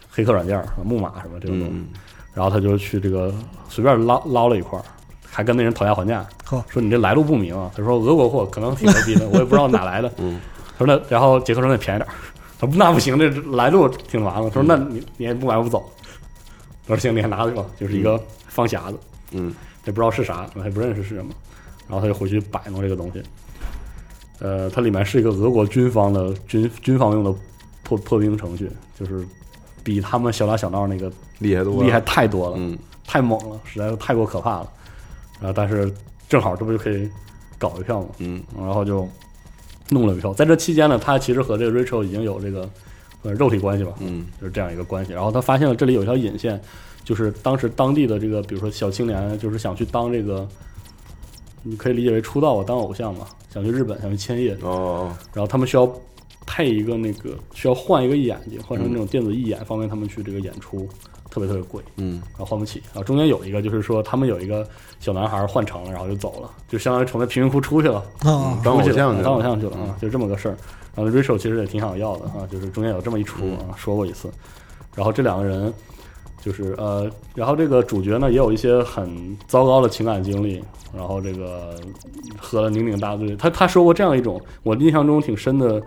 Speaker 2: 黑客软件儿、木马什么这种东西。
Speaker 1: 嗯
Speaker 2: 然后他就去这个随便捞捞了一块儿，还跟那人讨价还价
Speaker 3: 呵，
Speaker 2: 说你这来路不明啊。他说俄国货可能挺牛逼的，我也不知道哪来的。
Speaker 1: 嗯
Speaker 2: 他说那然后杰克说那便宜点儿， 他说那不行，这来路挺麻烦。他说那
Speaker 1: 嗯
Speaker 2: 你你也不买我不走。我说行，你还拿去吧，就是一个方匣子，
Speaker 1: 嗯
Speaker 2: 也不知道是啥，还不认识是什么。然后他就回去摆弄这个东西，呃，它里面是一个俄国军方的军军方用的破破冰程序，就是比他们小打小闹那个
Speaker 1: 厉害多了，
Speaker 2: 厉害，太多了。
Speaker 1: 嗯
Speaker 2: 太猛了，实在是太过可怕了。然后但是正好这不就可以搞一票嘛，
Speaker 1: 嗯
Speaker 2: 然后就弄了一票。在这期间呢，他其实和这个 Rachel 已经有这个呃肉体关系吧，
Speaker 1: 嗯
Speaker 2: 就是这样一个关系。然后他发现了这里有一条引线，就是当时当地的这个，比如说小青年，就是想去当这个，你可以理解为出道啊，当偶像嘛，想去日本，想去千叶，
Speaker 1: 哦，
Speaker 2: 然后他们需要配一个那个需要换一个眼睛，换成那种电子义眼，方便他们去这个演出，特别特别贵。
Speaker 1: 嗯
Speaker 2: 然后换不起。然后中间有一个就是说，他们有一个小男孩换成了，然后就走了，就相当于从那贫民窟出去了，
Speaker 3: 啊，
Speaker 1: 当偶像
Speaker 2: 出去
Speaker 1: 去
Speaker 2: 了
Speaker 1: 了嗯
Speaker 2: 当偶像去了啊，就这么个事儿。然后 Rachel 其实也挺想要的啊，就是中间有这么一出
Speaker 1: 嗯
Speaker 2: 啊，说过一次。然后这两个人就是呃，然后这个主角呢也有一些很糟糕的情感经历，然后这个喝了酩酊大醉。他他说过这样一种我印象中挺深的。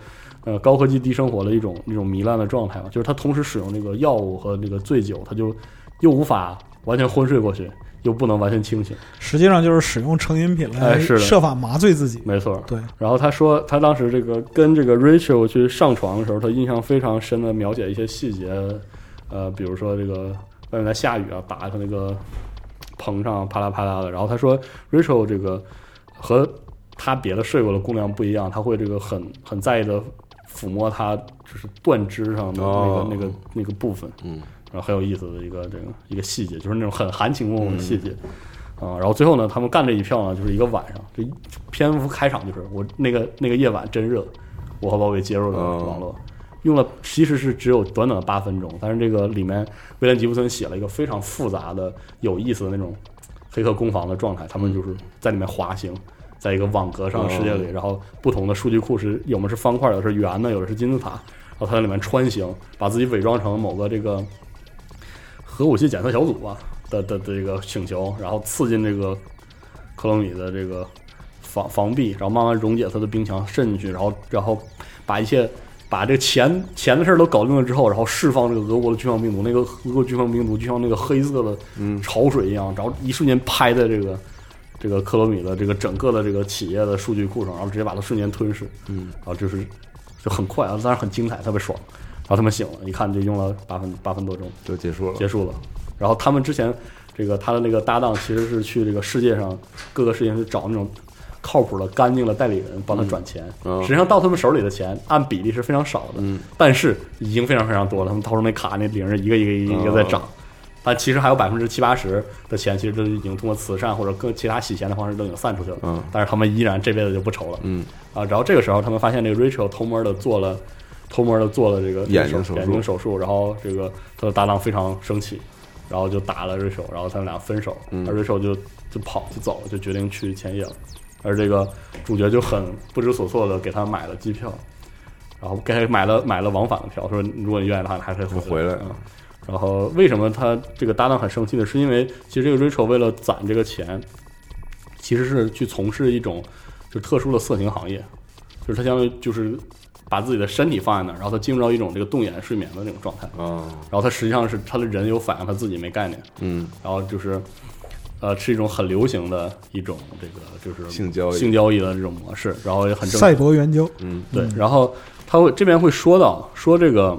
Speaker 2: 呃，高科技低生活的一种一种糜烂的状态吧，就是他同时使用这个药物和这个醉酒，他就又无法完全昏睡过去，又不能完全清醒。
Speaker 3: 实际上就是使用成瘾品来
Speaker 2: 哎是的
Speaker 3: 设法麻醉自己，
Speaker 2: 没错，
Speaker 3: 对，
Speaker 2: 然后他说，他当时这个跟这个 Rachel 去上床的时候，他印象非常深的描写一些细节，呃，比如说这个外面在下雨啊，打他那个棚上啪啦啪啦的。然后他说，Rachel 这个和他别的睡过的姑娘不一样，他会这个很很在意的抚摸她就是断肢上的那个、
Speaker 1: 哦
Speaker 2: 那个那个部分，
Speaker 1: 嗯，
Speaker 2: 然后很有意思的一个这个一个细节，就是那种很含情脉脉的细节。啊，然后最后呢，他们干这一票呢，就是一个晚上，这一篇幅开场就是我那个那个夜晚真热，我和宝贝接入了
Speaker 1: 哦
Speaker 2: 网络，用了其实是只有短短的八分钟，但是这个里面威廉吉布森写了一个非常复杂的、有意思的那种黑客攻防的状态，他们就是在里面滑行，在一个网格上的世界里，然后不同的数据库是有的是方块，有的是圆的，有的是金字塔，然后他在里面穿行，把自己伪装成某个这个核武器检测小组吧的的的这个请求，然后刺进这个克隆米的这个防防壁，然后慢慢溶解他的冰墙渗进去，然后然后把一切把这个钱钱的事儿都搞定了之后，然后释放这个俄国的军方病毒，那个俄国军方病毒就像那个黑色的
Speaker 1: 嗯
Speaker 2: 潮水一样，然后一瞬间拍在这个这个克罗米的这个整个的这个企业的数据库上，然后直接把它瞬间吞噬，
Speaker 1: 嗯，
Speaker 2: 然后就是就很快啊，当然很精彩，特别爽。然后他们醒了，一看就用了八分八分多钟
Speaker 1: 就结束了。
Speaker 2: 结束了。然后他们之前这个他的那个搭档其实是去这个世界上各个事情去找那种靠谱的、干净的代理人帮他转钱。
Speaker 1: 嗯
Speaker 2: 实际上到他们手里的钱按比例是非常少的，但是已经非常非常多了。他们掏出那卡那零儿一个一个一个一个在涨。
Speaker 1: 哦
Speaker 2: 但其实还有百分之七八十的钱，其实都已经通过慈善或者更其他洗钱的方式都已经散出去了。
Speaker 1: 嗯
Speaker 2: 但是他们依然这辈子就不愁了。
Speaker 1: 嗯，
Speaker 2: 啊，然后这个时候他们发现这个 Rachel 偷摸的做了，偷摸的做了这个
Speaker 1: 眼睛手
Speaker 2: 手
Speaker 1: 术
Speaker 2: 眼睛手术，然后这个他的搭档非常生气，然后就打了 Rachel，然后他们俩分手，
Speaker 1: 嗯
Speaker 2: 而 Rachel 就就跑就走了，就决定去前野了，而这个主角就很不知所措的给他买了机票，然后给他买了买了往返的票，说如果你愿意的话，你还可以
Speaker 1: 回来
Speaker 2: 嗯然后为什么他这个搭档很生气呢？是因为其实这个 Rachel 为了攒这个钱，其实是去从事一种就是特殊的色情行业，就是他相当于就是把自己的身体放在那儿，然后他进入到一种这个动眼睡眠的那种状态。
Speaker 1: 啊，
Speaker 2: 然后他实际上是他的人有反应，他自己没概念。
Speaker 1: 嗯，
Speaker 2: 然后就是，呃，是一种很流行的一种这个就是
Speaker 1: 性交易
Speaker 2: 性交易的这种模式，然后也很正常
Speaker 3: 赛。博援交，
Speaker 2: 对，然后他会这边会说到说这个，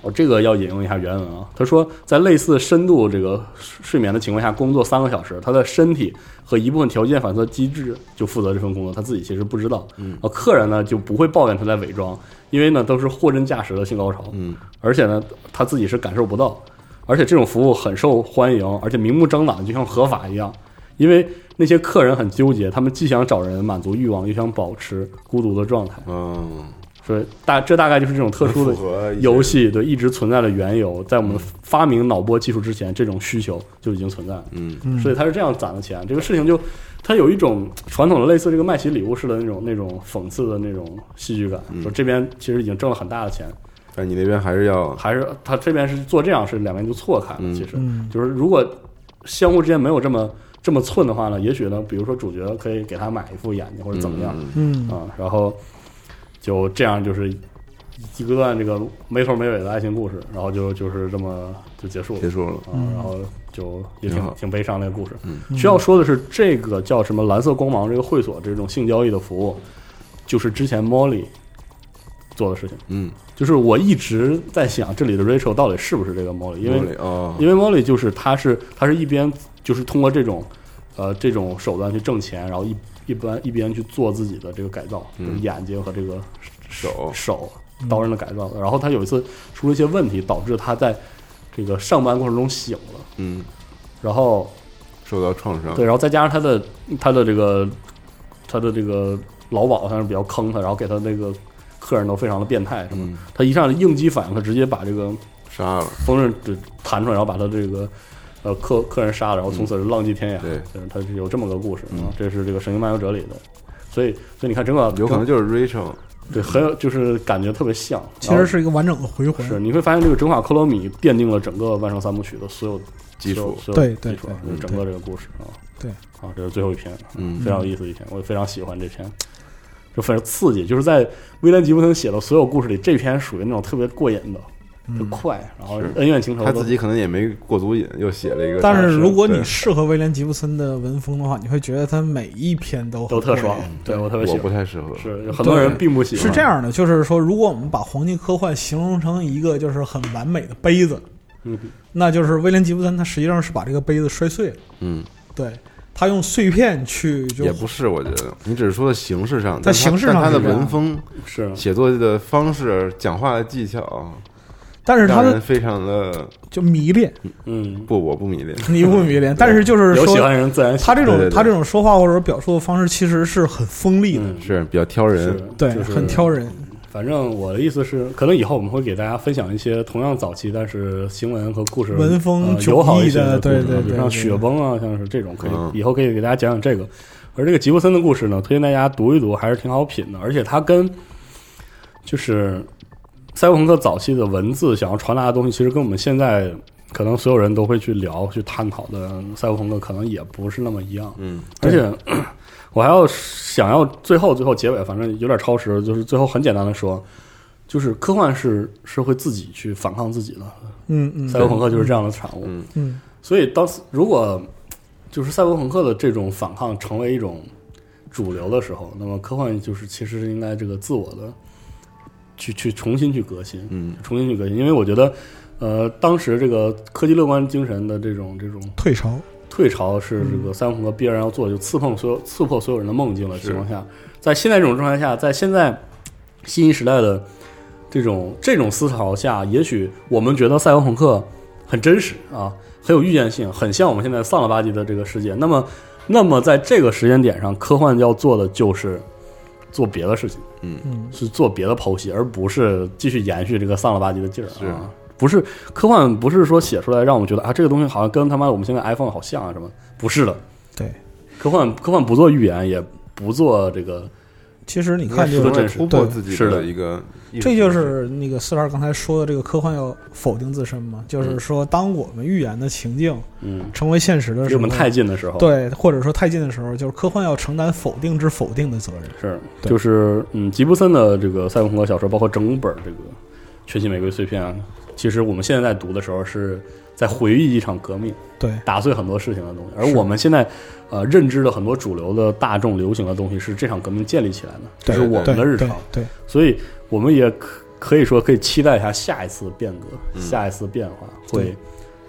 Speaker 2: 我、这个要引用一下原文啊。他说，在类似深度这个睡眠的情况下，工作三个小时，他的身体和一部分条件反射机制就负责这份工作，他自己其实不知道。嗯，而客人呢就不会抱怨他在伪装，因为呢都是货真价实的性高潮。嗯，而且呢他自己是感受不到，而且这种服务很受欢迎，而且明目张胆，就像合法一样。因为那些客人很纠结，他们既想找人满足欲望，又想保持孤独的状态。
Speaker 1: 嗯，
Speaker 2: 所以大这大概就是这种特殊
Speaker 1: 符合
Speaker 2: 的
Speaker 1: 一些
Speaker 2: 游戏对一直存在的缘由，在我们发明脑波技术之前，这种需求就已经存在了。
Speaker 1: 嗯，
Speaker 2: 所以他是这样攒的钱，这个事情就它有一种传统的类似这个卖起礼物式的那种那种讽刺的那种戏剧感。说这边其实已经挣了很大的钱，
Speaker 1: 但你那边还是要
Speaker 2: 还是他这边是做这样是两边就错开了。
Speaker 1: 嗯
Speaker 2: 其实
Speaker 3: 嗯
Speaker 2: 就是如果相互之间没有这么这么寸的话呢，也许呢，比如说主角可以给他买一副眼睛或者怎么样。
Speaker 1: 嗯
Speaker 3: 嗯，
Speaker 2: 啊，然后就这样就是一个段这个没头没尾的爱情故事，然后就就是这么就结束了
Speaker 1: 结束了。
Speaker 2: 啊，
Speaker 3: 嗯
Speaker 2: 然后就也
Speaker 1: 挺
Speaker 2: 挺
Speaker 1: 好
Speaker 2: 挺悲伤的故事。
Speaker 1: 嗯
Speaker 2: 需要说的是，这个叫什么蓝色光芒这个会所这种性交易的服务，就是之前 Molly 做的事情。
Speaker 1: 嗯，
Speaker 2: 就是我一直在想，这里的 Rachel 到底是不是这个 Molly，因为
Speaker 1: 哦，
Speaker 2: 因为 Molly 就是他是他是一边就是通过这种呃这种手段去挣钱，然后一一般一边去做自己的这个改造，
Speaker 1: 嗯
Speaker 2: 就是眼睛和这个
Speaker 1: 手
Speaker 2: 手刀刃的改造。然后他有一次出了一些问题，导致他在这个上班过程中醒了，
Speaker 1: 嗯，
Speaker 2: 然后
Speaker 1: 受到创伤。
Speaker 2: 对，然后再加上他的他的这个他的这个老鸨算是比较坑他，然后给他那个客人都非常的变态什么的，
Speaker 1: 嗯，
Speaker 2: 他一上来应激反应，他直接把这个
Speaker 1: 杀了。
Speaker 2: 风筝就弹出来，然后把他这个呃客客人杀了，然后从此是浪迹天涯。
Speaker 1: 嗯对，
Speaker 2: 就是他是有这么个故事
Speaker 1: 嗯
Speaker 2: 啊，这是这个《神经漫游者》里的。所以，所以你看，整个
Speaker 1: 有可能就是 Rachel，
Speaker 2: 对，很有就是感觉特别像。
Speaker 3: 其
Speaker 2: 然
Speaker 3: 实
Speaker 2: 后
Speaker 3: 是一个完整的回魂，
Speaker 2: 是你会发现，这个《整法克罗米》奠定了整个《万圣三部曲》的所有
Speaker 1: 基础
Speaker 2: 所有所
Speaker 3: 对
Speaker 2: 有基
Speaker 3: 对
Speaker 2: 础啊，
Speaker 1: 对
Speaker 2: 就是整个这个故事啊。
Speaker 3: 对
Speaker 2: 啊，这是最后一篇，
Speaker 1: 嗯
Speaker 2: 非常有意思的一篇，我也非常喜欢这篇，就非常刺激。就是在威廉吉布森写的所有故事里，这篇属于那种特别过瘾的，
Speaker 3: 嗯
Speaker 2: 就快，然后
Speaker 1: 嗯是
Speaker 2: 恩怨情仇
Speaker 1: 他
Speaker 2: 都
Speaker 1: 自己可能也没过足瘾，又写了一个大
Speaker 3: 但
Speaker 1: 事。
Speaker 3: 是如果你
Speaker 1: 对
Speaker 3: 适合威廉吉布森的文风的话，你会觉得他每一篇都
Speaker 2: 都
Speaker 3: 很
Speaker 2: 特
Speaker 3: 过瘾
Speaker 2: 爽，对嗯我特别喜
Speaker 1: 我不
Speaker 2: 欢。
Speaker 1: 太适合，
Speaker 2: 是很多人并不喜欢，
Speaker 3: 是这，样的，就是说，如果我们把黄金科幻形容成一个就是很完美的杯子，
Speaker 2: 嗯，
Speaker 3: 那就是威廉吉布森他实际上是把这个杯子摔碎了，
Speaker 1: 嗯，
Speaker 3: 对他用碎片去就
Speaker 1: 也不是，我觉得你只是说的形式上，
Speaker 3: 在
Speaker 1: 但他
Speaker 3: 形式上
Speaker 1: 但他的
Speaker 3: 是这样
Speaker 1: 文风、
Speaker 2: 是
Speaker 1: 写作的方式、讲话的技巧，
Speaker 3: 但是他
Speaker 1: 让人
Speaker 3: 的
Speaker 1: 非常的
Speaker 3: 就 迷恋，
Speaker 2: 嗯，
Speaker 1: 不，我不迷恋，
Speaker 3: 你不迷恋，但是就是
Speaker 2: 有喜
Speaker 3: 说
Speaker 2: 欢人自然喜
Speaker 3: 他这种
Speaker 1: 对对对
Speaker 3: 他这种说话或者表述的方式其实是很锋利的，
Speaker 2: 嗯
Speaker 1: 是比较挑人
Speaker 2: 是，
Speaker 3: 对，
Speaker 2: 嗯就是
Speaker 3: 很挑人，
Speaker 2: 反正我的意思是，可能以后我们会给大家分享一些同样早期，但是行文和故事
Speaker 3: 文风
Speaker 2: 呃
Speaker 3: 迥
Speaker 2: 友好
Speaker 3: 异
Speaker 2: 一些
Speaker 3: 的
Speaker 2: 故事
Speaker 3: 对对
Speaker 2: 比如
Speaker 3: 对
Speaker 2: 像
Speaker 3: 对
Speaker 2: 雪崩啊，像是这种，可以、
Speaker 1: 嗯
Speaker 2: 以后可以给大家讲讲这个。而这个吉布森的故事呢，推荐大家读一读，还是挺好品的。而且它跟就是赛博朋克早期的文字想要传达的东西，其实跟我们现在可能所有人都会去聊、去探讨的赛博朋克，可能也不是那么一样。
Speaker 1: 嗯，
Speaker 2: 而且 我还要想要最后最后结尾，反正有点超时，就是最后很简单的说，就是科幻是是会自己去反抗自己的，
Speaker 3: 嗯嗯
Speaker 2: 赛博朋克就是这样的产物。
Speaker 1: 嗯
Speaker 3: 嗯，
Speaker 2: 所以当时如果就是赛博朋克的这种反抗成为一种主流的时候，那么科幻就是其实应该这个自我的去去重新去革新，
Speaker 1: 嗯，
Speaker 2: 重新去革新，因为我觉得，呃，当时这个科技乐观精神的这种这种
Speaker 3: 退潮，
Speaker 2: 退潮是这个赛博朋克必然要做，就刺碰所有刺破所有人的梦境的情况下，在现在这种状态下，在现在新一时代的这种这种思潮下，也许我们觉得赛博朋克很真实啊，很有预见性，很像我们现在丧了吧唧的这个世界。那么，那么在这个时间点上，科幻要做的就是做别的事情，
Speaker 3: 嗯，
Speaker 2: 是做别的剖析，而不是继续延续这个丧了吧唧的劲儿
Speaker 1: 是
Speaker 2: 啊。不是科幻，不是说写出来让我们觉得啊，这个东西好像跟他妈我们现在 iPhone 好像啊什么？不是的，
Speaker 3: 对。
Speaker 2: 科幻科幻不做预言，也不做这个，
Speaker 3: 其实你看，就是
Speaker 2: 说这是
Speaker 1: 突破自己
Speaker 2: 是的
Speaker 1: 一个，
Speaker 3: 这就是那个四十二刚才说的这个科幻要否定自身嘛，就是说，当我们预言的情境
Speaker 2: 嗯，
Speaker 3: 成为现实的
Speaker 2: 离
Speaker 3: 时
Speaker 2: 我
Speaker 3: 候
Speaker 2: 们，太近的时候，，
Speaker 3: 对，或者说太近的时候，就是科幻要承担否定之否定的责任。
Speaker 2: 是
Speaker 3: 对
Speaker 2: 就是嗯，吉布森的这个赛博朋克小说，包括整本这个《全息玫瑰碎片》啊，其实我们现在在读的时候是在回忆一场革命，
Speaker 3: 对，
Speaker 2: 打碎很多事情的东西，而
Speaker 3: 是
Speaker 2: 我们现在呃认知的很多主流的大众流行的东西是这场革命建立起来的，这
Speaker 3: 对
Speaker 2: 是我们的日常。
Speaker 3: 对，对
Speaker 2: 所以我们也可可以说可以期待一下下一次变革，
Speaker 1: 嗯
Speaker 2: 下一次变化
Speaker 3: 对
Speaker 2: 会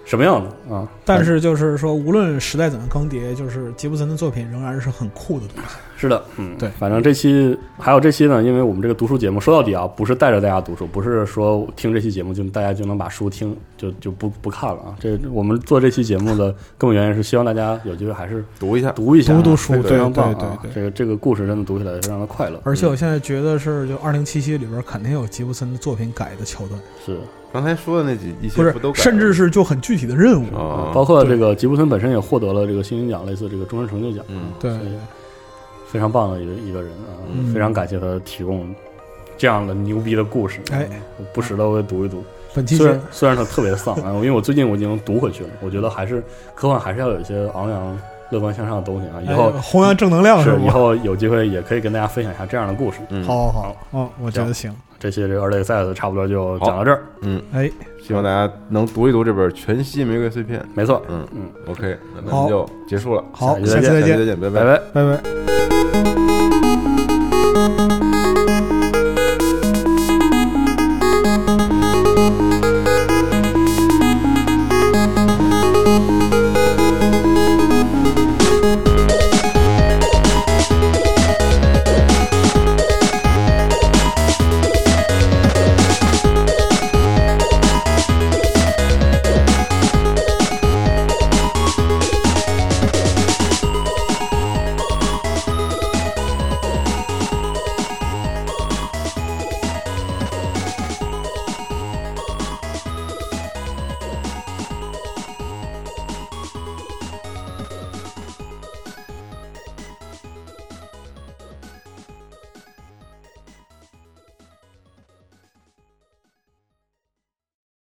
Speaker 2: 什么样子啊？
Speaker 3: 但是就是说，无论时代怎样更迭，就是吉布森的作品仍然是很酷的东西。
Speaker 2: 是的，嗯，
Speaker 3: 对
Speaker 2: 反正这期还有这期呢，因为我们这个读书节目说到底啊，不是带着大家读书，不是说听这期节目就大家就能把书听就就不不看了啊。这我们做这期节目的根本原因是希望大家有机会还是
Speaker 1: 读一下，
Speaker 2: 读一下啊、
Speaker 3: 读读书
Speaker 2: 这个非常
Speaker 3: 对
Speaker 2: 棒
Speaker 3: 对
Speaker 2: 啊！
Speaker 3: 对对
Speaker 2: 这个这个故事真的读起来非常的快乐，
Speaker 3: 而且我现在觉得是，就二零七七里边肯定有吉布森的作品改的桥段，
Speaker 2: 是
Speaker 1: 刚才说的那几一些
Speaker 3: 不是
Speaker 1: 都，改了
Speaker 3: 甚至是就很具体的任务。
Speaker 1: 啊，
Speaker 2: 包括
Speaker 3: 对
Speaker 2: 这个吉布森本身也获得了这个星云奖，类似这个终身成就奖，
Speaker 1: 嗯
Speaker 3: 对，
Speaker 2: 所以非常棒的一个一个人啊，
Speaker 3: 嗯
Speaker 2: 非常感谢他提供这样的牛逼的故事，嗯
Speaker 3: 哎，
Speaker 2: 不时的会读一读。
Speaker 3: 本期
Speaker 2: 虽
Speaker 3: 节
Speaker 2: 然虽然他特别丧啊，因为我最近我已经读回去了，我觉得还是科幻还是要有一些昂扬、乐观向上的东西啊。以后
Speaker 3: 哎弘扬正能量是
Speaker 2: 是以
Speaker 3: 吗？
Speaker 2: 后有机会也可以跟大家分享一下这样的故事。
Speaker 1: 嗯，
Speaker 3: 好好好，嗯，我觉得行。
Speaker 2: 这些这个 early sex 差不多就讲到这儿，
Speaker 3: 哎，
Speaker 1: 希望大家能读一读这本《全息玫瑰碎片》。
Speaker 2: 没错，
Speaker 1: 嗯
Speaker 2: 嗯，
Speaker 1: ，OK，那咱
Speaker 3: 好
Speaker 1: 们就结束了，
Speaker 3: 好，
Speaker 2: 下期
Speaker 3: 下次
Speaker 1: 下
Speaker 2: 再
Speaker 3: 再
Speaker 1: 期
Speaker 3: 见
Speaker 1: 再，见，拜
Speaker 2: 拜拜。
Speaker 3: 拜拜。